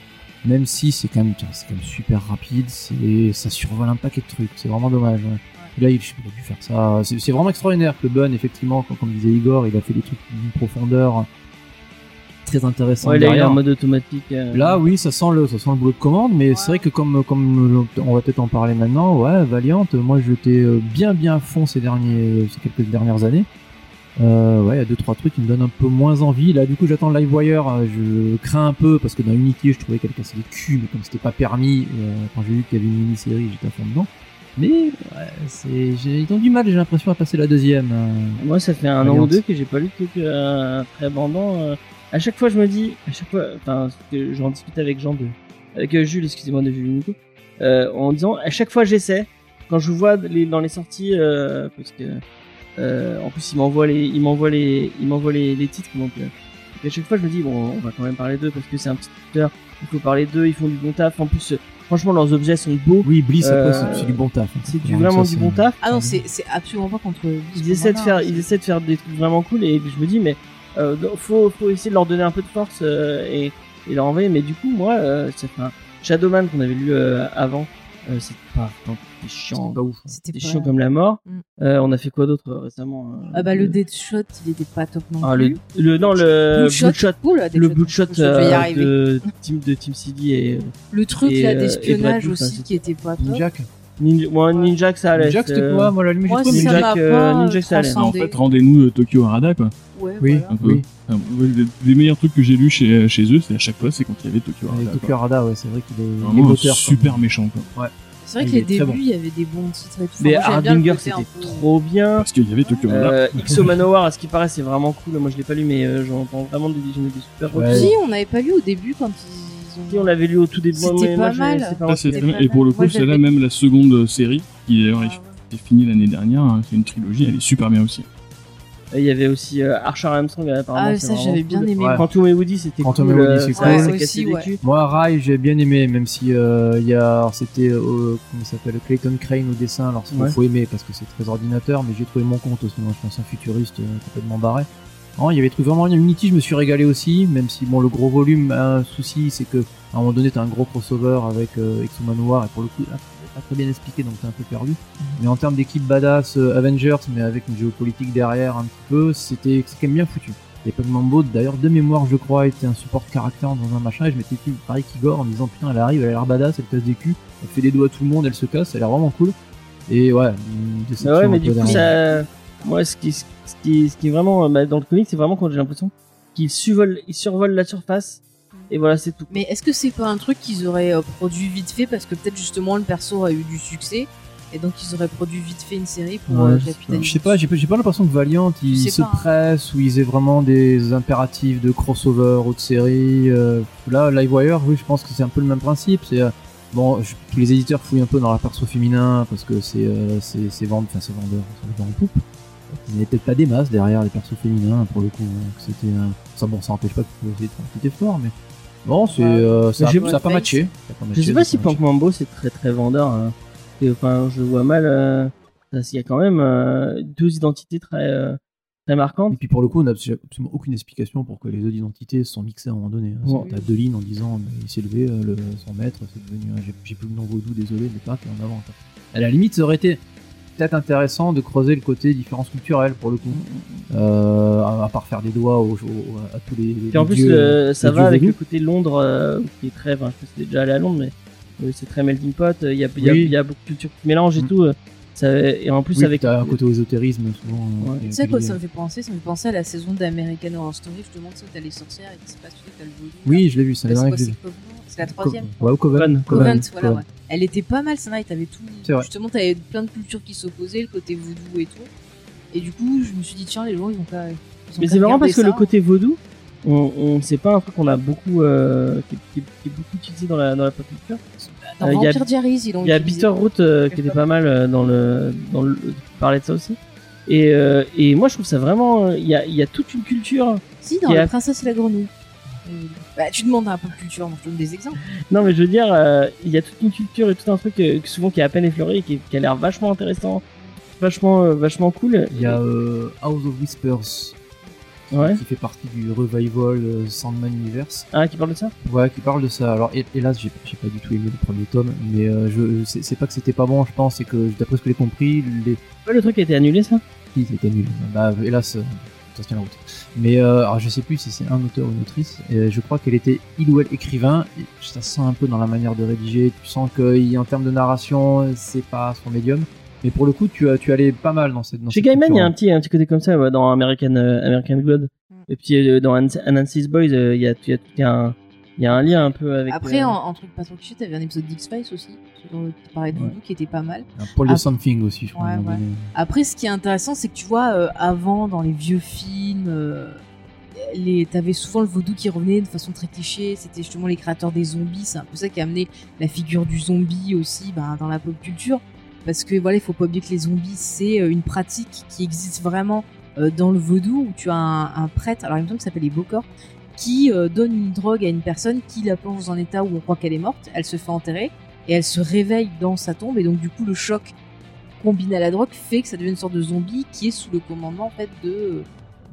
Speaker 3: même si c'est quand même, putain, c'est quand même super rapide, c'est, ça survole un paquet de trucs, c'est vraiment dommage. ouais. Là, il, je sais pas, il a dû faire ça. C'est c'est vraiment extraordinaire que Bun, effectivement, comme, comme disait Igor, il a fait des trucs d'une profondeur hein, très intéressante.
Speaker 2: Ouais, là, il est
Speaker 3: derrière.
Speaker 2: en mode automatique. euh.
Speaker 3: Là, oui, ça sent le, ça sent le boulot de commande, mais c'est vrai que comme, comme euh, on va peut-être en parler maintenant, ouais, Valiant, moi je l'étais euh, bien bien à fond ces derniers, ces quelques dernières années. Euh, ouais, il y a deux trois trucs qui me donnent un peu moins envie. Là, du coup, j'attends Livewire. euh, Je crains un peu parce que dans Unity, je trouvais qu'elle cassait les culs, mais comme c'était pas permis, euh, quand j'ai vu qu'il y avait une mini-série, j'étais à fond dedans. Mais ouais, c'est, j'ai ils ont du mal, j'ai l'impression à passer la deuxième. euh.
Speaker 2: Moi, ça fait un an
Speaker 3: Alliance.
Speaker 2: ou deux que j'ai pas lu de truc euh, très abondant. euh. À chaque fois, je me dis, à chaque fois, enfin, ce que j'en discute avec Jean de, avec euh, Jules, excusez-moi, de Jules Nico, euh, en disant, à chaque fois, j'essaie. Quand je vois les, dans les sorties, euh, parce que, euh, en plus, il m'envoie les, il m'envoie les, il m'envoie les, les titres, donc, euh, donc à chaque fois, je me dis, bon, on va quand même parler d'eux parce que c'est un petit tuteur, il faut parler d'eux, ils font du bon taf. En plus, euh, Franchement, leurs objets sont beaux.
Speaker 3: Oui, Bliss, après,
Speaker 2: Euh,
Speaker 3: c'est- c'est du bon taf. hein.
Speaker 2: C'est du,
Speaker 3: Donc,
Speaker 2: vraiment
Speaker 3: ça,
Speaker 2: du
Speaker 3: c'est-
Speaker 2: bon taf.
Speaker 5: Ah non, c'est c'est absolument pas contre.
Speaker 2: Ils essaient de faire, ils essaient de faire des trucs vraiment cool et je me dis mais euh, donc, faut, faut essayer de leur donner un peu de force euh, et, et leur envoyer. Mais du coup moi, euh, c'est un Shadowman qu'on avait lu euh, avant, euh, c'était pas, tant- c'était chiant,
Speaker 3: C'est pas ouf.
Speaker 5: C'était
Speaker 2: c'était
Speaker 5: pas-
Speaker 2: chiant comme la mort.
Speaker 5: Mm.
Speaker 2: Euh, on a fait quoi d'autre euh, récemment euh,
Speaker 5: Ah bah le Deadshot, il était pas top non
Speaker 2: ah,
Speaker 5: plus.
Speaker 2: le, le- non le
Speaker 5: Bloodshot.
Speaker 2: Bloodshot,
Speaker 5: Oula,
Speaker 2: le
Speaker 5: Deadshot,
Speaker 2: Bloodshot
Speaker 5: je vais y
Speaker 2: euh,
Speaker 5: arriver.
Speaker 2: de Team de Team City et
Speaker 5: Le truc
Speaker 2: et,
Speaker 5: là
Speaker 2: euh, et
Speaker 5: d'espionnage
Speaker 2: Brad Pitt,
Speaker 5: aussi
Speaker 2: hein,
Speaker 5: qui était pas top.
Speaker 3: Ninjak
Speaker 2: Ninja, ouais, Ninja que ça allait.
Speaker 3: Ninjak, c'était
Speaker 2: euh,
Speaker 3: quoi Moi, la limite,
Speaker 5: Moi,
Speaker 3: j'ai trouvé
Speaker 5: ça
Speaker 2: Ninja
Speaker 3: Ninjak.
Speaker 5: m'a
Speaker 2: que-
Speaker 5: pas
Speaker 2: Ninja que ça allait.
Speaker 4: Non, en
Speaker 5: transcendé.
Speaker 4: fait, rendez-nous euh, Tokyo Harada, quoi.
Speaker 5: Ouais,
Speaker 3: Oui,
Speaker 5: voilà.
Speaker 4: Un peu.
Speaker 3: oui.
Speaker 4: Enfin, ouais, des, des meilleurs trucs que j'ai lus chez, euh, chez eux, c'est à chaque fois, c'est quand il y avait Tokyo Harada.
Speaker 3: Avec
Speaker 4: quoi.
Speaker 3: Tokyo Harada, ouais, c'est vrai qu'il est, il est
Speaker 4: Vraiment un
Speaker 3: moteur, quoi.
Speaker 4: Oh, super méchant, quoi.
Speaker 5: C'est vrai que
Speaker 3: Il
Speaker 5: les
Speaker 3: est très
Speaker 5: débuts,
Speaker 3: bon.
Speaker 5: il y avait des bons titres et tout.
Speaker 2: Mais
Speaker 5: Enfin, moi, j'aime bien le
Speaker 2: Hardinger
Speaker 5: côté un
Speaker 2: c'était
Speaker 5: peu-
Speaker 2: trop bien.
Speaker 4: Parce qu'il y avait Tokyo Harada.
Speaker 2: Euh, XO Manowar, à ce qui paraît, c'est vraiment cool. Moi, je l'ai pas lu, mais euh, j'entends vraiment des j'en ai des super
Speaker 3: Ouais.
Speaker 2: retours.
Speaker 5: Si, on n'avait pas lu au début quand ils ont.
Speaker 2: Si, on l'avait lu au tout début.
Speaker 5: C'était
Speaker 2: moi, moi,
Speaker 5: pas
Speaker 2: j'ai-
Speaker 5: mal.
Speaker 2: c'est
Speaker 4: Ça,
Speaker 2: moi qui
Speaker 4: c'est
Speaker 2: l'ai
Speaker 5: c'est
Speaker 4: très bien.
Speaker 5: pas
Speaker 4: Et pour le
Speaker 5: mal. Moi,
Speaker 4: coup, c'est là
Speaker 5: j'avais-
Speaker 4: même la seconde euh, série, qui d'ailleurs
Speaker 5: Ah,
Speaker 4: est est finie l'année dernière, hein, c'est une trilogie, elle est super bien aussi.
Speaker 2: lu. Et Il y avait aussi euh, Archer Armstrong, apparemment.
Speaker 5: Ah,
Speaker 2: c'est
Speaker 5: ça,
Speaker 2: vraiment
Speaker 5: j'avais bien
Speaker 2: cool.
Speaker 5: aimé.
Speaker 3: Ouais.
Speaker 2: Quantum et Woody, c'était cool.
Speaker 3: Quantum et Woody,
Speaker 2: euh,
Speaker 3: c'est
Speaker 2: ça,
Speaker 5: cool.
Speaker 2: s'est
Speaker 5: Ouais,
Speaker 2: cassé
Speaker 5: aussi,
Speaker 2: des
Speaker 5: ouais.
Speaker 2: culs.
Speaker 3: Moi, Rai, j'ai bien aimé, même si euh, il y a, alors, c'était euh, comment il s'appelle, Clayton Crane au dessin. Alors, il
Speaker 2: Ouais.
Speaker 3: faut aimer parce que c'est très ordinateur, mais j'ai trouvé mon compte aussi. Moi, je pense un futuriste euh, complètement barré. Non, Oh, il y avait des trucs vraiment bien. Unity, je me suis régalé aussi, même si bon, le gros volume a un souci, c'est que à un moment donné, t'as un gros crossover avec euh, Exo Manoir, et pour le coup, là, c'est pas très bien expliqué, donc t'es un peu
Speaker 2: Mhm.
Speaker 3: perdu. Mais en termes d'équipe badass euh, Avengers, mais avec une géopolitique derrière un petit peu, c'était c'est quand même bien foutu. Et Pug Mambo, d'ailleurs, de mémoire, je crois, était un support caractère dans un machin, et je m'étais dit, pareil qu'Igor, en me disant, putain, elle arrive, elle a l'air badass, elle casse des culs, elle fait des doigts à tout le monde, elle se casse, elle a l'air vraiment cool. Et ouais, une
Speaker 2: Mais
Speaker 3: déception
Speaker 2: ouais,
Speaker 3: un
Speaker 2: mais
Speaker 3: peu
Speaker 2: du coup,
Speaker 3: derrière.
Speaker 2: ça. Moi, ce qui, ce qui, ce qui est vraiment. euh, bah, dans le comic, c'est vraiment quand j'ai l'impression qu'ils survolent, ils survolent la surface. Et voilà, c'est tout.
Speaker 5: Mais est-ce que c'est pas un truc qu'ils auraient euh, produit vite fait parce que peut-être justement le perso a eu du succès et donc ils auraient produit vite fait une série pour
Speaker 3: Ouais,
Speaker 5: euh,
Speaker 3: je sais
Speaker 5: capitaliser
Speaker 3: Je sais pas, j'ai pas, j'ai pas l'impression que Valiant
Speaker 5: Je
Speaker 3: ils
Speaker 5: sais
Speaker 3: se
Speaker 5: pas, hein.
Speaker 3: pressent ou ils aient vraiment des impératifs de crossover ou de série. euh, là, Livewire, oui, je pense que c'est un peu le même principe. C'est euh, bon, je- tous les éditeurs fouillent un peu dans la perso féminin parce que c'est euh, c'est c'est vendre, enfin c'est vendeur, c'est vendeur en poupe. Il n'y avait peut-être pas des masses derrière les persos féminins pour le coup. donc C'était euh, ça, bon, ça empêche pas que vous essayer de faire un petit effort, mais bon, c'est euh, ça, a-
Speaker 2: j'ai-
Speaker 3: ça a pas
Speaker 5: Face.
Speaker 3: matché. Ça a pas
Speaker 2: Je
Speaker 3: matché,
Speaker 2: sais
Speaker 3: ça a
Speaker 2: pas si Punk
Speaker 3: matché.
Speaker 2: Mambo c'est très très vendeur. hein. Et, enfin, je vois mal. euh, parce qu'il y a quand même euh, deux identités très euh, très marquantes.
Speaker 3: Et puis pour le coup, on n'a abso- absolument aucune explication pour que les deux identités sont mixées à un moment donné. hein.
Speaker 2: Bon.
Speaker 3: C'est- T'as deux lignes en disant mais il s'est levé, euh, le, son maître, c'est devenu un- j'ai- j'ai plus le nom vaudou, désolé, mais pas, et en avant. quoi. À la limite, ça aurait été peut-être intéressant de creuser le côté différence culturelle pour le coup. Euh, à, à part faire des doigts aux- aux- à tous les.
Speaker 2: Et en
Speaker 3: les
Speaker 2: plus, euh,
Speaker 3: dieux, euh,
Speaker 2: le- ça
Speaker 3: les
Speaker 2: va
Speaker 3: dieux
Speaker 2: avec
Speaker 3: vaudous.
Speaker 2: le côté Londres euh, qui est très. Enfin, je sais que c'est déjà allé à Londres, mais euh, c'est très melting pot. Il y a, il y a-
Speaker 3: Oui.
Speaker 2: il y a beaucoup de cultures qui se mélangent et
Speaker 3: Mm.
Speaker 2: tout. euh, ça- et en plus,
Speaker 3: Oui,
Speaker 2: avec.
Speaker 3: t'as un côté ésotérisme souvent. euh,
Speaker 2: Ouais.
Speaker 3: qui est-
Speaker 5: Tu sais à quoi
Speaker 3: qui est-
Speaker 5: ça me fait penser Ça me fait penser à la saison d'American Horror Story justement, tu sais, où t'as les sorcières et qui se passe, tu sais, t'as le volume.
Speaker 3: Oui, je l'ai vu, ça
Speaker 5: c'est
Speaker 3: l'est
Speaker 5: quoi,
Speaker 3: vrai que je l'ai
Speaker 5: c'est
Speaker 3: vu.
Speaker 5: Covenant C'est la troisième
Speaker 3: Co- ouais, Coven.
Speaker 2: Coven,
Speaker 5: Covenant,
Speaker 3: Coven,
Speaker 5: voilà,
Speaker 3: Coven.
Speaker 5: ouais. Elle était pas mal, celle-là, et t'avais tout.
Speaker 3: C'est vrai.
Speaker 5: Justement, t'avais plein de cultures qui s'opposaient, le côté voodoo et tout. Et du coup, je me suis dit, tiens, les gens, ils vont pas. ils ont
Speaker 2: Mais
Speaker 5: qu'à
Speaker 2: c'est marrant
Speaker 5: regarder
Speaker 2: parce que
Speaker 5: ça.
Speaker 2: le côté vaudou, on, on- c'est pas un truc qu'on a beaucoup. euh, qui, qui- qui est beaucoup utilisé dans la, dans la pop culture.
Speaker 5: Dans
Speaker 2: euh, il y a-
Speaker 5: Vampire Diaries, ils l'ont
Speaker 2: Il y a
Speaker 5: utilisé.
Speaker 2: Bitterroot euh, qui était pas mal euh, dans le dans le parlait de ça aussi. Et, euh, et moi je trouve ça vraiment euh, il y a il y a toute une culture.
Speaker 5: Si, dans
Speaker 2: Il y a-
Speaker 5: La Princesse et la Grenouille. Euh, Bah, tu demandes à un peu de culture, donc je donne des exemples.
Speaker 2: Non mais je veux dire euh, il y a toute une culture et tout un truc euh, que souvent qui est à peine effleuré et qui, est- qui a l'air vachement intéressant, vachement euh, vachement cool.
Speaker 3: Il y a euh, House of Whispers
Speaker 2: ouais.
Speaker 3: qui fait partie du revival euh, Sandman Universe.
Speaker 2: Ah qui parle de ça
Speaker 3: Ouais, qui parle de ça. Alors, hé- hélas, j'ai j'ai pas du tout aimé le premier tome, mais euh, je c'est c'est pas que c'était pas bon, je pense, c'est que d'après ce que j'ai compris, les
Speaker 2: Ouais, le truc a été annulé ça.
Speaker 3: filles étaient nulles. Bah, hélas, euh, ça se tient la route. Mais euh, alors, je sais plus si c'est un auteur ou une autrice, et je crois qu'elle était il ou elle écrivain, et ça se sent un peu dans la manière de rédiger, tu sens qu'en termes de narration, c'est pas son médium. Mais pour le coup, tu, as, tu allais pas mal dans cette. Dans
Speaker 2: Chez
Speaker 3: cette
Speaker 2: Gaiman il y a
Speaker 3: culture. hein.
Speaker 2: un petit un petit côté comme ça ouais, dans American euh, American God.
Speaker 5: Mm.
Speaker 2: Et puis euh, dans An- Anansi's Boys euh, il y a il y a- il y a un il y a un lien un peu avec
Speaker 5: Après,
Speaker 2: euh,
Speaker 5: en, en truc pas trop cliché, t'avais un épisode d'X-Files aussi, dont tu parlais de
Speaker 3: Ouais.
Speaker 5: voodoo, qui était pas mal.
Speaker 3: Un Paul de
Speaker 5: Ah.
Speaker 3: Something aussi, je crois.
Speaker 5: Ouais,
Speaker 3: à un moment
Speaker 5: ouais.
Speaker 3: donné.
Speaker 5: Après, ce qui est intéressant, c'est que tu vois, euh, avant, dans les vieux films, euh, les... t'avais souvent le vaudou qui revenait de façon très cliché. C'était justement les créateurs des zombies. C'est un peu ça qui a amené la figure du zombie aussi ben, dans la pop culture. Parce que voilà, il faut pas oublier que les zombies, c'est euh, une pratique qui existe vraiment euh, dans le vaudou où tu as un, un prêtre, alors il me semble qu'il s'appelle les Bokor, qui euh, donne une drogue à une personne qui la plonge dans un état où on croit qu'elle est morte. Elle se fait enterrer. et elle se réveille dans sa tombe et donc du coup le choc combiné à la drogue fait que ça devient une sorte de zombie qui est sous le commandement en fait de,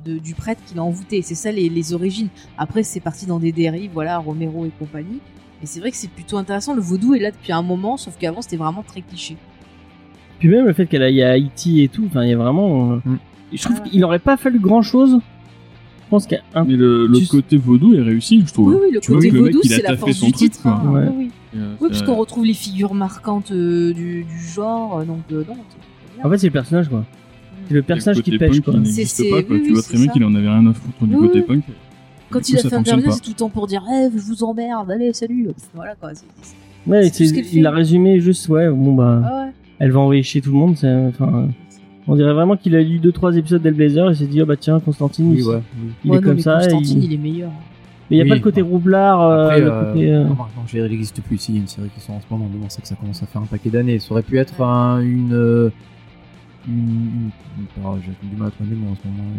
Speaker 5: de- du prêtre qui l'a envoûté. C'est ça les, les origines. Après c'est parti dans des dérives, voilà Romero et compagnie. Mais c'est vrai que c'est plutôt intéressant. Le vaudou est là depuis un moment, sauf qu'avant c'était vraiment très cliché.
Speaker 2: Puis même le fait qu'elle aille à Haïti et tout, enfin, il y a vraiment. euh,
Speaker 3: Mm.
Speaker 2: Je
Speaker 5: Ah
Speaker 2: trouve qu'il n'aurait pas fallu grand chose. Je pense qu'un
Speaker 4: Mais le, le
Speaker 2: Tu-
Speaker 4: côté vaudou est réussi, je trouve.
Speaker 5: Oui, oui, le
Speaker 4: Tu vois
Speaker 5: côté
Speaker 4: que le mec,
Speaker 5: vaudou,
Speaker 4: il a
Speaker 5: c'est la
Speaker 4: taffé
Speaker 5: force
Speaker 4: son
Speaker 5: du
Speaker 4: truc,
Speaker 5: titre.
Speaker 4: quoi.
Speaker 5: hein.
Speaker 2: Ouais.
Speaker 5: Oui, oui.
Speaker 4: Et, euh,
Speaker 5: Oui, puisqu'on
Speaker 4: euh,
Speaker 5: retrouve les figures marquantes euh, du, du genre, euh, donc de Dante.
Speaker 4: Ah
Speaker 2: En fait, c'est le personnage, quoi. C'est le personnage
Speaker 4: le
Speaker 2: qui
Speaker 4: côté
Speaker 2: pêche,
Speaker 4: punk,
Speaker 2: quoi.
Speaker 4: il
Speaker 5: C'est-
Speaker 4: n'existe
Speaker 5: c'est-
Speaker 4: pas, quoi.
Speaker 5: oui,
Speaker 4: tu
Speaker 5: oui,
Speaker 4: vois
Speaker 5: c'est
Speaker 4: très bien
Speaker 5: ça.
Speaker 4: qu'il en avait rien à foutre du
Speaker 5: Oui,
Speaker 4: côté
Speaker 5: oui.
Speaker 4: punk.
Speaker 5: Quand
Speaker 4: Du
Speaker 5: il
Speaker 4: coup,
Speaker 5: a
Speaker 4: ça
Speaker 5: fait
Speaker 4: fonctionne
Speaker 5: intervenir,
Speaker 4: pas.
Speaker 5: c'est tout le temps pour dire Eh, je vous emmerde, allez, salut. Voilà quoi. c'est- c'est-
Speaker 2: Ouais,
Speaker 5: C'est tout
Speaker 2: c'est-
Speaker 5: ce qu'elle fait.
Speaker 2: il a résumé juste, ouais, bon bah,
Speaker 5: Ah ouais.
Speaker 2: elle va envoyer chez tout le monde. c'est- Enfin, euh, on dirait vraiment qu'il a lu 2-3 épisodes d'Hellblazer et s'est dit, oh bah tiens, Constantine,
Speaker 3: Oui,
Speaker 2: il-
Speaker 3: ouais. oui.
Speaker 2: il
Speaker 5: Ouais,
Speaker 2: est
Speaker 5: non,
Speaker 2: comme
Speaker 5: mais
Speaker 2: ça. et
Speaker 5: Constantine,
Speaker 2: il-
Speaker 5: il est meilleur.
Speaker 2: Mais il n'y a
Speaker 3: Oui,
Speaker 2: pas le côté
Speaker 3: enfin,
Speaker 2: roublard, euh,
Speaker 3: Après,
Speaker 2: le
Speaker 3: euh,
Speaker 2: côté. euh,
Speaker 3: remarque, non, je dirais, elle n'existe plus. Si, il y a une série qui sort en ce moment, mais bon, c'est que ça commence à faire un paquet d'années. Ça aurait pu être un- une. euh, une, une- oh, J'ai du mal à trouver le mot en ce moment.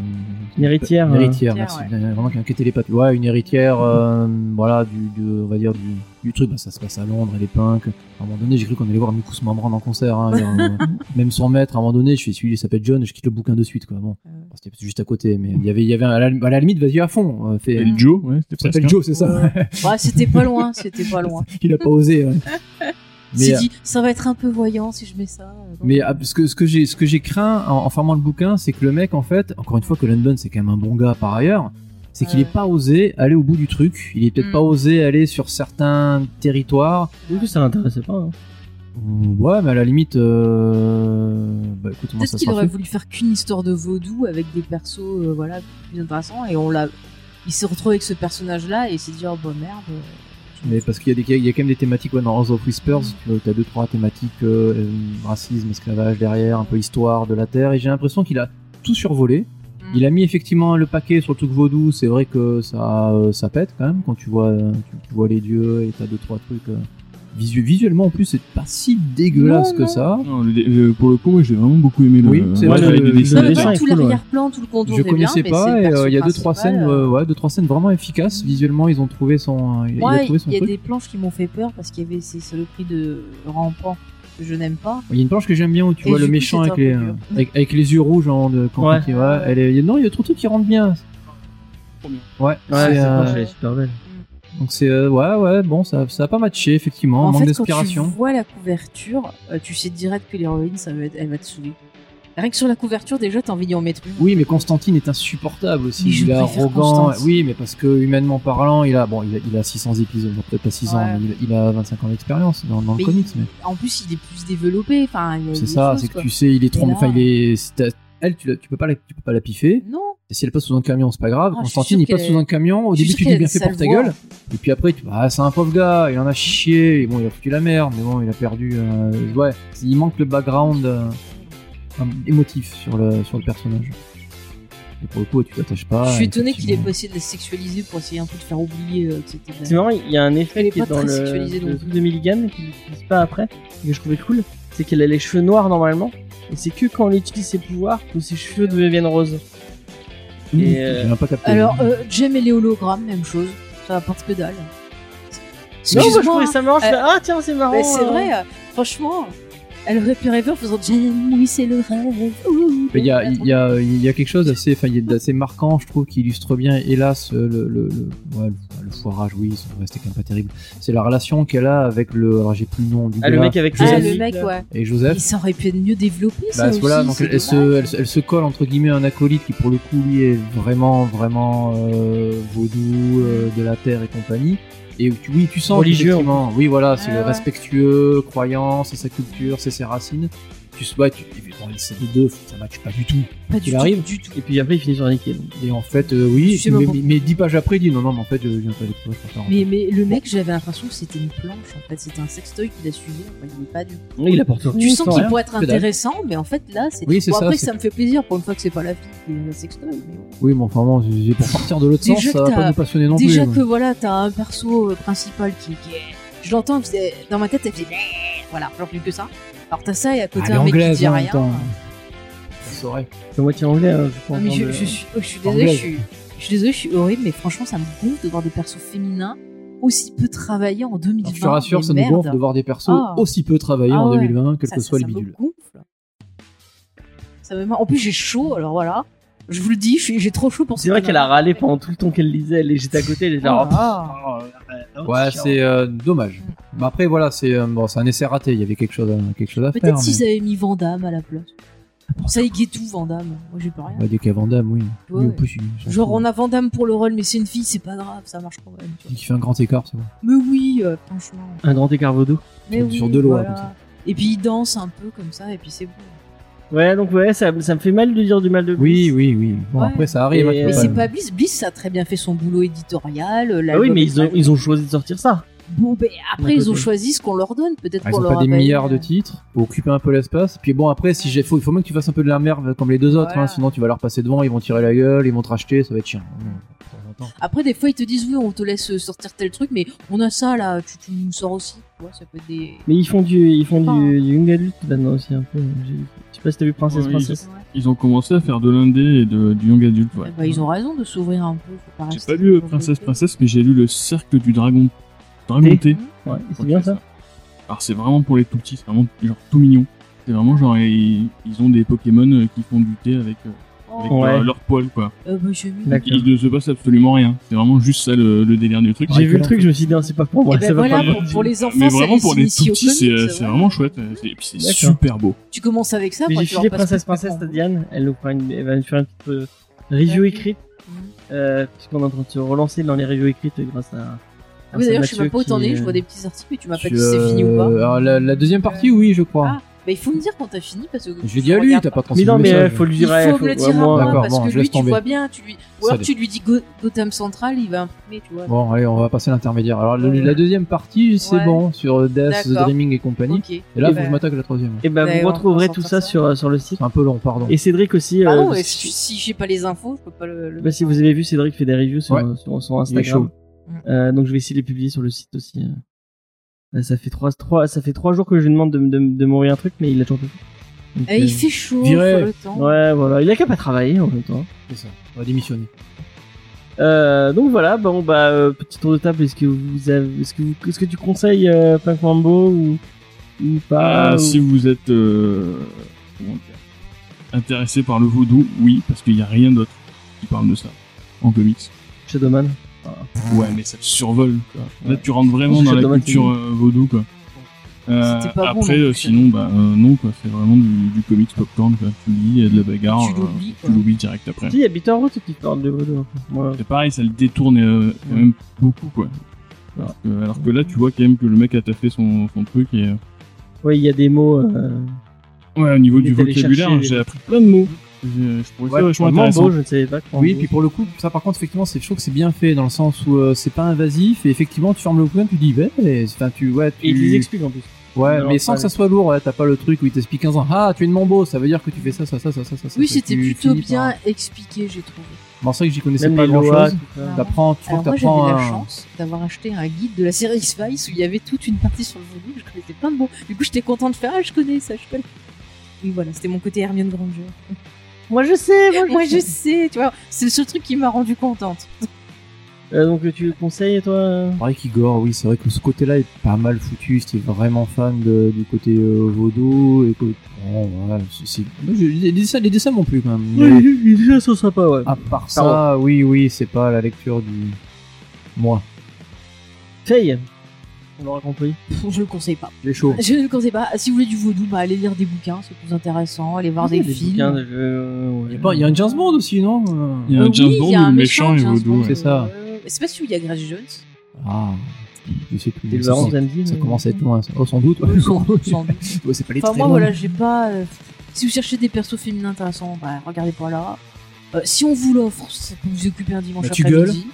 Speaker 2: Une héritière,
Speaker 3: Une héritière,
Speaker 5: euh,
Speaker 3: merci.
Speaker 5: héritière,
Speaker 3: Il y en a Vraiment qui inquiétait les papiers. Ouais, une héritière, euh, voilà, du, du- on va dire, du, du truc. Bah, ça se passe à Londres, elle est punk. À un moment donné, j'ai cru qu'on allait voir Mikus Membrane en concert. hein. Euh, même son maître, à un moment donné, je suis celui, il s'appelle John, je quitte le bouquin de suite. Quoi. Bon,
Speaker 5: Ouais.
Speaker 3: Alors, c'était juste à côté, mais il y avait, il y avait un- à, la, à la limite, vas-y à fond. euh, fais-
Speaker 4: Et Joe, ouais, c'était
Speaker 3: il s'appelle
Speaker 4: presque,
Speaker 3: Joe, c'est ça
Speaker 5: Ouais, c'était pas loin, c'était pas loin.
Speaker 3: Il a pas osé. ouais.
Speaker 5: Il s'est
Speaker 3: euh,
Speaker 5: dit Ça va être un peu voyant si je mets ça. euh, donc-
Speaker 3: Mais ah, ce que, ce que j'ai ce que j'ai craint en, en fermant le bouquin, c'est que le mec, en fait, encore une fois, que Dunn, c'est quand même un bon gars par ailleurs, c'est qu'il
Speaker 5: Ouais.
Speaker 3: n'est pas osé aller au bout du truc. Il est peut-être
Speaker 5: Mm.
Speaker 3: pas osé aller sur certains territoires.
Speaker 2: Du coup, ça l'intéressait pas. hein.
Speaker 3: Ouh, Ouais, mais à la limite, euh... bah écoute, moi
Speaker 5: Peut-être
Speaker 3: ça
Speaker 5: qu'il
Speaker 3: sera
Speaker 5: aurait
Speaker 3: fait.
Speaker 5: voulu faire qu'une histoire de vaudou avec des persos euh, voilà, plus intéressants et on l'a. Il s'est retrouvé avec ce personnage-là et il s'est dit Oh bah merde. euh, je m'en
Speaker 3: Mais
Speaker 5: fous.
Speaker 3: parce qu'il y, a des- il y a quand même des thématiques ouais, dans House of Whispers, tu as deux trois thématiques euh, euh, racisme, esclavage derrière, un peu histoire de la terre, et j'ai l'impression qu'il a tout survolé.
Speaker 5: Mm.
Speaker 3: Il a mis effectivement le paquet sur le truc vaudou, c'est vrai que ça, euh, ça pète quand même quand tu vois, euh, tu, tu vois les dieux et t'as deux trois trucs. euh, visu- visuellement en plus, c'est pas si dégueulasse
Speaker 5: Non,
Speaker 3: que
Speaker 5: non.
Speaker 3: ça.
Speaker 4: Non, le dé- le- pour le coup, moi, j'ai vraiment beaucoup aimé le,
Speaker 3: Oui, c'est
Speaker 2: vrai,
Speaker 4: travail
Speaker 2: le-
Speaker 4: des
Speaker 2: le
Speaker 4: dessins.
Speaker 5: Non, mais
Speaker 2: dessin
Speaker 5: voilà,
Speaker 2: est
Speaker 5: tout
Speaker 2: cool, ouais.
Speaker 5: l'arrière-plan, tout le contour
Speaker 3: Je
Speaker 5: est bien,
Speaker 3: connaissais
Speaker 5: mais
Speaker 3: pas
Speaker 5: c'est le
Speaker 3: et euh, il y a
Speaker 5: perso
Speaker 3: deux trois
Speaker 5: principal,
Speaker 3: scènes,
Speaker 5: euh,
Speaker 3: euh, ouais, deux trois scènes vraiment efficaces. Visuellement, ils ont trouvé son, euh, il a
Speaker 5: Moi,
Speaker 3: trouvé son
Speaker 5: il y a
Speaker 3: truc.
Speaker 5: des planches qui m'ont fait peur parce qu'il y avait ces saloperies de rampants que je n'aime pas.
Speaker 3: Il y a une planche que j'aime bien où tu
Speaker 5: Et
Speaker 3: vois
Speaker 5: du
Speaker 3: le
Speaker 5: coup,
Speaker 3: méchant
Speaker 5: c'est
Speaker 3: avec
Speaker 5: un peu
Speaker 3: les, euh,
Speaker 5: dur.
Speaker 3: avec, avec les yeux rouges. Hein, de, quand
Speaker 2: Ouais.
Speaker 3: quand il va, elle est- non, il y a trop de trucs qui rentrent bien. Ouais,
Speaker 2: Ouais,
Speaker 3: c'est,
Speaker 2: cette
Speaker 3: euh,
Speaker 2: planche, elle est super belle.
Speaker 3: donc c'est euh, ouais, ouais, bon, ça, ça a pas matché effectivement,
Speaker 5: en
Speaker 3: manque
Speaker 5: fait, quand tu
Speaker 3: d'inspiration.
Speaker 5: vois la couverture, euh, tu sais direct que l'héroïne, ça va être- elle va te saouler. Rien que sur la couverture, déjà, t'as envie d'y en mettre une.
Speaker 3: Oui, mais Constantine est insupportable aussi.
Speaker 5: Mais je
Speaker 3: il est
Speaker 5: préfère
Speaker 3: arrogant.
Speaker 5: Constantine.
Speaker 3: Oui, mais parce que humainement parlant, il a bon, il a, il a 600 épisodes, bon, peut-être pas 6 ans,
Speaker 5: Ouais.
Speaker 3: mais il, il a 25 ans d'expérience dans, dans le
Speaker 5: Mais
Speaker 3: comics.
Speaker 5: il-
Speaker 3: Mais
Speaker 5: En plus, il est plus développé. Enfin, il y a
Speaker 3: c'est
Speaker 5: des
Speaker 3: ça,
Speaker 5: choses,
Speaker 3: c'est que
Speaker 5: quoi.
Speaker 3: tu sais, il est trop.
Speaker 5: là-
Speaker 3: Enfin, il est. si t'as- Elle, tu, la- tu peux pas la, tu peux pas la piffer.
Speaker 5: Non,
Speaker 3: Et si elle passe sous un camion, c'est pas grave.
Speaker 5: Ah, je suis
Speaker 3: Constantine,
Speaker 5: sûre
Speaker 3: il passe
Speaker 5: qu'elle-
Speaker 3: sous un camion. Au
Speaker 5: je suis
Speaker 3: début,
Speaker 5: sûre
Speaker 3: tu
Speaker 5: qu'elle
Speaker 3: dis bien
Speaker 5: a
Speaker 3: fait
Speaker 5: sa
Speaker 3: pour ta
Speaker 5: voix.
Speaker 3: gueule. Et puis après, tu ah, c'est un pauvre gars, il en a chié. Et bon, il a foutu la merde, mais bon, il a perdu. euh, Ouais, il manque le background euh, un- émotif sur le, sur le personnage. Et pour le coup, tu t'attaches pas.
Speaker 5: je suis étonné qu'il ait
Speaker 3: effectivement.
Speaker 5: pas essayé de la sexualiser pour essayer un peu de faire oublier euh, que c'était.
Speaker 2: C'est marrant, il y a un
Speaker 5: Elle
Speaker 2: effet
Speaker 5: est
Speaker 2: qui est
Speaker 5: pas
Speaker 2: dans
Speaker 5: très
Speaker 2: le,
Speaker 5: sexualisée,
Speaker 2: le
Speaker 5: donc.
Speaker 2: truc de Milligan, qui n'utilise pas après, et que je trouvais cool, c'est qu'elle a les cheveux noirs normalement, et c'est que quand elle utilise ses pouvoirs que ses cheveux deviennent roses.
Speaker 3: Mmh,
Speaker 2: Et, euh,
Speaker 3: j'ai même pas capté.
Speaker 5: Alors, euh, Jem et les hologrammes, même chose. Ça apporte que dalle.
Speaker 2: Non, moi
Speaker 5: Excuse-moi,
Speaker 2: je trouvais ça marrant, je
Speaker 5: euh,
Speaker 2: fais, ah tiens, c'est marrant.
Speaker 5: Mais c'est
Speaker 3: hein.
Speaker 2: euh.
Speaker 5: vrai, euh, franchement, elle aurait pu rêver en faisant J'aime, oui, c'est le rêve. Ouh,
Speaker 3: Mais Il y a,
Speaker 5: la
Speaker 3: il y, a, il y a quelque chose d'assez, enfin, il y a d'assez marquant, je trouve, qui illustre bien, hélas, euh, le, le, le, ouais, le- le foirage, oui, ça reste quand même pas terrible. C'est la relation qu'elle a avec le. Alors, j'ai plus le nom du
Speaker 2: Ah, le
Speaker 3: gars.
Speaker 2: mec avec
Speaker 5: Ah,
Speaker 2: ses
Speaker 5: le
Speaker 2: amis,
Speaker 5: mec,
Speaker 2: là.
Speaker 5: ouais.
Speaker 3: Et Joseph.
Speaker 5: Et ça aurait pu être mieux développé, ça.
Speaker 3: Bah,
Speaker 5: aussi,
Speaker 3: voilà, donc
Speaker 5: c'est
Speaker 3: elle, elle se,
Speaker 5: dommage.
Speaker 3: elle, se- elle se colle entre guillemets à un acolyte qui pour le coup lui est vraiment vraiment euh, vaudou euh, de la terre et compagnie. Et tu- oui, tu sens
Speaker 2: Religieux,
Speaker 3: effectivement, oui voilà, c'est
Speaker 5: Ah
Speaker 3: le
Speaker 5: ouais.
Speaker 3: respectueux, croyant, c'est sa culture, c'est ses racines. Tu sais, ouais, tu, bon, c'est les deux, ça matche pas du tout.
Speaker 5: Pas du
Speaker 3: il
Speaker 5: tout,
Speaker 3: arrive.
Speaker 5: du tout.
Speaker 2: euh. Et puis après, il finit sur Nicky. donc.
Speaker 3: Et en fait, euh, oui,
Speaker 5: Tu sais
Speaker 3: mais,
Speaker 5: pas
Speaker 3: mais, mais dix pages après, il dit non non, mais en fait, je viens pas des je préfère.
Speaker 5: Mais, mais le mec, j'avais l'impression que c'était une planche, en fait. C'était un sextoy qu'il a suivi. enfin, il est pas du
Speaker 2: Il apporte rien.
Speaker 5: Tu sens
Speaker 2: sans
Speaker 5: qu'il
Speaker 2: rien.
Speaker 5: pourrait être
Speaker 3: que dalle.
Speaker 5: intéressant, mais en fait, là, c'est.
Speaker 3: Oui, c'est
Speaker 5: bon,
Speaker 3: ça,
Speaker 5: après,
Speaker 3: c'est-
Speaker 5: ça me fait plaisir pour une fois que c'est pas la fille qui est un sextoy. mais bon.
Speaker 3: Oui, mais enfin bon, c'est- pour partir de l'autre
Speaker 5: Déjà
Speaker 3: sens,
Speaker 5: que
Speaker 3: ça va
Speaker 5: t'as-
Speaker 3: pas nous passionner non
Speaker 5: Déjà
Speaker 3: plus.
Speaker 5: que voilà, t'as un perso euh, principal qui, qui est. Je l'entends, elle faisait- dans ma tête, elle fait. Voilà, j'en plus que ça. Alors t'as ça et à
Speaker 3: Ah,
Speaker 5: côté
Speaker 3: elle est
Speaker 5: un mec qui
Speaker 3: anglaise
Speaker 5: dit
Speaker 3: hein, en même
Speaker 5: rien.
Speaker 3: temps. Ça saurait.
Speaker 2: C'est moitié anglais, hein, je pense.
Speaker 5: Non, Ah, mais
Speaker 2: hein,
Speaker 5: je,
Speaker 2: de-
Speaker 5: je suis, je suis désolée, je
Speaker 3: Anglaise.
Speaker 5: suis, je suis désolée, je suis horrible, mais franchement, ça me gonfle de voir des persos féminins aussi peu travaillé en 2020.
Speaker 3: Alors, je te rassure,
Speaker 5: mais
Speaker 3: ça nous
Speaker 5: merde.
Speaker 3: gonfle de voir des persos
Speaker 5: Ah.
Speaker 3: aussi peu travaillés
Speaker 5: Ah
Speaker 3: en
Speaker 5: ouais.
Speaker 3: 2020, quel
Speaker 5: Ça-
Speaker 3: que
Speaker 5: ça-
Speaker 3: soit
Speaker 5: ça
Speaker 3: le
Speaker 5: me
Speaker 3: bidule.
Speaker 5: gonfle. Ça me mar- En plus, j'ai chaud, alors voilà. Je vous le dis, je suis- j'ai trop chaud pour
Speaker 2: C'est vrai qu'elle a râlé pendant tout le temps qu'elle lisait. Elle- J'étais à côté, elle était genre.
Speaker 5: Ah.
Speaker 2: oh, euh, euh,
Speaker 3: Ouais,
Speaker 2: chiant.
Speaker 3: c'est euh, dommage.
Speaker 5: Mm.
Speaker 3: Mais après, voilà, c'est euh, bon, c'est un essai raté. Il y avait quelque chose à, quelque chose à faire.
Speaker 5: Peut-être s'ils
Speaker 3: mais-
Speaker 5: avaient mis Vandame à la place. Ça y est, tout Vandame. Moi, j'ai pas rien.
Speaker 3: Ah, Ouais, dès qu'il y a Van Damme, oui.
Speaker 5: Ouais,
Speaker 3: Lui, en
Speaker 5: ouais.
Speaker 3: plus, il- s'en
Speaker 5: Genre,
Speaker 3: fout.
Speaker 5: on a Vandame pour le rôle, mais c'est une fille, c'est pas grave, ça marche quand même. tu vois.
Speaker 3: Il fait un grand écart, c'est bon.
Speaker 5: Mais oui, euh, franchement.
Speaker 2: Un grand écart vaudou.
Speaker 5: Mais
Speaker 3: Sur-
Speaker 5: oui,
Speaker 3: sur deux lois,
Speaker 5: voilà.
Speaker 3: comme ça.
Speaker 5: Et puis il danse un peu comme ça, et puis c'est bon.
Speaker 2: Ouais, donc ouais, ça, ça me fait mal de dire du mal de
Speaker 3: Oui,
Speaker 2: Bliss.
Speaker 3: oui, oui. Bon,
Speaker 5: Ouais.
Speaker 3: après, ça arrive.
Speaker 2: Et-
Speaker 3: hein, tu
Speaker 2: Mais
Speaker 5: Mais
Speaker 3: peux
Speaker 5: c'est pas Bliss. Bliss ça a très bien fait son boulot éditorial. euh,
Speaker 2: Ah oui,
Speaker 5: l'album
Speaker 2: mais
Speaker 5: est
Speaker 2: ils ont,
Speaker 5: pas-
Speaker 2: ils ont choisi de sortir ça.
Speaker 5: Bon, ben, après,
Speaker 2: D'un
Speaker 5: ils ont
Speaker 2: côté.
Speaker 5: choisi ce qu'on leur donne, peut-être
Speaker 3: Ah, ils
Speaker 5: pour
Speaker 3: ont
Speaker 5: leur euh,
Speaker 3: pas des
Speaker 5: rappel.
Speaker 3: milliards de titres pour occuper un peu l'espace. Puis bon, après, si j'ai, faut, il faut même que tu fasses un peu de la merde comme les deux autres,
Speaker 5: Voilà.
Speaker 3: hein, sinon tu vas leur passer devant, ils vont tirer la gueule, ils vont te racheter, ça va être chiant.
Speaker 5: Après, des fois, ils te disent, oui, on te laisse sortir tel truc, mais on a ça, là, tu, tu nous sors aussi. Ouais, ça peut être des...
Speaker 2: Mais ils font du, ils font
Speaker 5: Ah.
Speaker 2: du, du young adult maintenant aussi un peu. J'ai- Je sais pas si t'as vu Princesse
Speaker 4: Ouais,
Speaker 2: Princesse.
Speaker 5: Ouais.
Speaker 4: Ils ont commencé à faire de l'indé et de, du young adult. Ouais.
Speaker 5: Eh ben, ils ont raison de s'ouvrir un peu. Faut pas
Speaker 4: J'ai
Speaker 5: rester
Speaker 4: pas lu euh,
Speaker 5: dans
Speaker 4: Princesse
Speaker 5: le-
Speaker 4: Princesse, mais j'ai lu le cercle du dragon. Dragon
Speaker 2: Thé.
Speaker 4: Thé.
Speaker 2: Ouais, c'est
Speaker 4: Ok,
Speaker 2: bien ça.
Speaker 4: Alors c'est vraiment pour les tout petits, c'est vraiment genre tout mignon. C'est vraiment genre ils, ils ont des Pokémon euh, qui font du thé avec, euh, avec
Speaker 5: Oh,
Speaker 2: Ouais.
Speaker 4: leur, leur poil quoi.
Speaker 5: euh, bah, j'ai mis.
Speaker 2: D'accord.
Speaker 4: Il ne se passe absolument rien. C'est vraiment juste ça le, le délire du truc.
Speaker 2: J'ai vu le truc, je me suis dit, non, c'est pas pour moi.
Speaker 5: Eh ben
Speaker 2: ça va
Speaker 5: voilà,
Speaker 2: pas me-
Speaker 5: pour, pour les enfants,
Speaker 4: Mais
Speaker 5: ça
Speaker 4: vraiment
Speaker 5: les
Speaker 4: pour les
Speaker 5: initie
Speaker 4: tout
Speaker 5: aux
Speaker 4: petits, c'est, euh,
Speaker 5: comics,
Speaker 4: c'est
Speaker 5: ouais.
Speaker 4: vraiment chouette. euh, c'est- Et puis c'est
Speaker 2: D'accord.
Speaker 4: super beau.
Speaker 5: Tu commences avec ça,
Speaker 2: Mais
Speaker 5: après,
Speaker 2: j'ai
Speaker 5: tu leur
Speaker 2: filé
Speaker 5: passes
Speaker 2: Princesse
Speaker 5: plus de
Speaker 2: Princesse à
Speaker 5: temps.
Speaker 2: Diane, elle nous fera une, elle va nous faire une petite euh, review
Speaker 5: Ouais.
Speaker 2: écrite,
Speaker 5: Mhm.
Speaker 2: euh, puisqu'on est en train de se relancer dans les reviews écrites grâce à.
Speaker 5: Ah oui, d'ailleurs, je sais même pas où t'en es,
Speaker 2: étonné,
Speaker 5: je vois des petits articles, mais tu m'as pas dit si c'est fini ou pas.
Speaker 3: euh, la, la deuxième partie, oui, je crois.
Speaker 5: Ah, bah, il faut me dire quand t'as fini, parce que.
Speaker 3: je
Speaker 5: tu
Speaker 3: lui dis à lui,
Speaker 5: regardes
Speaker 3: t'as pas
Speaker 2: Mais
Speaker 3: transmis
Speaker 2: non,
Speaker 3: le
Speaker 2: mais euh,
Speaker 3: message.
Speaker 2: faut le
Speaker 5: Il
Speaker 2: dire à elle.
Speaker 5: faut me le
Speaker 2: ouais,
Speaker 5: dire à
Speaker 2: moi,
Speaker 5: moi,
Speaker 3: D'accord,
Speaker 5: parce
Speaker 3: bon,
Speaker 5: que
Speaker 3: je
Speaker 5: lui,
Speaker 3: laisse
Speaker 5: tu
Speaker 3: tomber.
Speaker 5: vois bien, tu lui... ou
Speaker 3: Ça
Speaker 5: alors tu lui dis Go- Gotham Central, il va imprimer, tu vois.
Speaker 3: Bon, allez, on va passer à l'intermédiaire. Alors, le-
Speaker 5: Ouais.
Speaker 3: la deuxième partie, c'est
Speaker 5: Ouais.
Speaker 3: bon, sur euh, Death, The
Speaker 5: D'accord.
Speaker 3: Dreaming et compagnie.
Speaker 5: Ok.
Speaker 3: Et là,
Speaker 5: Eh
Speaker 3: faut que je
Speaker 5: ben,
Speaker 3: m'attaque à la troisième.
Speaker 2: Et ben,
Speaker 5: Ouais,
Speaker 2: vous
Speaker 5: on
Speaker 2: retrouverez
Speaker 5: s'en
Speaker 2: tout
Speaker 5: sort
Speaker 2: ça
Speaker 5: ça.
Speaker 2: sur, euh, sur le site.
Speaker 3: C'est un peu long, pardon.
Speaker 2: Et Cédric aussi.
Speaker 5: Bah
Speaker 2: euh,
Speaker 5: non, ouais, si,
Speaker 2: si-
Speaker 5: si j'ai pas les infos, je peux pas le.
Speaker 2: je
Speaker 5: le-
Speaker 2: sais pas si vous avez vu, Cédric fait des reviews sur,
Speaker 3: Ouais.
Speaker 2: euh, sur son
Speaker 3: Il est
Speaker 2: Instagram.
Speaker 3: chaud.
Speaker 5: Mm.
Speaker 2: Euh, donc je vais essayer de les publier sur le site aussi. euh. Euh, Ça fait trois, trois, ça fait trois jours que je lui demande de, m- de, m- de m'envoyer un truc, mais il a toujours pas fait. Donc,
Speaker 5: Eh, il
Speaker 2: euh,
Speaker 5: fait chaud,
Speaker 3: Virer.
Speaker 5: faut le temps.
Speaker 2: Ouais, voilà. Il a qu'à pas travailler en même temps.
Speaker 3: C'est ça. On va démissionner.
Speaker 2: Euh, donc voilà, bon bah euh, petit tour de table. Est-ce que vous avez, est-ce que vous, est-ce que tu conseilles euh, Punk Mambo ou, ou pas
Speaker 4: Ah,
Speaker 2: ou-
Speaker 4: Si vous êtes euh, comment dire, intéressé par le vaudou, oui, parce qu'il n'y a rien d'autre qui parle de ça en comics.
Speaker 2: Shadowman.
Speaker 4: Ouais, mais ça te survole. Quoi. Là,
Speaker 2: Ouais.
Speaker 4: tu rentres vraiment
Speaker 2: Je
Speaker 4: dans la
Speaker 2: dommage,
Speaker 4: culture euh, vaudou, quoi. Euh,
Speaker 5: C'était pas bon,
Speaker 4: après,
Speaker 5: non.
Speaker 4: euh, sinon, bah euh, non, quoi. C'est vraiment du, du comics popcorn, quoi. Tu lis, il y a de la bagarre,
Speaker 5: Tu l'oublies,
Speaker 4: euh,
Speaker 5: quoi.
Speaker 4: tu l'oublies direct après.
Speaker 2: Si, il y a Bitterroot qui parle de hein, Voodoo. Ouais.
Speaker 4: C'est pareil, ça le détourne euh, quand même beaucoup, quoi. Alors que, alors que là, tu vois quand même que le mec a taffé son, son truc et. euh,
Speaker 2: Ouais, il y a des mots. euh,
Speaker 4: Ouais, au niveau
Speaker 2: Il
Speaker 4: du
Speaker 2: est allé
Speaker 4: vocabulaire, hein,
Speaker 2: chercher-
Speaker 4: j'ai appris plein de mots. Je, je trouvais
Speaker 3: Ouais,
Speaker 4: ça vachement
Speaker 2: Mambo,
Speaker 4: intéressant.
Speaker 2: je ne savais pas. que Mambo-
Speaker 3: Oui, puis pour le coup, ça par contre, effectivement, c'est, je trouve que c'est bien fait dans le sens où euh, c'est pas invasif et effectivement, tu fermes le bouquin, tu dis, ben, et- enfin, tu, ouais, tu,
Speaker 2: Et il les explique en plus.
Speaker 3: ouais,
Speaker 2: Alors,
Speaker 3: mais sans
Speaker 2: pas
Speaker 3: que ça soit lourd, ouais, t'as pas le truc où il t'explique 15 ans, ah, tu es une mambo, ça veut dire que tu fais ça, ça, ça, ça, ça, ça.
Speaker 5: Oui,
Speaker 3: ça,
Speaker 5: c'était
Speaker 3: tu
Speaker 5: plutôt
Speaker 3: finis par-
Speaker 5: bien expliqué, j'ai trouvé.
Speaker 3: Bon, c'est vrai que j'y connaissais
Speaker 2: Même
Speaker 3: pas
Speaker 2: les
Speaker 3: grand
Speaker 2: lois,
Speaker 3: chose.
Speaker 2: tout ça.
Speaker 3: T'apprends, tu crois
Speaker 5: Alors
Speaker 3: que
Speaker 5: moi,
Speaker 3: t'apprends
Speaker 5: j'avais la
Speaker 3: un-
Speaker 5: chance d'avoir acheté un guide de la série X-Files où il y avait toute une partie sur le voodoo, je connaissais plein de mots. Du coup, j'étais content de faire, ah, je connais ça, je connais. Oui, voilà, c'était mon côté Hermione Granger.
Speaker 2: Moi je sais, moi je,
Speaker 5: Moi, je sais, tu vois, c'est le seul truc qui m'a rendu contente.
Speaker 2: Euh, donc tu le conseilles toi euh
Speaker 3: Pareil qu'Igor, oui, c'est vrai que ce côté-là est pas mal foutu. Si t'es vraiment fan de- du côté euh, vaudou, et que- bon, voilà, c'est- c'est- moi, je- les dessins, les dessins m'ont plu quand même. Mais-
Speaker 2: les dessins sont sympas, ouais.
Speaker 3: À part ça, oui, oui, c'est pas la lecture du. Moi.
Speaker 2: Faye On l'aura compris.
Speaker 5: Pff, Je le conseille pas.
Speaker 3: J'ai chaud.
Speaker 5: Je ne le conseille pas. Si vous voulez du vaudou, bah, allez lire des bouquins, c'est plus intéressant. Allez voir des
Speaker 2: Les
Speaker 5: films.
Speaker 2: bouquins de jeux, euh, ouais.
Speaker 3: Il y a pas- il y a un James Bond aussi, non
Speaker 4: Il y a
Speaker 5: Euh,
Speaker 4: un James
Speaker 5: oui,
Speaker 4: Bond
Speaker 5: il y a
Speaker 4: où
Speaker 5: un
Speaker 4: le
Speaker 5: méchant,
Speaker 4: méchant est
Speaker 5: James
Speaker 4: vaudou. hein.
Speaker 5: Bond,
Speaker 4: ouais.
Speaker 3: C'est ça.
Speaker 5: Euh, je sais pas si il y a Grace Jones.
Speaker 3: Ah, je sais plus.
Speaker 2: Des
Speaker 3: mais ça,
Speaker 2: Laurent
Speaker 3: ça,
Speaker 2: Zanzi,
Speaker 3: ça
Speaker 2: mais-
Speaker 3: commence à être loin. ça. Oh, sans doute.
Speaker 5: Euh, sans doute, sans doute.
Speaker 3: Ouais, c'est pas les
Speaker 5: Enfin,
Speaker 3: très
Speaker 5: moi,
Speaker 3: longs.
Speaker 5: voilà, j'ai pas. euh, Si vous cherchez des persos féminins intéressants, bah, regardez par là. Euh, si on vous l'offre, ça peut vous occuper un dimanche
Speaker 3: Bah, tu
Speaker 5: après-midi.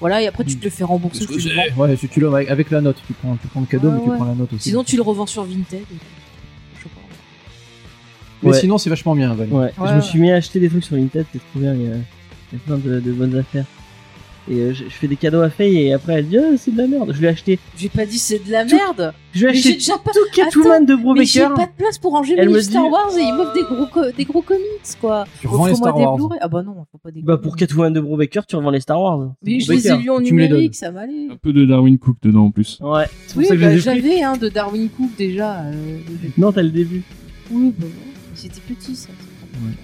Speaker 5: Voilà, et après, tu te le fais rembourser.
Speaker 3: Qu'est-ce
Speaker 5: tu
Speaker 3: que
Speaker 5: le
Speaker 3: c'est
Speaker 5: vends.
Speaker 3: Ouais, tu, tu l'as avec, avec la note. Tu prends, tu prends le cadeau,
Speaker 5: Ouais,
Speaker 3: mais tu
Speaker 5: Ah ouais.
Speaker 3: prends la note aussi.
Speaker 5: Sinon, tu le revends sur Vinted. Je sais pas.
Speaker 3: Mais
Speaker 2: Ouais.
Speaker 3: sinon, c'est vachement bien, Val.
Speaker 2: Ouais, je me
Speaker 5: ouais.
Speaker 2: suis mis à acheter des trucs sur Vinted, c'est trop bien, il y a, il y a plein de, de bonnes affaires. Et euh, je, je fais des cadeaux à Faye et après elle dit Ah, c'est de la merde. Je lui ai acheté,
Speaker 5: J'ai pas dit c'est de la
Speaker 2: Tout-
Speaker 5: merde.
Speaker 2: je lui ai
Speaker 5: Mais j'ai
Speaker 2: acheté
Speaker 5: déjà pas.
Speaker 2: tout Catwoman de
Speaker 5: Mais j'ai
Speaker 2: Brubaker.
Speaker 5: pas de place pour ranger
Speaker 2: Elle
Speaker 5: mes
Speaker 2: me
Speaker 5: livres Star
Speaker 2: dit-
Speaker 5: Wars et ils m'offrent des gros, co- des gros comics quoi.
Speaker 3: Tu revends les
Speaker 5: Offre-moi
Speaker 3: Star
Speaker 5: des
Speaker 3: Wars.
Speaker 5: Blu-ray. Ah bah non, faut pas des.
Speaker 2: Bah pour Catwoman de Brubaker, tu revends les Star Wars.
Speaker 5: Mais je les
Speaker 2: Brubaker.
Speaker 5: ai lus en
Speaker 3: Tu me les
Speaker 5: numérique, ça m'allait.
Speaker 4: Un peu de Darwin Cook dedans en plus.
Speaker 2: Ouais, c'est pour
Speaker 5: Oui,
Speaker 2: ça que
Speaker 5: bah,
Speaker 2: je les ai pris.
Speaker 5: j'avais un de Darwin Cook déjà. euh, de-
Speaker 2: Non, t'as le début.
Speaker 5: Oui, bah, ouais. c'était petit ça.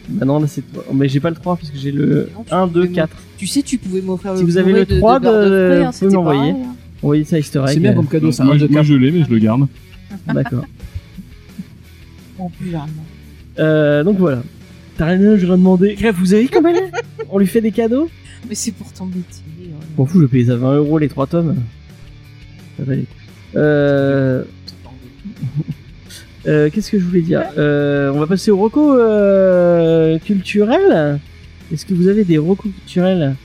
Speaker 2: Bah non, là, c'est... mais j'ai pas le 3 parce que j'ai le
Speaker 5: Non, tu
Speaker 2: 1,
Speaker 5: pouvais
Speaker 2: 2,
Speaker 5: me-
Speaker 2: 4.
Speaker 5: Tu sais, tu pouvais m'offrir
Speaker 2: Si
Speaker 5: le
Speaker 2: vous avez
Speaker 5: Blu-ray
Speaker 2: le 3
Speaker 5: Bird of
Speaker 2: de-
Speaker 5: Prey, hein,
Speaker 2: vous
Speaker 5: c'était
Speaker 2: m'envoyez.
Speaker 5: pareil, hein.
Speaker 2: Oui, ça, Easter
Speaker 3: C'est
Speaker 2: egg.
Speaker 3: bien
Speaker 2: euh,
Speaker 3: comme cadeau, ça.
Speaker 4: moi,
Speaker 3: un de
Speaker 4: moi,
Speaker 3: quatre.
Speaker 4: je l'ai mais je le garde.
Speaker 2: D'accord.
Speaker 5: Bon, plus rarement.
Speaker 2: Euh, donc voilà. T'as rien je lui ai demandé. Grève, vous avez combien là On lui fait des cadeaux
Speaker 5: Mais c'est pour t'embêter. hein.
Speaker 2: Je m'en fous, je paye ça 20 euros les 3 tomes. Ça va aller. Euh... euh, Qu'est-ce que je voulais dire euh, On va passer aux recos euh, culturels. Est-ce que vous avez des recos culturels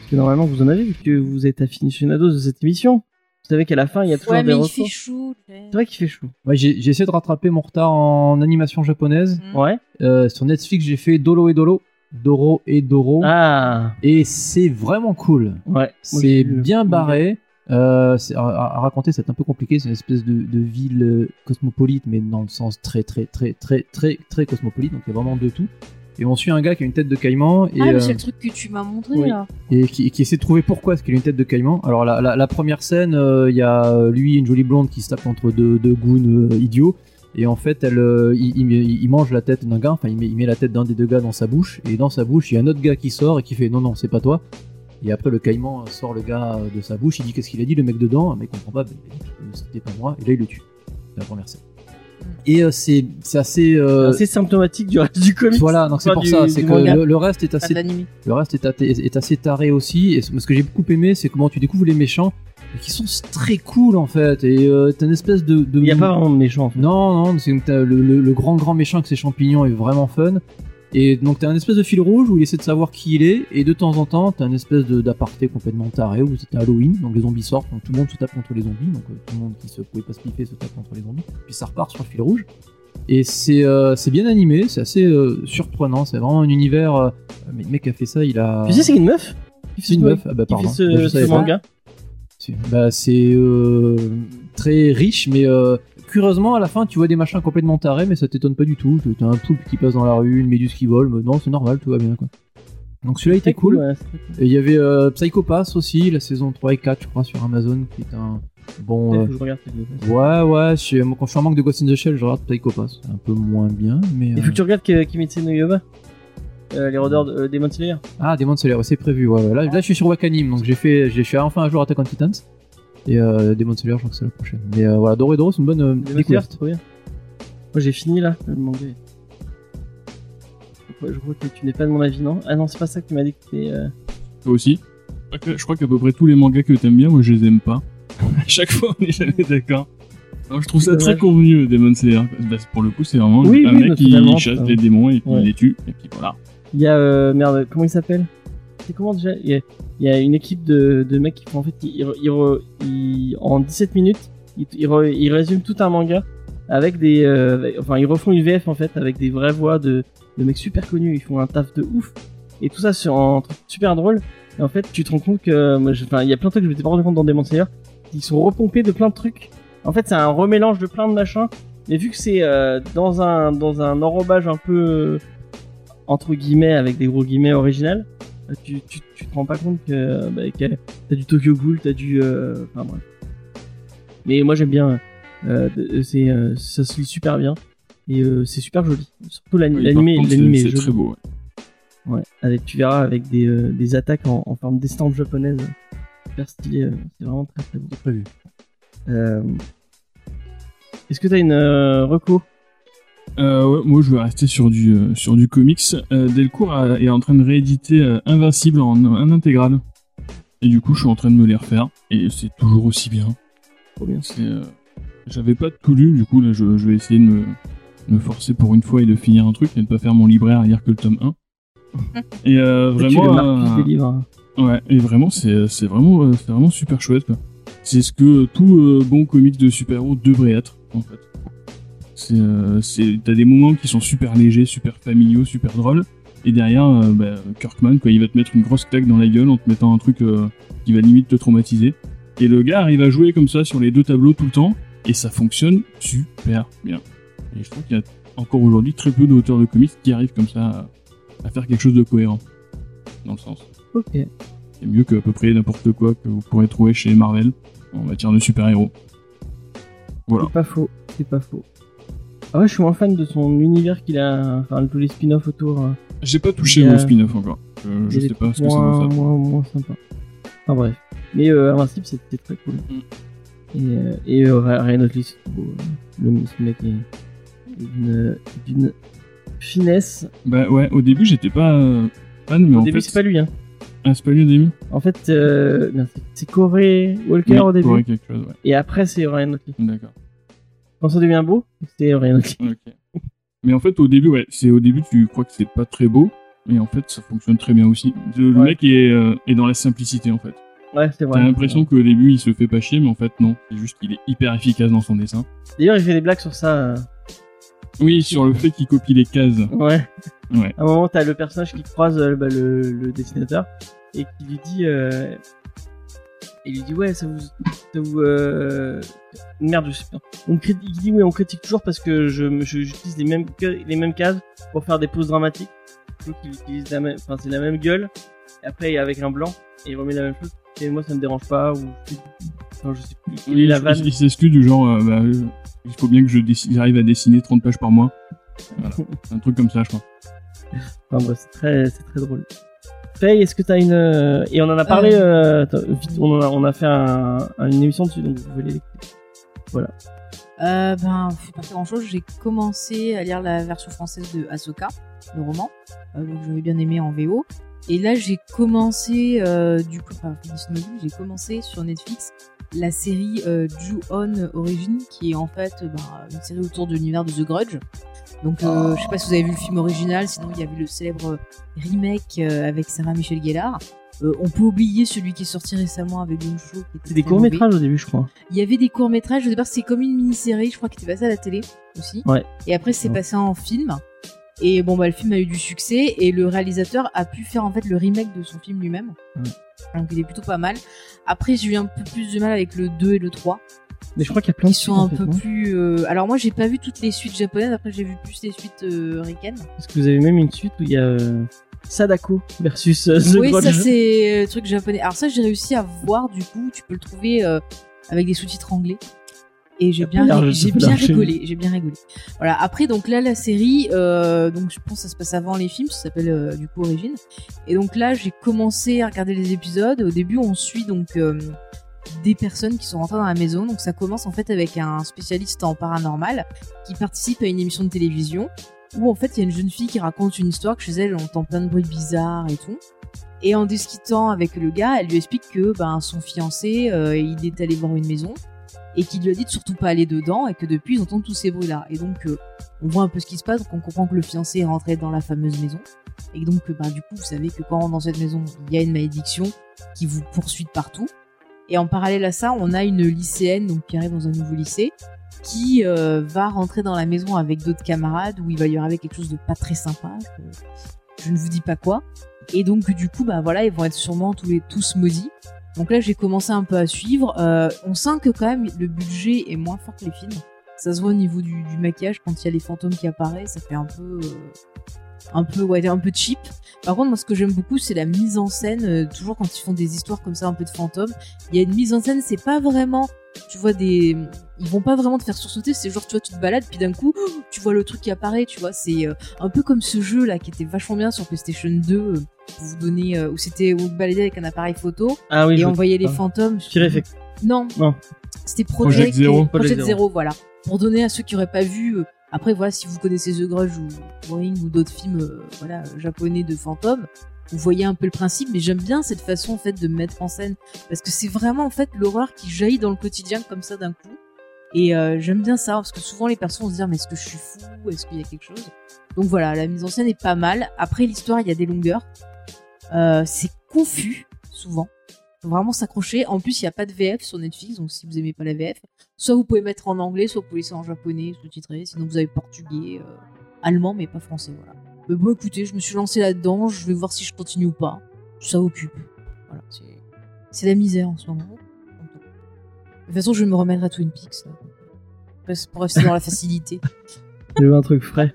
Speaker 2: Parce que normalement vous en avez vu que vous êtes aficionados de cette émission. Vous savez qu'à la fin il y a toujours
Speaker 5: Ouais,
Speaker 2: des
Speaker 5: mais il
Speaker 2: recos.
Speaker 5: fait chaud.
Speaker 2: C'est vrai qu'il fait chaud.
Speaker 3: Ouais, j'ai j'ai essayé de rattraper mon retard en animation japonaise.
Speaker 5: Mm.
Speaker 2: Ouais.
Speaker 3: Euh, sur Netflix, j'ai fait Dolo et Dolo. Doro et Doro.
Speaker 2: Ah
Speaker 3: Et c'est vraiment cool.
Speaker 2: ouais. Moi, j'ai
Speaker 3: C'est
Speaker 2: vu le-
Speaker 3: bien barré. Euh, c'est- à, à- à raconter, c'est un peu compliqué. C'est une espèce de, de ville euh, cosmopolite, mais dans le sens très, très, très, très, très, très cosmopolite. Donc il y a vraiment de tout. Et on suit un gars qui a une tête de caïman et,
Speaker 5: Ah, mais
Speaker 3: euh,
Speaker 5: c'est le truc que tu m'as montré
Speaker 2: oui. Bah,
Speaker 5: là.
Speaker 3: et qui, et qui essaie de trouver pourquoi est-ce qu'il a une tête de caïman. Alors la, la- la première scène, euh, il y a euh, lui, une jolie blonde qui se tape entre deux, deux goons euh, idiots. Et en fait, elle, euh, il, il- il mange la tête d'un gars, enfin il met, il met la tête d'un des deux gars dans sa bouche. Et dans sa bouche, il y a un autre gars qui sort et qui fait non, non, c'est pas toi. Et après, le caïman sort le gars euh, de sa bouche, il dit qu'est-ce qu'il a dit, le mec dedans, mais il comprend pas, ben, il dit, euh, c'était pas moi, et là il le tue. C'est la première scène. Et euh, c'est c'est
Speaker 2: Mm.
Speaker 3: assez.
Speaker 2: C'est
Speaker 3: euh,
Speaker 2: assez symptomatique du reste du comics.
Speaker 3: voilà, donc c'est
Speaker 2: pas
Speaker 3: pour
Speaker 2: du-
Speaker 3: ça,
Speaker 2: du
Speaker 3: c'est que
Speaker 2: manga.
Speaker 3: le, le reste est
Speaker 5: Pas
Speaker 3: assez
Speaker 5: Ah, de l'animé.
Speaker 3: le reste est, athé- est assez taré aussi. Et ce ce que j'ai beaucoup aimé, c'est comment tu découvres les méchants, et qui sont très cool en fait. Et euh, t'as une espèce de. de-
Speaker 2: Il n'y a pas vraiment de méchant. en fait.
Speaker 3: Non, non, c'est que t'as le, le- le grand grand méchant avec ses champignons est vraiment fun. Et donc t'as un espèce de fil rouge où il essaie de savoir qui il est, et de temps en temps t'as un espèce de- d'aparté complètement taré où c'était Halloween, donc les zombies sortent, donc tout le monde se tape contre les zombies, donc euh, tout le monde qui se pouvait pas se piffer se tape contre les zombies, puis ça repart sur le fil rouge. Et c'est euh, c'est bien animé, c'est assez euh, surprenant, c'est vraiment un univers. euh, mais le mec qui a fait ça, il a.
Speaker 2: Tu sais, c'est une meuf qui fait
Speaker 3: C'est une
Speaker 2: ce-
Speaker 3: meuf, ah bah
Speaker 2: Qui fait
Speaker 3: pardon. Bah, je
Speaker 2: ce,
Speaker 3: savais
Speaker 2: ce
Speaker 3: pas.
Speaker 2: manga.
Speaker 3: C'est- Bah, c'est euh, très riche, mais euh, curieusement, à la fin, tu vois des machins complètement tarés, mais ça t'étonne pas du tout. T'as un poulpe qui passe dans la rue, une méduse qui vole, mais non, c'est normal, tout va bien, quoi. Donc celui-là était
Speaker 2: Très
Speaker 3: cool.
Speaker 2: ouais.
Speaker 3: Et il y avait euh, Psycho Pass aussi, la saison 3 et 4, je crois, sur Amazon, qui est un bon...
Speaker 2: Faut
Speaker 3: euh,
Speaker 2: que je regarde cette meuf.
Speaker 3: Ouais, ouais, je suis, moi, quand je suis en manque de Ghost in the Shell, je regarde Psycho Pass. Un peu moins bien, mais...
Speaker 2: Il faut
Speaker 3: euh,
Speaker 2: que tu regardes que- Kimetsu no Yaiba. Euh, les rodeurs de, euh, Demon Slayer.
Speaker 3: Ah, Demon Slayer, ouais, c'est prévu. Ouais, ouais. Là, là, je suis sur Wakanim, donc j'ai fait, j'ai- je suis enfin un jour Attack on Titans. Et euh, Demon Slayer, je crois que c'est la prochaine. Mais euh, voilà, Doro et Doro, c'est une bonne euh,
Speaker 2: Demon Slayer,
Speaker 3: découverte.
Speaker 2: c'est trop bien. Moi, j'ai fini là, le manga. Je crois- Je crois que tu n'es pas de mon avis, non Ah non, c'est pas ça que tu m'as dit que t'es. euh,
Speaker 4: Toi aussi Pas que- Je crois qu'à peu près tous les mangas que t'aimes bien, moi je les aime pas. à chaque fois, on est jamais d'accord. Alors, je trouve ça
Speaker 2: C'est
Speaker 4: très
Speaker 2: dommage.
Speaker 4: convenu, Demon Slayer. Bah, c'est- pour le coup, c'est vraiment
Speaker 2: Oui,
Speaker 4: un
Speaker 2: oui, mais
Speaker 4: mec qui
Speaker 2: finalement,
Speaker 4: chasse
Speaker 2: ça-
Speaker 4: des démons et puis
Speaker 2: Ouais.
Speaker 4: il les tue. Et puis voilà.
Speaker 2: Il y a. euh, merde, comment il s'appelle C'est comment déjà il y, a, il y a une équipe de, de mecs qui font en fait. ils- ils re- ils re- ils- en 17 minutes, ils, ils re- ils résument tout un manga avec des. euh, enfin, ils refont une VF en fait avec des vraies voix de, de mecs super connus. Ils font un taf de ouf. Et tout ça, c'est un truc super drôle. Et en fait, tu te rends compte que. euh, moi, je- Enfin, il y a plein de trucs que je m'étais pas rendu compte dans Demon Slayer. Ils sont repompés de plein de trucs. En fait, c'est un remélange de plein de machins. Mais vu que c'est euh, dans, un, dans un enrobage un peu. euh, entre guillemets, avec des gros guillemets original, euh, tu, tu, tu te rends pas compte que, bah, que t'as du Tokyo Ghoul, t'as du. euh, Enfin bref. Mais moi j'aime bien. euh, de- c'est, euh, ça se lit super bien. Et euh, c'est super joli. Surtout l'ani-
Speaker 4: Oui, par
Speaker 2: l'animé.
Speaker 4: contre, c'est-
Speaker 2: l'animé est
Speaker 4: c'est
Speaker 2: joli.
Speaker 4: très beau. ouais.
Speaker 2: Ouais, avec, tu verras avec des, euh, des attaques en, en forme d'estampes japonaises. Super stylé, euh, c'est vraiment très très beau.
Speaker 3: C'est prévu.
Speaker 2: Euh, Est-ce que t'as une euh, reco
Speaker 4: Euh, ouais, moi, je vais rester sur du, euh, sur du comics. Euh, Delcourt a- est en train de rééditer euh, Invincible en, en intégrale. Et du coup, je suis en train de me les refaire. Et c'est toujours aussi bien.
Speaker 2: Trop bien.
Speaker 4: C'est, euh, J'avais pas tout lu, du coup, là, je, je vais essayer de me, me forcer pour une fois et de finir un truc et de pas faire mon libraire à lire que le tome 1. et euh,
Speaker 2: Toi, Tu es le marquis
Speaker 4: vraiment. euh,
Speaker 2: des livres. hein.
Speaker 4: Ouais, et vraiment, c'est c'est vraiment, euh, c'est vraiment super chouette. quoi. C'est ce que tout euh, bon comics de super-héros devrait être, en fait. C'est, euh, c'est- T'as des moments qui sont super légers, super familiaux, super drôles, Et derrière, euh, bah, Kirkman, quoi, il va te mettre une grosse claque dans la gueule en te mettant un truc euh, qui va limite te traumatiser. Et le gars arrive à jouer comme ça sur les deux tableaux tout le temps, et ça fonctionne super bien. Et je trouve qu'il y a encore aujourd'hui très peu d'auteurs de comics qui arrivent comme ça à, à faire quelque chose de cohérent. Dans le sens.
Speaker 2: Ok.
Speaker 4: C'est mieux que à peu près n'importe quoi que vous pourrez trouver chez Marvel en matière de super-héros. Voilà.
Speaker 2: C'est pas faux, c'est pas faux. Ah ouais, je suis moins fan de son univers qu'il a, enfin tous les spin-offs autour. euh,
Speaker 4: J'ai pas touché
Speaker 2: Il y a-
Speaker 4: au spin-off encore. Euh, je
Speaker 2: il est
Speaker 4: sais pas ce que ça
Speaker 2: moins,
Speaker 4: va faire.
Speaker 2: moins, moins sympa. Enfin bref. Mais euh, Invincible, c'était très cool.
Speaker 4: Mm.
Speaker 2: Et, euh, et euh, Ra- Ryan Otley, c'est trop beau, euh, le ce mec est d'une d'une finesse.
Speaker 4: Bah ouais, au début j'étais pas euh, fan, mais
Speaker 2: au
Speaker 4: en
Speaker 2: début,
Speaker 4: fait.
Speaker 2: c'est pas lui. Hein.
Speaker 4: Ah, c'est pas lui au début
Speaker 2: En fait, euh, merde, c'est- c'est Corey Walker
Speaker 4: Oui,
Speaker 2: au début.
Speaker 4: ouais, quelque chose, ouais.
Speaker 2: Et après, c'est Ryan Otley.
Speaker 4: D'accord.
Speaker 2: Quand ça devient beau, c'est Ryan Otley.
Speaker 4: Ok. Mais en fait, au début, ouais, c'est au début, tu crois que c'est pas très beau, mais en fait, ça fonctionne très bien aussi. Le, le
Speaker 2: Ouais.
Speaker 4: mec est, euh, est dans la simplicité en fait.
Speaker 2: Ouais, c'est vrai.
Speaker 4: T'as l'impression qu'au début, il se fait pas chier, mais en fait, non. C'est juste qu'il est hyper efficace dans son dessin.
Speaker 2: D'ailleurs, il fait des blagues sur ça. euh,
Speaker 4: Oui, sur le fait qu'il copie les cases.
Speaker 2: Ouais.
Speaker 4: Ouais.
Speaker 2: À un moment, t'as le personnage qui croise euh, bah, le, le dessinateur et qui lui dit. euh, Il lui dit, ouais, ça vous. Ça vous euh, Merde, je sais pas. On critique, il dit, oui, on critique toujours parce que je, me- je- j'utilise les mêmes, que- les mêmes cases pour faire des poses dramatiques. Donc, il utilise la même. Enfin, c'est la même gueule. Et après, avec un blanc, et il remet la même chose. Et moi, ça me dérange pas. Ou. Enfin, je sais plus. Il est
Speaker 4: il
Speaker 2: la vanne.
Speaker 4: il- il s'excuse du genre, euh, bah, euh, il faut bien que je déci- j'arrive à dessiner 30 pages par mois. Voilà. un truc comme ça, je crois.
Speaker 2: Enfin bref, c'est très, c'est très drôle. Faye, est-ce que t'as une... euh, Et on en a parlé, euh, attends, vite, on, en a, on a fait un- un- une émission dessus, donc vous pouvez l'écouter.
Speaker 5: Euh, ben, pff, pas grand chose. J'ai commencé à lire la version française de Ahsoka, le roman, euh, donc j'avais bien aimé en VO. Et là, j'ai commencé, euh, du coup, enfin, Disney Movie, j'ai commencé sur Netflix la série euh, Ju-On Origin, qui est en fait euh, ben, une série autour de l'univers de The Grudge. Donc,
Speaker 2: Oh.
Speaker 5: euh, je sais pas si vous avez vu le film original, sinon il y a eu le célèbre remake euh, avec Sarah Michelle Gellar. Euh, on peut oublier celui qui est sorti récemment avec Yoon Cho. qui était
Speaker 2: C'est des
Speaker 5: très mauvais.
Speaker 2: courts-métrages au début, je crois.
Speaker 5: Il y avait des courts-métrages, au départ c'est comme une mini-série, je crois, qui était passée à la télé aussi.
Speaker 2: Ouais.
Speaker 5: Et après c'est
Speaker 2: Ouais.
Speaker 5: passé en film. Et bon, bah, le film a eu du succès et le réalisateur a pu faire en fait le remake de son film lui-même.
Speaker 2: Ouais.
Speaker 5: Donc il est plutôt pas mal. Après j'ai eu un peu plus de mal avec le 2 et le 3
Speaker 2: Mais je crois qu'il y a plein de
Speaker 5: qui sont
Speaker 2: suites, en
Speaker 5: un
Speaker 2: fait,
Speaker 5: peu
Speaker 2: non
Speaker 5: plus... euh, Alors moi j'ai pas vu toutes les suites japonaises, après j'ai vu plus les suites euh, ricaines.
Speaker 2: Parce que vous avez même une suite où il y a euh, Sadako versus euh, The
Speaker 5: oui,
Speaker 2: Grudge.
Speaker 5: ça c'est euh, truc japonais. Alors ça j'ai réussi à voir du coup, tu peux le trouver euh, avec des sous-titres anglais. Et j'ai bien,
Speaker 2: Large,
Speaker 5: j'ai bien
Speaker 2: large.
Speaker 5: rigolé, j'ai bien rigolé. Voilà. Après donc là la série, euh, donc je pense que ça se passe avant les films, ça s'appelle euh, du coup Origine. Et donc là j'ai commencé à regarder les épisodes. Au début on suit donc euh, des personnes qui sont rentrées dans la maison. Donc ça commence en fait avec un spécialiste en paranormal qui participe à une émission de télévision où en fait il y a une jeune fille qui raconte une histoire que chez elle on entend plein de bruits bizarres et tout. Et en discutant avec le gars, elle lui explique que ben, son fiancé, euh, il est allé voir une maison et qu'il lui a dit de surtout pas aller dedans et que depuis ils entendent tous ces bruits-là. Et donc euh, on voit un peu ce qui se passe, donc on comprend que le fiancé est rentré dans la fameuse maison. Et donc euh, ben, du coup vous savez que quand on rentre dans cette maison, il y a une malédiction qui vous poursuit de partout. Et en parallèle à ça, on a une lycéenne donc, qui arrive dans un nouveau lycée qui euh, va rentrer dans la maison avec d'autres camarades où il va y avoir quelque chose de pas très sympa. Je, je ne vous dis pas quoi. Et donc du coup, bah voilà, ils vont être sûrement tous les tous maudits. Donc là, j'ai commencé un peu à suivre. Euh, on sent que quand même le budget est moins fort que les films. Ça se voit au niveau du, du maquillage quand il y a les fantômes qui apparaissent, ça fait un peu, euh, un peu, ouais, un peu cheap. Par contre, moi, ce que j'aime beaucoup, c'est la mise en scène. euh, toujours quand ils font des histoires comme ça, un peu de fantômes, il y a une mise en scène. C'est pas vraiment, tu vois des, ils vont pas vraiment te faire sursauter. C'est genre, tu vois, tu te balades, puis d'un coup, tu vois le truc qui apparaît. Tu vois, c'est euh, un peu comme ce jeu là qui était vachement bien sur PlayStation 2. euh, pour vous donner euh, où c'était où vous baladez avec un appareil photo
Speaker 2: Ah oui,
Speaker 5: et
Speaker 2: je
Speaker 5: on voyait les
Speaker 2: pas.
Speaker 5: fantômes.
Speaker 2: Fear Effect.
Speaker 5: Non,
Speaker 2: Non.
Speaker 5: c'était
Speaker 4: Project
Speaker 5: Project
Speaker 4: Zero.
Speaker 5: Project
Speaker 2: Project
Speaker 5: Zero, voilà. Pour donner à ceux qui auraient pas vu. euh, après, voilà, si vous connaissez The Grudge ou Ring ou d'autres films, euh, voilà, euh, japonais de fantômes, vous voyez un peu le principe. Mais j'aime bien cette façon en fait de mettre en scène parce que c'est vraiment en fait l'horreur qui jaillit dans le quotidien comme ça d'un coup. Et euh, j'aime bien ça parce que souvent les personnes vont se dire mais est-ce que je suis fou Est-ce qu'il y a quelque chose Donc voilà, la mise en scène est pas mal. Après l'histoire, il y a des longueurs. Euh, c'est confus souvent. Faut vraiment s'accrocher. En plus, il n'y a pas de VF sur Netflix, donc si vous aimez pas la VF, soit vous pouvez mettre en anglais, soit vous pouvez laisser en japonais sous-titré. Sinon, vous avez portugais, euh, allemand, mais pas français. Voilà. Mais bon, écoutez, je me suis lancé là-dedans, je vais voir si je continue ou pas. Ça occupe. Voilà, c'est- c'est la misère en ce moment. De toute façon, je vais me remettre à Twin Peaks. là. Parce- Pour rester dans la facilité.
Speaker 2: J'ai vu un truc frais.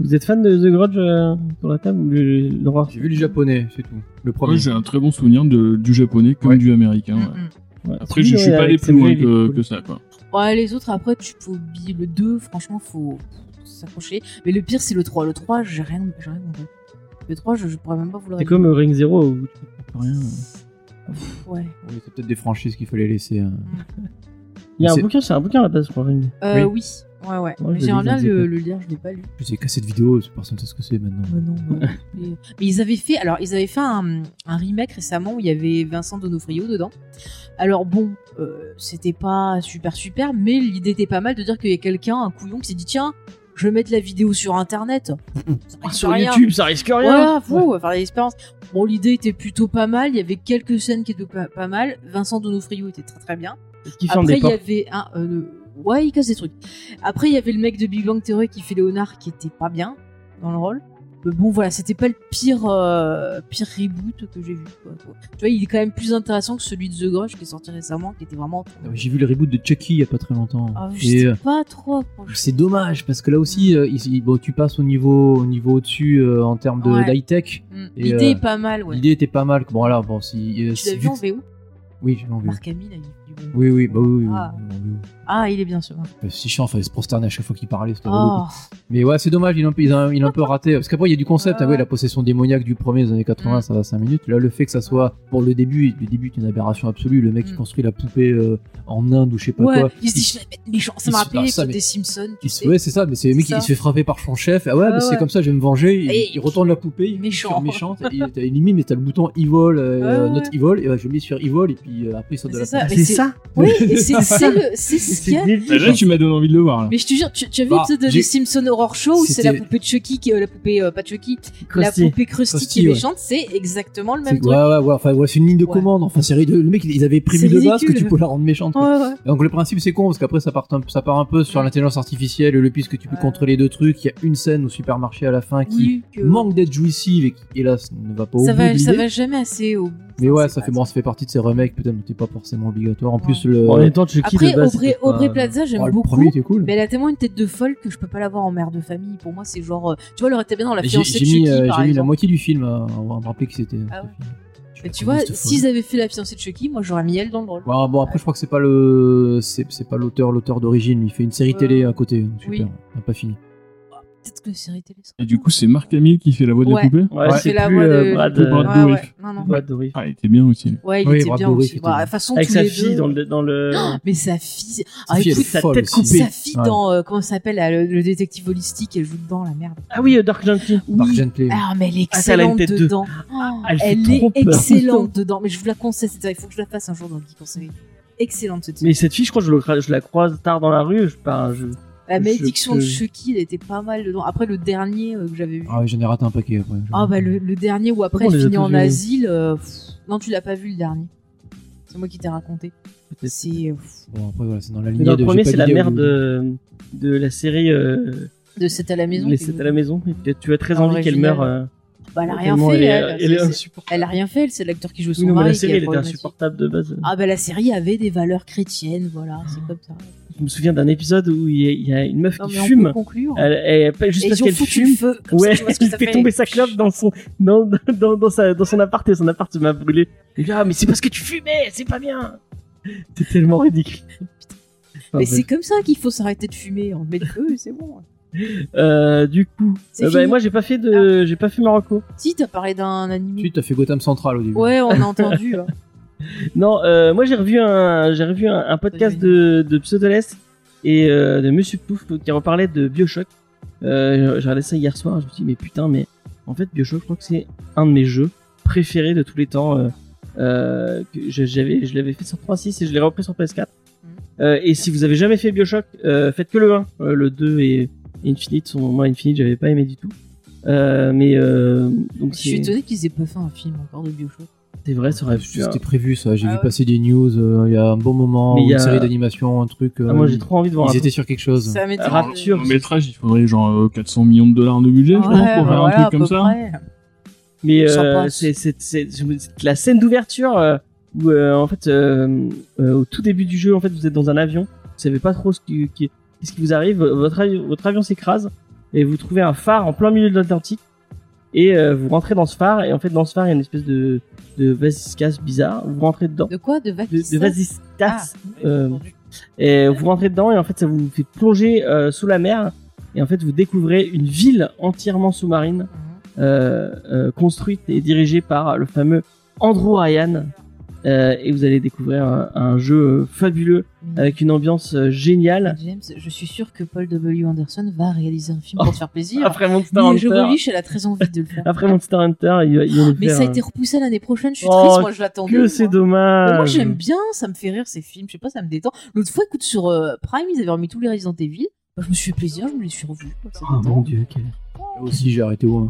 Speaker 2: Vous êtes fan de The Grudge euh, sur la table ou le- l'horreur
Speaker 3: J'ai vu les japonais, c'est tout. Le premier.
Speaker 4: Moi, j'ai un très bon souvenir de- du japonais comme
Speaker 3: Ouais.
Speaker 4: du américain. ouais.
Speaker 5: Mm, mm.
Speaker 2: Ouais,
Speaker 4: Après,
Speaker 2: celui
Speaker 4: je suis
Speaker 2: euh, avec
Speaker 4: pas allé plus
Speaker 2: Samuel
Speaker 4: loin
Speaker 2: L. Jackson.
Speaker 4: que, que ça, quoi.
Speaker 5: Ouais, les autres, après, tu peux oublier le 2, franchement, faut s'accrocher. Mais le pire, c'est le 3. Le 3, j'ai rien, j'ai rien compris. Le 3, je, je pourrais même pas vous le
Speaker 2: C'est
Speaker 5: révéler.
Speaker 2: comme euh, Ring Zero où tu comprends rien.
Speaker 5: Ouais.
Speaker 3: Oui, c'est peut-être des franchises qu'il fallait laisser. hein.
Speaker 2: Il y a un
Speaker 3: C'est-
Speaker 2: bouquin, c'est un bouquin à la base pour Ring.
Speaker 5: Euh, oui. Ouais, ouais.
Speaker 2: Ouais, je
Speaker 5: J'aimerais
Speaker 2: l'ai
Speaker 5: bien
Speaker 2: lu,
Speaker 5: le,
Speaker 2: Zepet.
Speaker 5: le lire, je l'ai pas lu.
Speaker 3: Je sais casser de vidéos, personne ne sait ce que c'est maintenant.
Speaker 5: Mais non, ouais. mais, mais ils avaient fait, alors ils avaient fait un, un remake récemment où il y avait Vincent Donofrio dedans. Alors bon, euh, c'était pas super super, mais l'idée était pas mal de dire qu'il y a quelqu'un, un couillon, qui s'est dit tiens, je vais mettre la vidéo sur internet. Ça risque rien.
Speaker 2: ça risque
Speaker 5: Voilà, fou, on va faire des expériences. Bon, l'idée était plutôt pas mal. Il y avait quelques scènes qui étaient pas, pas mal. Vincent Donofrio était très très bien.
Speaker 2: Est-ce qu'il ferme
Speaker 5: Après,
Speaker 2: des
Speaker 5: il y
Speaker 2: portes
Speaker 5: avait un. euh, le- Ouais, il casse des trucs. Après, il y avait le mec de Big Bang Theory qui fait Léonard qui était pas bien dans le rôle. Mais bon, voilà, c'était pas le pire, euh, pire reboot que j'ai vu. quoi. Tu vois, il est quand même plus intéressant que celui de The Grudge qui est sorti récemment, qui était vraiment.
Speaker 3: J'ai vu le reboot de Chucky il y a pas très longtemps.
Speaker 5: Ah, je
Speaker 3: Ah Et,
Speaker 5: sais
Speaker 3: euh,
Speaker 5: pas trop. approché.
Speaker 3: c'est dommage parce que là aussi, euh, il- il- bon, tu passes au niveau, au niveau au-dessus euh, en termes de
Speaker 5: Ouais.
Speaker 3: high tech.
Speaker 5: Mm.
Speaker 3: et,
Speaker 5: L'idée
Speaker 3: euh,
Speaker 5: est pas mal, ouais.
Speaker 3: L'idée était pas mal. Bon là, bon si. euh,
Speaker 5: Tu l'as
Speaker 3: si-
Speaker 5: vu en
Speaker 3: que-
Speaker 5: VO
Speaker 3: Oui, j'ai vu en VO.
Speaker 5: Marc Hamill a dit du bon.
Speaker 3: Oui, oui, bah oui, oui, oui,
Speaker 5: Ah.
Speaker 3: en VO.
Speaker 5: Ah, il est bien sûr.
Speaker 3: Bah, C'est chiant, fallait se prosterner à chaque fois qu'il parlait. c'était relou,
Speaker 5: Oh,
Speaker 3: quoi. Mais ouais, c'est dommage, il a un peu, il a un, il a un peu raté. Parce qu'après, il y a du concept.
Speaker 5: Ouais,
Speaker 3: ah ouais,
Speaker 5: ouais.
Speaker 3: la possession démoniaque du premier des années 80,
Speaker 5: Mm.
Speaker 3: ça va 5 minutes. Là, le fait que ça soit pour le début, le début est une aberration absolue. Le mec qui
Speaker 5: Mm.
Speaker 3: construit la poupée euh, en Inde ou je sais pas
Speaker 5: Oh, ouais,
Speaker 3: quoi.
Speaker 5: il se dit, je vais mettre méchant. Ça
Speaker 3: il
Speaker 5: m'a
Speaker 3: se-
Speaker 5: rappelé
Speaker 3: ah,
Speaker 5: les
Speaker 3: ça,
Speaker 5: trucs
Speaker 3: mais-
Speaker 5: des Simpsons, tu
Speaker 3: Il se-
Speaker 5: sais.
Speaker 3: ouais, c'est ça, mais c'est le mec
Speaker 5: C'est
Speaker 3: qui
Speaker 5: ça.
Speaker 3: se fait frapper par son chef. Ah ouais,
Speaker 5: Ouais,
Speaker 3: mais c'est
Speaker 5: ouais.
Speaker 3: comme ça, je vais me venger. Il,
Speaker 5: Et-
Speaker 3: il retourne la poupée, il
Speaker 5: Méchant.
Speaker 3: sur méchante. et t'as une limite, mais t'as le bouton evil, euh,
Speaker 5: Ouais, ouais.
Speaker 3: not evil. Et ouais, je mets sur evil, et puis euh, après, il sort de
Speaker 5: C'est
Speaker 3: la
Speaker 5: ça.
Speaker 3: poupée.
Speaker 2: Ah,
Speaker 5: mais
Speaker 2: C'est
Speaker 5: c'est-
Speaker 2: ça
Speaker 5: Oui, et c'est c'est le- c'est ce qu'il y a.
Speaker 4: Bah,
Speaker 2: débile.
Speaker 4: là, tu m'as donné envie de le voir, là.
Speaker 5: Mais je te jure, tu, tu as vu
Speaker 3: Bah,
Speaker 5: l'épisode de
Speaker 3: j'ai-
Speaker 5: The Simpson Horror Show où c'est la
Speaker 3: C'était-
Speaker 5: poupée de Chucky, qui, euh, la poupée, euh, pas Chucky,
Speaker 2: Krusty.
Speaker 5: la poupée Krusty,
Speaker 3: Krusty,
Speaker 5: qui est
Speaker 3: ouais.
Speaker 5: méchante, c'est exactement le
Speaker 3: C'est-
Speaker 5: même
Speaker 3: Ouais,
Speaker 5: truc.
Speaker 3: ouais, ouais, enfin, ouais, c'est une ligne de
Speaker 5: Ouais.
Speaker 3: commande. Enfin, c'est ridicule. Le mec, ils avaient prévu
Speaker 5: C'est
Speaker 3: de base que
Speaker 5: ridicule.
Speaker 3: tu peux la rendre méchante. quoi.
Speaker 5: Ouais, ouais.
Speaker 3: Donc le principe c'est con parce qu'après ça part un, ça part un peu sur l'intelligence artificielle le puisque tu peux
Speaker 5: Ouais.
Speaker 3: contrôler deux trucs il y a une scène au supermarché à la fin qui
Speaker 5: Oui, que
Speaker 3: manque d'être jouissive et qui hélas ne va pas au
Speaker 5: ça
Speaker 3: bout de
Speaker 5: va, ça
Speaker 3: l'idée.
Speaker 5: va jamais assez au bout.
Speaker 3: mais
Speaker 5: Enfin,
Speaker 3: ouais
Speaker 5: c'est
Speaker 3: ça
Speaker 5: pas-
Speaker 3: fait bon ça fait partie de ces remakes peut-être mais t'es pas forcément obligatoire en
Speaker 5: Ouais.
Speaker 3: plus le,
Speaker 2: Bon, en même temps, Chucky
Speaker 5: Après,
Speaker 2: de base,
Speaker 5: Aubrey,
Speaker 2: c'était pas-
Speaker 5: Aubrey Plaza, j'aime
Speaker 3: oh, le
Speaker 5: beaucoup.
Speaker 3: premier était cool
Speaker 5: Mais elle a tellement une tête de folle que je peux pas la voir en mère de famille. Pour moi, c'est genre. euh, Tu vois, elle aurait été bien dans la
Speaker 3: Et j'ai
Speaker 5: fiancée de
Speaker 3: j'ai
Speaker 5: Chucky,
Speaker 3: mis, euh,
Speaker 5: par
Speaker 3: j'ai mis la
Speaker 5: exemple.
Speaker 3: moitié du film à, à me rappeler que c'était ce
Speaker 5: Ah ouais.
Speaker 3: film. Je
Speaker 5: Mais
Speaker 3: la
Speaker 5: tu
Speaker 3: connais,
Speaker 5: vois,
Speaker 3: cette
Speaker 5: s'ils avaient fait la fiancée de Chucky, moi j'aurais mis elle dans le rôle.
Speaker 3: folle. Ouais, bon après je crois que c'est pas le c'est c'est pas l'auteur l'auteur d'origine il fait une série
Speaker 5: Ouais.
Speaker 3: télé à côté donc super
Speaker 5: Oui.
Speaker 3: on a pas fini
Speaker 5: Peut-être que la série télé. sera
Speaker 4: Et du coup, c'est Marc Hamill qui fait la voix de
Speaker 5: Ouais.
Speaker 4: la poupée
Speaker 2: Ouais,
Speaker 5: Ouais.
Speaker 2: c'est
Speaker 5: C'est la
Speaker 2: plus,
Speaker 5: voix
Speaker 2: euh,
Speaker 5: de-
Speaker 2: Brad,
Speaker 4: de
Speaker 2: euh,
Speaker 4: Brad
Speaker 5: Ouais,
Speaker 4: Dourif.
Speaker 5: ouais. Non, non.
Speaker 2: Brad Dourif.
Speaker 4: Ah, il était bien aussi. lui.
Speaker 5: Ouais, il
Speaker 3: Oui,
Speaker 5: était
Speaker 3: Brad
Speaker 5: bien
Speaker 3: Dourif
Speaker 5: aussi.
Speaker 3: était
Speaker 5: Bah,
Speaker 3: bien.
Speaker 5: de toute façon,
Speaker 2: Avec
Speaker 5: tous
Speaker 2: sa
Speaker 5: les
Speaker 2: fille
Speaker 5: deux-
Speaker 2: dans le. Dans le...
Speaker 5: Mais sa fille,
Speaker 3: Sa
Speaker 5: Ah,
Speaker 3: fille, elle est
Speaker 5: écoute,
Speaker 2: sa
Speaker 3: folle
Speaker 2: tête
Speaker 3: aussi.
Speaker 2: coupée.
Speaker 5: sa fille
Speaker 3: Ouais.
Speaker 5: dans euh, comment ça s'appelle là, le, le détective holistique, elle joue dedans la merde.
Speaker 2: Ah oui, euh, Dark Gently.
Speaker 3: Par
Speaker 5: Oui.
Speaker 3: Gently
Speaker 5: Ah mais elle est
Speaker 2: Ah, ça, elle a une
Speaker 5: excellente
Speaker 2: tête de-
Speaker 5: dedans. Ah,
Speaker 2: elle fait
Speaker 5: elle
Speaker 2: trop
Speaker 5: est
Speaker 2: peur.
Speaker 5: excellente dedans. Mais je vous la conseille, c'est il faut que je la fasse un jour dans le Geek Conseil. Excellente cette série.
Speaker 2: Mais cette fille, je crois que je, le cra- je la croise tard dans la rue. Je, enfin, je-
Speaker 5: La
Speaker 2: je-
Speaker 5: malédiction de
Speaker 2: je-
Speaker 5: Chucky, elle était pas mal dedans. Après le dernier euh, que j'avais vu.
Speaker 3: Ah, oui, j'en ai raté un paquet après.
Speaker 5: Ah bah le, le dernier où après
Speaker 2: Comment on
Speaker 5: elle
Speaker 2: les a
Speaker 5: finit
Speaker 2: tous
Speaker 5: en
Speaker 2: vus
Speaker 5: asile. euh, pff, Non, tu l'as pas vu le dernier. C'est moi qui t'ai raconté.
Speaker 2: Peut-être.
Speaker 5: C'est euh, pff,
Speaker 3: Bon, après, voilà, c'est dans la
Speaker 2: Mais
Speaker 3: lignée
Speaker 2: dans le
Speaker 3: de
Speaker 2: premier,
Speaker 3: j'ai pas
Speaker 2: c'est la
Speaker 3: d'idée
Speaker 2: merde
Speaker 3: où-
Speaker 2: de, de la série euh,
Speaker 5: de C'est à la maison.
Speaker 2: Les
Speaker 5: qui-
Speaker 2: Sept à la maison. Et tu- tu as très
Speaker 5: Dans
Speaker 2: envie qu'elle
Speaker 5: l'original.
Speaker 2: meure. euh,
Speaker 5: Bah, elle a rien
Speaker 2: tellement
Speaker 5: fait.
Speaker 2: elle est-
Speaker 5: Elle,
Speaker 2: elle est
Speaker 5: C'est-
Speaker 2: insupportable.
Speaker 5: elle a rien fait. elle, C'est l'acteur qui joue son
Speaker 2: Oui, non, mais
Speaker 5: mari.
Speaker 2: la
Speaker 5: qui
Speaker 2: série,
Speaker 5: a
Speaker 2: elle était
Speaker 5: problématique.
Speaker 2: insupportable de base.
Speaker 5: Ah bah la série avait des valeurs chrétiennes, voilà, c'est comme ça.
Speaker 2: Je me souviens d'un épisode où il y a- il y a une meuf
Speaker 5: Non
Speaker 2: qui
Speaker 5: mais on peut
Speaker 2: fume.
Speaker 5: conclure.
Speaker 2: Elle, elle- pas- juste
Speaker 5: Et
Speaker 2: parce
Speaker 5: ils ont
Speaker 2: qu'elle
Speaker 5: foutu le
Speaker 2: fume.
Speaker 5: feu, comme
Speaker 2: Ouais,
Speaker 5: ça, tu vois ce que
Speaker 2: il
Speaker 5: ça
Speaker 2: fait
Speaker 5: fait.
Speaker 2: tomber sa clope dans son, dans, dans, dans, sa, dans son appart et son appart m'a brûlé. Et là, mais c'est parce que tu fumais, c'est pas bien. C'est tellement ridicule. Enfin,
Speaker 5: Mais
Speaker 2: bref.
Speaker 5: c'est comme ça qu'il faut s'arrêter de fumer, on met le feu et c'est bon.
Speaker 2: Euh, du coup,
Speaker 5: C'est
Speaker 2: euh, bah,
Speaker 5: fini.
Speaker 2: moi j'ai pas fait de, j'ai pas fait Marocco.
Speaker 5: Si t'as parlé d'un animé.
Speaker 3: Tu t'as fait Gotham Central au début.
Speaker 5: Ouais, on a entendu. hein.
Speaker 2: Non, euh, moi j'ai revu un, j'ai revu un, un podcast de, de Pseudolest et euh, de Monsieur Pouf qui reparlait de Bioshock. Euh, j'ai regardé ça hier soir, je me suis dit mais putain, mais en fait Bioshock, je crois que c'est un de mes jeux préférés de tous les temps. Euh, euh, que je- j'avais, je l'avais fait sur 3.6 et je l'ai repris sur PS4. Euh, et si vous avez jamais fait Bioshock, euh, faites que le 1. Euh, le 2 et Infinite sont, moi Infinite, j'avais pas aimé du tout. Euh, mais euh, donc
Speaker 5: Je suis
Speaker 2: c'est-
Speaker 5: étonné qu'ils aient pas fait un film encore de Bioshock.
Speaker 2: c'est C'est vrai, ça aurait pu.
Speaker 3: C'était prévu ça, j'ai
Speaker 5: Ah
Speaker 3: vu
Speaker 5: ouais.
Speaker 3: passer des news euh, il y a un bon moment,
Speaker 2: Mais il
Speaker 3: ou
Speaker 2: y
Speaker 3: une
Speaker 2: a-
Speaker 3: série d'animation, un truc.
Speaker 2: Ah,
Speaker 3: euh,
Speaker 2: moi j'ai trop envie de voir.
Speaker 3: Ils
Speaker 2: un
Speaker 3: étaient sur quelque chose.
Speaker 5: Ça m'étonne.
Speaker 2: Euh, Rapture.
Speaker 4: En métrage, il faudrait genre euh, 400 millions de dollars de budget, je pense, pour
Speaker 5: Ouais,
Speaker 4: faire
Speaker 5: voilà,
Speaker 4: un
Speaker 5: à
Speaker 4: truc comme
Speaker 5: peu
Speaker 4: ça.
Speaker 5: près.
Speaker 2: Mais
Speaker 5: Ça
Speaker 2: euh,
Speaker 5: passe.
Speaker 2: c'est c'est- c'est- c'est la scène d'ouverture euh, où euh, en fait euh, euh, au tout début du jeu en fait vous êtes dans un avion, vous savez pas trop ce qui, qui- qu'est-ce qui vous arrive, votre avi- votre avion s'écrase et vous trouvez un phare en plein milieu de l'Atlantique et euh, vous rentrez dans ce phare et en fait dans ce phare il y a une espèce de de vasiscas bizarre, vous rentrez dedans,
Speaker 5: De quoi De
Speaker 2: de,
Speaker 5: Vakis
Speaker 2: de vasiscas euh,
Speaker 5: Ah.
Speaker 2: et vous rentrez dedans et en fait ça vous fait plonger euh, sous la mer et en fait vous découvrez une ville entièrement sous-marine euh, euh, construite et dirigée par le fameux Andrew Ryan. Euh, et vous allez découvrir un, un jeu fabuleux avec une ambiance euh, géniale.
Speaker 5: James, je suis sûr que Paul W. Anderson va réaliser un
Speaker 2: Oh.
Speaker 5: film pour te faire plaisir.
Speaker 2: Après Monster
Speaker 5: Mais hein. je
Speaker 2: Hunter,
Speaker 5: reliche, elle a très envie de le faire.
Speaker 2: après Monster Hunter, il va, il va nous
Speaker 5: Mais
Speaker 2: faire
Speaker 5: ça a
Speaker 2: un-
Speaker 5: été repoussé à l'année prochaine, je suis
Speaker 2: Oh,
Speaker 5: triste, moi je l'attendais.
Speaker 2: que
Speaker 5: moi.
Speaker 2: c'est
Speaker 5: Mais
Speaker 2: dommage.
Speaker 5: moi j'aime bien, ça me fait rire ces films, je sais pas, ça me détend. L'autre fois, écoute, sur euh, Prime, ils avaient remis tous les Resident Evil. Bah, je me suis fait plaisir, je me les suis revus. quoi, ça
Speaker 2: Oh
Speaker 5: détend.
Speaker 2: mon dieu, quel...
Speaker 3: Là aussi, j'ai arrêté au.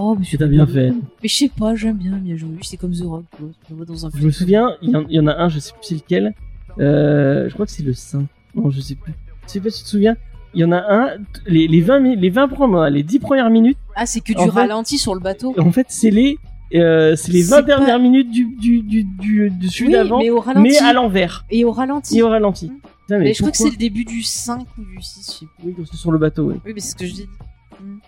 Speaker 5: Oh, mais
Speaker 2: tu
Speaker 5: c'est
Speaker 2: t'as bien fait.
Speaker 5: Mais je sais pas, j'aime bien Mia Jovovich, c'est comme The Rock, quoi. Je le vois dans un film.
Speaker 2: Je me souviens, il y, en- il y en a un, je sais plus c'est lequel. Euh, je crois que c'est le 5. Non, je sais plus. Je sais pas si tu te souviens. Il y en a un, t- les, les 20 mi- les 20 premières- les 10 premières minutes,
Speaker 5: Ah, c'est que du
Speaker 2: En fait-
Speaker 5: ralenti sur le bateau.
Speaker 2: en fait, c'est les, euh, c'est les
Speaker 5: C'est
Speaker 2: 20
Speaker 5: pas-
Speaker 2: dernières minutes du, du, du, du, du celui
Speaker 5: Oui,
Speaker 2: d'avant,
Speaker 5: mais au
Speaker 2: mais,
Speaker 5: ralenti.
Speaker 2: à l'envers.
Speaker 5: Et au ralenti.
Speaker 2: Et au ralenti.
Speaker 5: Mm.
Speaker 2: Putain,
Speaker 5: Mais je crois que c'est
Speaker 2: pourquoi
Speaker 5: le début du 5 ou du 6, je sais plus.
Speaker 2: Oui, quand c'est sur le bateau, oui.
Speaker 5: Oui, mais c'est ce que je dis.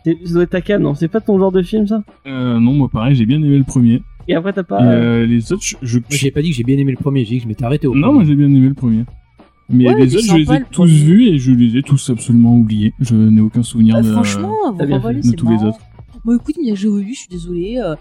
Speaker 2: C'est- Ça doit être ta cam, non C'est pas ton genre de film, ça
Speaker 4: Euh, non, moi pareil, j'ai bien aimé le premier.
Speaker 2: Et après, t'as pas.
Speaker 4: Et,
Speaker 2: euh,
Speaker 4: euh, les autres, je- je.
Speaker 3: Moi, j'ai pas dit que j'ai bien aimé le premier, j'ai dit que je m'étais arrêté au.
Speaker 4: Non, moi
Speaker 3: premier.
Speaker 4: j'ai bien aimé le premier. Mais
Speaker 5: Ouais, il
Speaker 4: les
Speaker 5: est
Speaker 4: autres, je les
Speaker 5: sympa,
Speaker 4: ai
Speaker 5: le
Speaker 4: tous
Speaker 5: premier.
Speaker 4: vus et je les ai tous absolument oubliés. Je n'ai aucun souvenir
Speaker 5: Ah,
Speaker 4: de.
Speaker 5: franchement, vous
Speaker 2: t'as bien
Speaker 5: revoilez,
Speaker 4: Euh, fait. De
Speaker 5: c'est
Speaker 4: tous les
Speaker 5: marrant.
Speaker 4: autres.
Speaker 5: Bon, écoute, Mia Jovovich, je suis désolée. euh,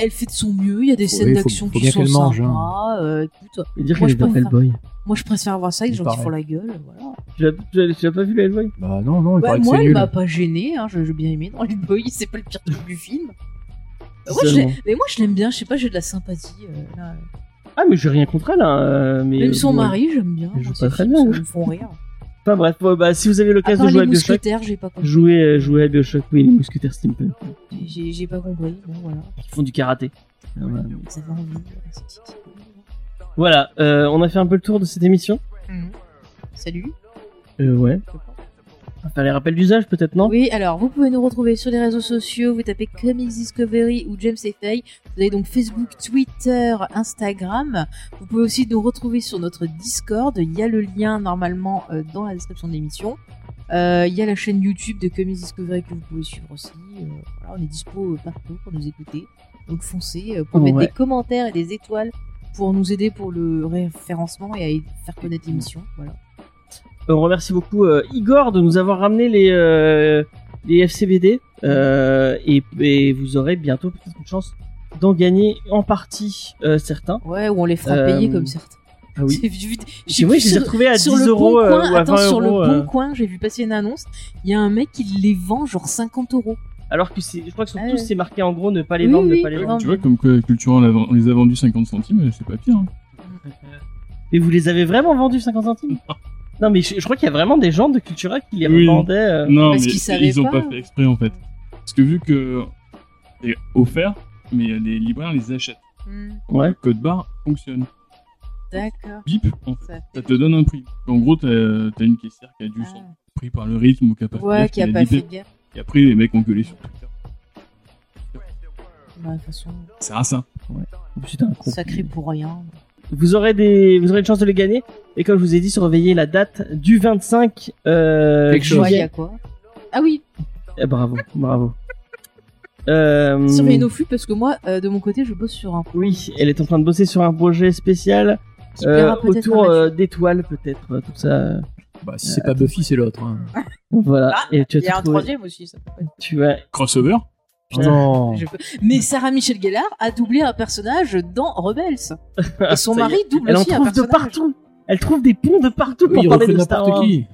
Speaker 5: elle fait de son mieux, il y a des
Speaker 3: Faut-
Speaker 5: scènes
Speaker 3: oui, faut-
Speaker 5: d'action
Speaker 3: faut
Speaker 5: qui
Speaker 3: bien
Speaker 5: sont
Speaker 3: qu'elle mange, hein.
Speaker 5: sympas. euh, écoute,
Speaker 2: et dire qu'elle
Speaker 5: moi, je
Speaker 2: est dans
Speaker 5: préfère.
Speaker 2: Hellboy.
Speaker 5: moi, je préfère voir ça que des
Speaker 3: C'est
Speaker 5: gens qui
Speaker 3: pareil.
Speaker 5: font la gueule. Voilà.
Speaker 2: Tu l'as- tu l'as tu l'as pas vu, la Hellboy
Speaker 3: Bah non, non, il
Speaker 5: Bah,
Speaker 3: paraît que
Speaker 5: moi,
Speaker 3: c'est
Speaker 5: elle
Speaker 3: nul.
Speaker 5: m'a pas gênée, hein, je j'ai bien aimé dans les boys, c'est pas le pire truc du film. Bah, moi, je
Speaker 2: Seulement.
Speaker 5: l'ai- mais moi je l'aime bien, je sais pas, j'ai de la sympathie. euh, là, euh.
Speaker 2: Ah, mais j'ai rien contre elle, hein, euh, mais.
Speaker 5: Même son
Speaker 2: bon,
Speaker 5: mari, j'aime bien.
Speaker 2: elle
Speaker 5: moi,
Speaker 2: joue
Speaker 5: ces
Speaker 2: pas très
Speaker 5: films,
Speaker 2: bien,
Speaker 3: hein.
Speaker 5: ça me font rire.
Speaker 2: Enfin bref, ouais, bah, si vous avez
Speaker 5: À
Speaker 2: l'occasion
Speaker 5: part
Speaker 2: de jouer à
Speaker 5: les
Speaker 2: Bioshock,
Speaker 5: mousquetaires, j'ai pas compris.
Speaker 2: jouez, euh, jouez à Bioshock, oui, les mousquetaires steampunk
Speaker 5: J'ai- J'ai j'ai pas compris. Bon, voilà.
Speaker 2: qui font du karaté. Euh, voilà.
Speaker 5: Ça fait envie. euh, c'est- c'est- c'est-
Speaker 2: Voilà, euh, on a fait un peu le tour de cette émission.
Speaker 5: Mhm. Salut.
Speaker 2: Euh, ouais. On va faire les rappels d'usage, peut-être, non
Speaker 5: Oui, alors vous pouvez nous retrouver sur les réseaux sociaux, vous tapez Comics Discovery ou James Fay. Vous avez donc Facebook, Twitter, Instagram. Vous pouvez aussi nous retrouver sur notre Discord. Il y a le lien normalement euh, dans la description de l'émission. Euh, il y a la chaîne YouTube de Comics Discovery que vous pouvez suivre aussi. Euh, voilà, on est dispo euh, partout pour nous écouter. Donc foncez euh, pour
Speaker 2: Oh, Ouais.
Speaker 5: mettre des commentaires et des étoiles pour nous aider pour le référencement et à faire connaître l'émission. Voilà.
Speaker 2: Euh, On remercie beaucoup euh, Igor de nous avoir ramené les, euh, les FCBD. euh, et, et vous aurez bientôt peut-être une chance d'en gagner en partie euh, certains.
Speaker 5: Ouais, ou on les fera
Speaker 2: Euh,
Speaker 5: payer comme certains.
Speaker 2: Ah oui.
Speaker 5: J'ai vu- j'ai
Speaker 2: J'ai oui,
Speaker 5: vu
Speaker 2: je les ai
Speaker 5: sur-
Speaker 2: retrouvés à
Speaker 5: sur
Speaker 2: 10
Speaker 5: le
Speaker 2: euros
Speaker 5: bon
Speaker 2: euh,
Speaker 5: coin,
Speaker 2: ou à 20
Speaker 5: attends, sur le
Speaker 2: euros.
Speaker 5: bon
Speaker 2: euh,
Speaker 5: coin, j'ai vu passer une annonce. Il y a un mec qui les vend genre 50 euros.
Speaker 2: alors que c'est- je crois que sur
Speaker 5: Ah
Speaker 2: tous
Speaker 5: ouais.
Speaker 2: c'est marqué en gros ne pas les
Speaker 5: Oui,
Speaker 2: vendre,
Speaker 5: oui,
Speaker 2: ne pas les
Speaker 5: les
Speaker 2: vendre.
Speaker 5: vendre.
Speaker 4: Tu vois, comme quoi Cultura, on l'a- on les a vendus 50 centimes, c'est pas pire. hein.
Speaker 2: Mais vous les avez vraiment vendus 50 centimes Non mais je, je crois qu'il y a vraiment des gens de Cultura qui les
Speaker 4: Oui.
Speaker 2: revendaient. euh.
Speaker 4: Non,
Speaker 5: Parce
Speaker 4: mais
Speaker 5: qu'ils savaient
Speaker 4: ils ont
Speaker 5: pas.
Speaker 4: pas. fait exprès en fait. Parce que vu que c'est offert, mais euh, les libraires les achètent.
Speaker 2: Ouais.
Speaker 4: Le code barre fonctionne.
Speaker 5: Hmm, D'accord.
Speaker 4: Bip, en fait,
Speaker 5: Ça fait-
Speaker 4: ça te donne un prix. En gros, t'as t'as une caissière qui a dû son
Speaker 5: Ah.
Speaker 4: prix par le rythme ou qui a pas fait
Speaker 5: Ouais,
Speaker 4: gaffe,
Speaker 5: qui a
Speaker 4: qu'elle
Speaker 5: pas
Speaker 4: dipé.
Speaker 5: fait gaffe.
Speaker 4: Et après, les mecs ont gueulé sur Twitter.
Speaker 5: Bah, de toute façon,
Speaker 4: Ça sert à ça.
Speaker 2: Putain, con.
Speaker 5: sacré pour rien.
Speaker 2: Vous aurez des, vous aurez une chance de les gagner. Et comme je vous ai dit, surveillez la date du 25 euh,
Speaker 3: Quelque
Speaker 5: Tu
Speaker 3: chose.
Speaker 5: vois, il y
Speaker 2: juillet.
Speaker 5: a quoi Ah oui,
Speaker 2: Eh, bravo, bravo. Euh,
Speaker 5: surveillez nos flux parce que moi, euh, de mon côté, je bosse sur un projet
Speaker 2: oui, elle est en train de bosser sur un projet spécial
Speaker 5: qui
Speaker 2: euh,
Speaker 5: plaira peut-être
Speaker 2: autour
Speaker 5: à Mathieu.
Speaker 2: euh, d'étoiles, peut-être, euh, tout ça. euh,
Speaker 3: Bah, si c'est pas Buffy, c'est l'autre. hein.
Speaker 2: Voilà.
Speaker 5: Ah,
Speaker 2: et tu
Speaker 5: Il y
Speaker 2: vas
Speaker 5: a
Speaker 2: tout
Speaker 5: un
Speaker 2: trouver.
Speaker 5: troisième aussi. Ça. peut être-
Speaker 2: Tu vas.
Speaker 4: Crossover
Speaker 3: Oh non.
Speaker 5: Je peux- Mais Sarah Michelle Gellar a doublé un personnage dans Rebels. Et
Speaker 2: Ça y
Speaker 5: son
Speaker 2: est.
Speaker 5: mari double
Speaker 2: Elle en
Speaker 5: aussi un
Speaker 2: trouve de
Speaker 5: personnage.
Speaker 2: partout. Elle trouve des ponts de partout
Speaker 3: Eux,
Speaker 2: pour
Speaker 3: Ils
Speaker 2: parler de
Speaker 3: recrutent
Speaker 2: Star
Speaker 3: n'importe
Speaker 2: Wars.
Speaker 3: qui.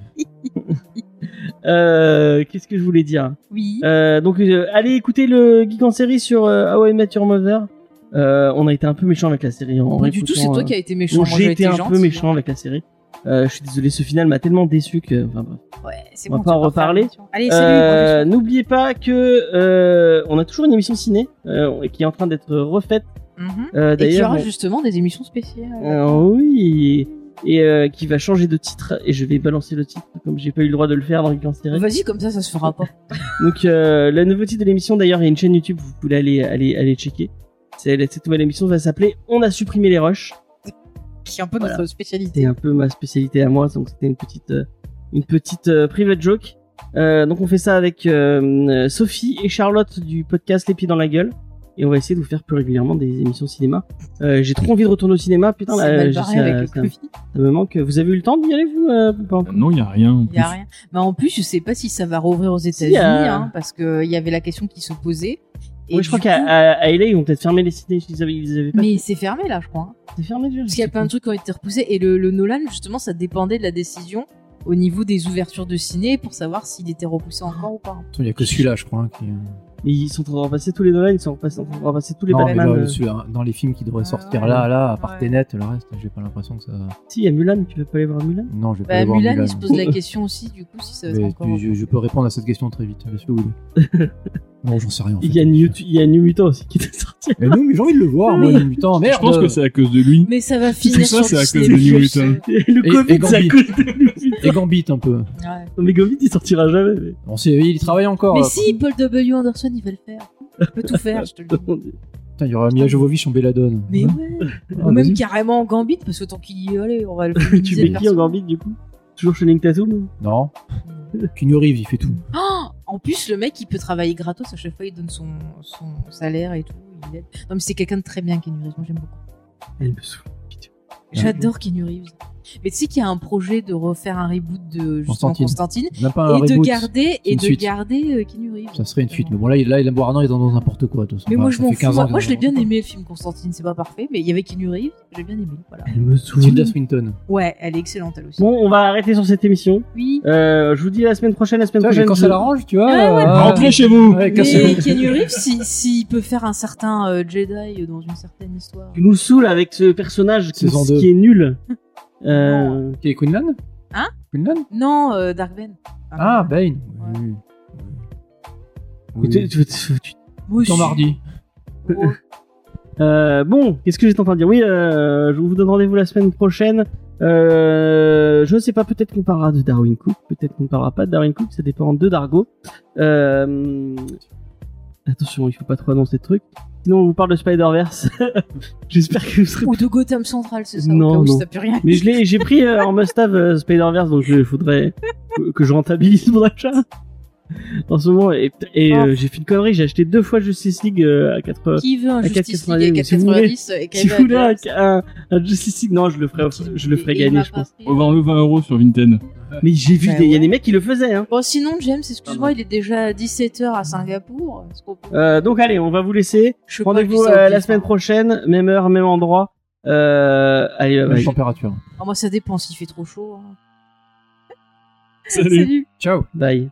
Speaker 2: Euh, Qu'est-ce que je voulais dire
Speaker 5: Oui.
Speaker 2: Euh, donc euh, allez écouter le Geek en série sur euh, How I Met Your Mother. Euh, on a été un peu méchant avec la série. En
Speaker 5: Pas du tout, c'est
Speaker 2: réécoutant,
Speaker 5: toi
Speaker 2: euh,
Speaker 5: qui as été hein. méchant.
Speaker 2: bon,
Speaker 5: Moi,
Speaker 2: j'ai été un peu
Speaker 5: gentil.
Speaker 2: méchant avec la série. Euh, je suis désolé, ce final m'a tellement déçu que. enfin, bref.
Speaker 5: hein. Ouais, c'est
Speaker 2: On va
Speaker 5: bon.
Speaker 2: pas
Speaker 5: tu
Speaker 2: en
Speaker 5: vas
Speaker 2: reparler.
Speaker 5: faire l'émission. Allez, salut. bonne
Speaker 2: Euh, N'oubliez pas que euh, on a toujours une émission ciné euh, qui est en train d'être refaite.
Speaker 6: Mhm.
Speaker 2: Euh,
Speaker 5: Et qu'il y
Speaker 2: D'ailleurs,
Speaker 5: aura
Speaker 2: on-
Speaker 5: justement des émissions spéciales.
Speaker 2: Euh, oui, et euh, qui va changer de titre. Et je vais balancer le titre comme j'ai pas eu le droit de le faire dans le direct.
Speaker 5: Vas-y, comme ça, ça se fera pas.
Speaker 2: Donc euh, la nouveauté de l'émission, d'ailleurs, il y a une chaîne YouTube, vous pouvez aller aller aller checker. C'est- Cette nouvelle émission va s'appeler On a supprimé les rushs.
Speaker 6: Qui est un peu notre spécialité.
Speaker 2: C'était un peu ma spécialité à moi, donc c'était une petite euh, une petite euh, private joke. Euh, donc on fait ça avec euh, Sophie et Charlotte du podcast Les Pieds dans la Gueule. Et on va essayer de vous faire plus régulièrement des émissions cinéma. Euh, j'ai trop envie de retourner au cinéma. Putain,
Speaker 5: C'est
Speaker 2: là,
Speaker 5: mal
Speaker 2: j'ai-
Speaker 5: barré
Speaker 2: ça-
Speaker 5: avec le
Speaker 2: ça-
Speaker 5: Covid.
Speaker 2: ça me manque. Vous avez eu le temps d'y aller, vous euh, pas encore
Speaker 4: Non, il n'y a rien. en
Speaker 6: Il y a
Speaker 4: plus.
Speaker 6: rien.
Speaker 5: Bah en plus, je sais pas si ça va rouvrir aux États-Unis,
Speaker 2: euh,
Speaker 5: hein, parce que il y avait la question qui se posait. Et
Speaker 2: Oui, je crois
Speaker 5: du
Speaker 2: qu'à
Speaker 5: coup-
Speaker 2: à- à LA, ils ont peut-être fermé les cités. Ils avaient, ils avaient pas
Speaker 5: Mais c'est fermé là, je crois. hein.
Speaker 2: c'est fermé déjà.
Speaker 5: Parce qu'il y a plein de trucs qui ont été repoussés. Et le, le Nolan, justement, ça dépendait de la décision au niveau des ouvertures de ciné pour savoir s'il était repoussé encore ou pas.
Speaker 3: Attends, Il y a que celui-là, je crois. hein, qui...
Speaker 2: Mais ils sont en train de repasser tous les Nolan, ils sont en train de repasser tous les
Speaker 3: non, mais
Speaker 2: Batman.
Speaker 3: dans,
Speaker 2: euh.
Speaker 3: celui-là, dans les films qui devraient
Speaker 5: Ah.
Speaker 6: Ouais,
Speaker 3: sortir
Speaker 6: ouais.
Speaker 3: là, là, à part
Speaker 6: Ouais.
Speaker 3: Tenet, le reste, j'ai pas l'impression que ça.
Speaker 2: Si, il y a Mulan, tu veux pas aller voir Mulan
Speaker 3: Non, je vais pas
Speaker 5: Bah,
Speaker 3: aller voir
Speaker 5: Mulan,
Speaker 3: Mulan.
Speaker 5: il se pose la question aussi, du coup, si ça va
Speaker 3: Mais
Speaker 5: être encore. hein.
Speaker 3: tu- je, je peux répondre à cette question très vite. Je sais où il est. non, j'en sais rien. en
Speaker 2: Il
Speaker 3: fait.
Speaker 2: y a New, il y a New Mutant aussi qui est sorti.
Speaker 3: Mais non, mais j'ai envie de le voir, moi, les mutants. Merde.
Speaker 4: Je pense que c'est à cause de lui.
Speaker 5: Mais ça va
Speaker 4: Tout
Speaker 5: finir
Speaker 4: ça, c'est
Speaker 5: sur
Speaker 4: à
Speaker 5: le
Speaker 4: cause de
Speaker 5: cinéma.
Speaker 4: New Mutant.
Speaker 2: Le
Speaker 3: Et- et
Speaker 2: Covid, c'est à
Speaker 3: Gambit.
Speaker 2: cause de New Mutant.
Speaker 3: Et Gambit un peu.
Speaker 5: euh, Ouais.
Speaker 2: Mais Gambit, il sortira jamais. mais-
Speaker 3: On sait, il y travaille encore. hein,
Speaker 5: Mais
Speaker 3: là.
Speaker 5: si, Paul W. Anderson, il va le faire. Il peut tout faire, je te le dis.
Speaker 3: Putain, il y aura Mia Jovovich en Belladone.
Speaker 5: Mais
Speaker 3: Hein
Speaker 5: ouais.
Speaker 3: Ah,
Speaker 5: Ou même
Speaker 3: vas-y.
Speaker 5: carrément en Gambit, parce que tant qu'il y est, allez, on va le
Speaker 2: Tu
Speaker 5: féminiser,
Speaker 2: mets
Speaker 5: le
Speaker 2: qui en
Speaker 5: perso.
Speaker 2: Gambit du coup Toujours Shining Tatum
Speaker 3: Non. Keanu Reeves, il fait tout.
Speaker 5: Ah en plus, le mec, il peut travailler gratos. À chaque fois, il donne son, son salaire et tout. Il aide. Non, mais c'est quelqu'un de très bien, Ken Reeves. Moi, j'aime beaucoup.
Speaker 3: Ah,
Speaker 2: Elle me saoule.
Speaker 5: J'adore Ken Reeves. Mais tu sais qu'il y a un projet de refaire un reboot de justement
Speaker 3: Constantine.
Speaker 5: Constantine,
Speaker 3: On n'a pas un
Speaker 5: et
Speaker 3: reboot.
Speaker 5: de garder et
Speaker 3: une
Speaker 5: de
Speaker 3: suite.
Speaker 5: garder euh, Keanu Reeves.
Speaker 3: Ça serait une suite. Mais bon, là, il, là, il a bon, ah non, il est dans n'importe quoi. de toute façon.
Speaker 5: Mais
Speaker 3: Bah,
Speaker 5: moi,
Speaker 3: ça
Speaker 5: je m'en
Speaker 3: fait
Speaker 5: fous.
Speaker 3: 15 ans
Speaker 5: Moi,
Speaker 3: qu'il
Speaker 5: moi,
Speaker 3: est
Speaker 5: je l'ai
Speaker 3: dans
Speaker 5: bien
Speaker 3: n'importe
Speaker 5: aimé le film Constantine. C'est pas parfait, mais il y avait Keanu Reeves. J'ai bien aimé. Voilà.
Speaker 2: Elle me
Speaker 3: quoi. Tilda
Speaker 2: saoule.
Speaker 3: Swinton.
Speaker 5: Ouais, elle est excellente elle aussi.
Speaker 2: Bon, on va arrêter sur cette émission.
Speaker 5: Oui.
Speaker 2: Euh, je vous dis à la semaine prochaine, la semaine
Speaker 3: Tu vois,
Speaker 2: prochaine.
Speaker 3: quand
Speaker 2: je-
Speaker 3: ça l'arrange, tu vois.
Speaker 5: Ah ouais,
Speaker 3: euh,
Speaker 4: Rentrez chez vous
Speaker 3: ouais,
Speaker 5: Mais
Speaker 3: cassez-vous.
Speaker 5: Keanu Reeves, si- s'il peut faire un certain euh, Jedi dans une certaine histoire.
Speaker 2: Tu nous saoules avec ce personnage qui,
Speaker 3: Saison deux.
Speaker 2: qui est nul. Euh,
Speaker 3: Qui est Quinlan
Speaker 5: Hein
Speaker 3: Quinlan
Speaker 5: Non, euh, Dark Bane.
Speaker 3: Ah,
Speaker 2: ben,
Speaker 3: Bane. Oui. Oui.
Speaker 2: tu- tu- tu- tu-
Speaker 5: Moi
Speaker 3: Ton
Speaker 5: aussi.
Speaker 3: mardi.
Speaker 5: Oh.
Speaker 2: euh, bon, qu'est-ce que j'étais en train de dire Oui, euh, je vous donne rendez-vous la semaine prochaine. Euh, je sais pas, peut-être qu'on parlera de Darwin Cook, peut-être qu'on parlera pas de Darwin Cook, ça dépend de Dargo. Euh, attention, il faut pas trop annoncer de trucs. Sinon, on vous parle de Spider-Verse. J'espère que vous serez.
Speaker 5: Ou de Gotham Central, c'est ça au
Speaker 2: Non,
Speaker 5: cas où
Speaker 2: non.
Speaker 5: ça peut rien.
Speaker 2: Mais je l'ai, j'ai pris euh, en must-have euh, Spider-Verse, donc il faudrait que- que je rentabilise mon achat. En ce moment, et, et, euh, j'ai fait une connerie, j'ai acheté deux fois Justice League euh, à 80.
Speaker 5: Qui veut un
Speaker 2: À
Speaker 5: Justice League à
Speaker 2: 4,90, si vous
Speaker 5: 4,90 et
Speaker 2: Si vous
Speaker 5: Kevin
Speaker 2: voulez un,
Speaker 5: Adams
Speaker 2: un- un Justice League, non, je le ferai, je le ferai
Speaker 5: Et il
Speaker 2: gagner,
Speaker 5: m'a
Speaker 2: je
Speaker 5: pas
Speaker 2: pense.
Speaker 5: pris.
Speaker 4: On vend le 20 euros sur Vinted.
Speaker 2: Mais j'ai vu,
Speaker 5: Ben
Speaker 2: des- il y a
Speaker 5: ouais.
Speaker 2: des mecs qui le faisaient. Hein.
Speaker 5: Bon, sinon, James, excuse-moi, il est déjà 17h à Singapour. Est-ce qu'on peut-
Speaker 2: Euh, donc allez, on va vous laisser.
Speaker 5: Je peux pas
Speaker 2: Rendez-vous
Speaker 5: lui ça au
Speaker 2: euh,
Speaker 5: pif,
Speaker 2: la semaine
Speaker 5: hein.
Speaker 2: prochaine, même heure, même endroit. Euh, allez, bye
Speaker 3: Même
Speaker 2: bye.
Speaker 3: température.
Speaker 5: Ah, moi, ça dépend s'il fait trop chaud. hein.
Speaker 4: Salut.
Speaker 3: Ciao.
Speaker 2: bye.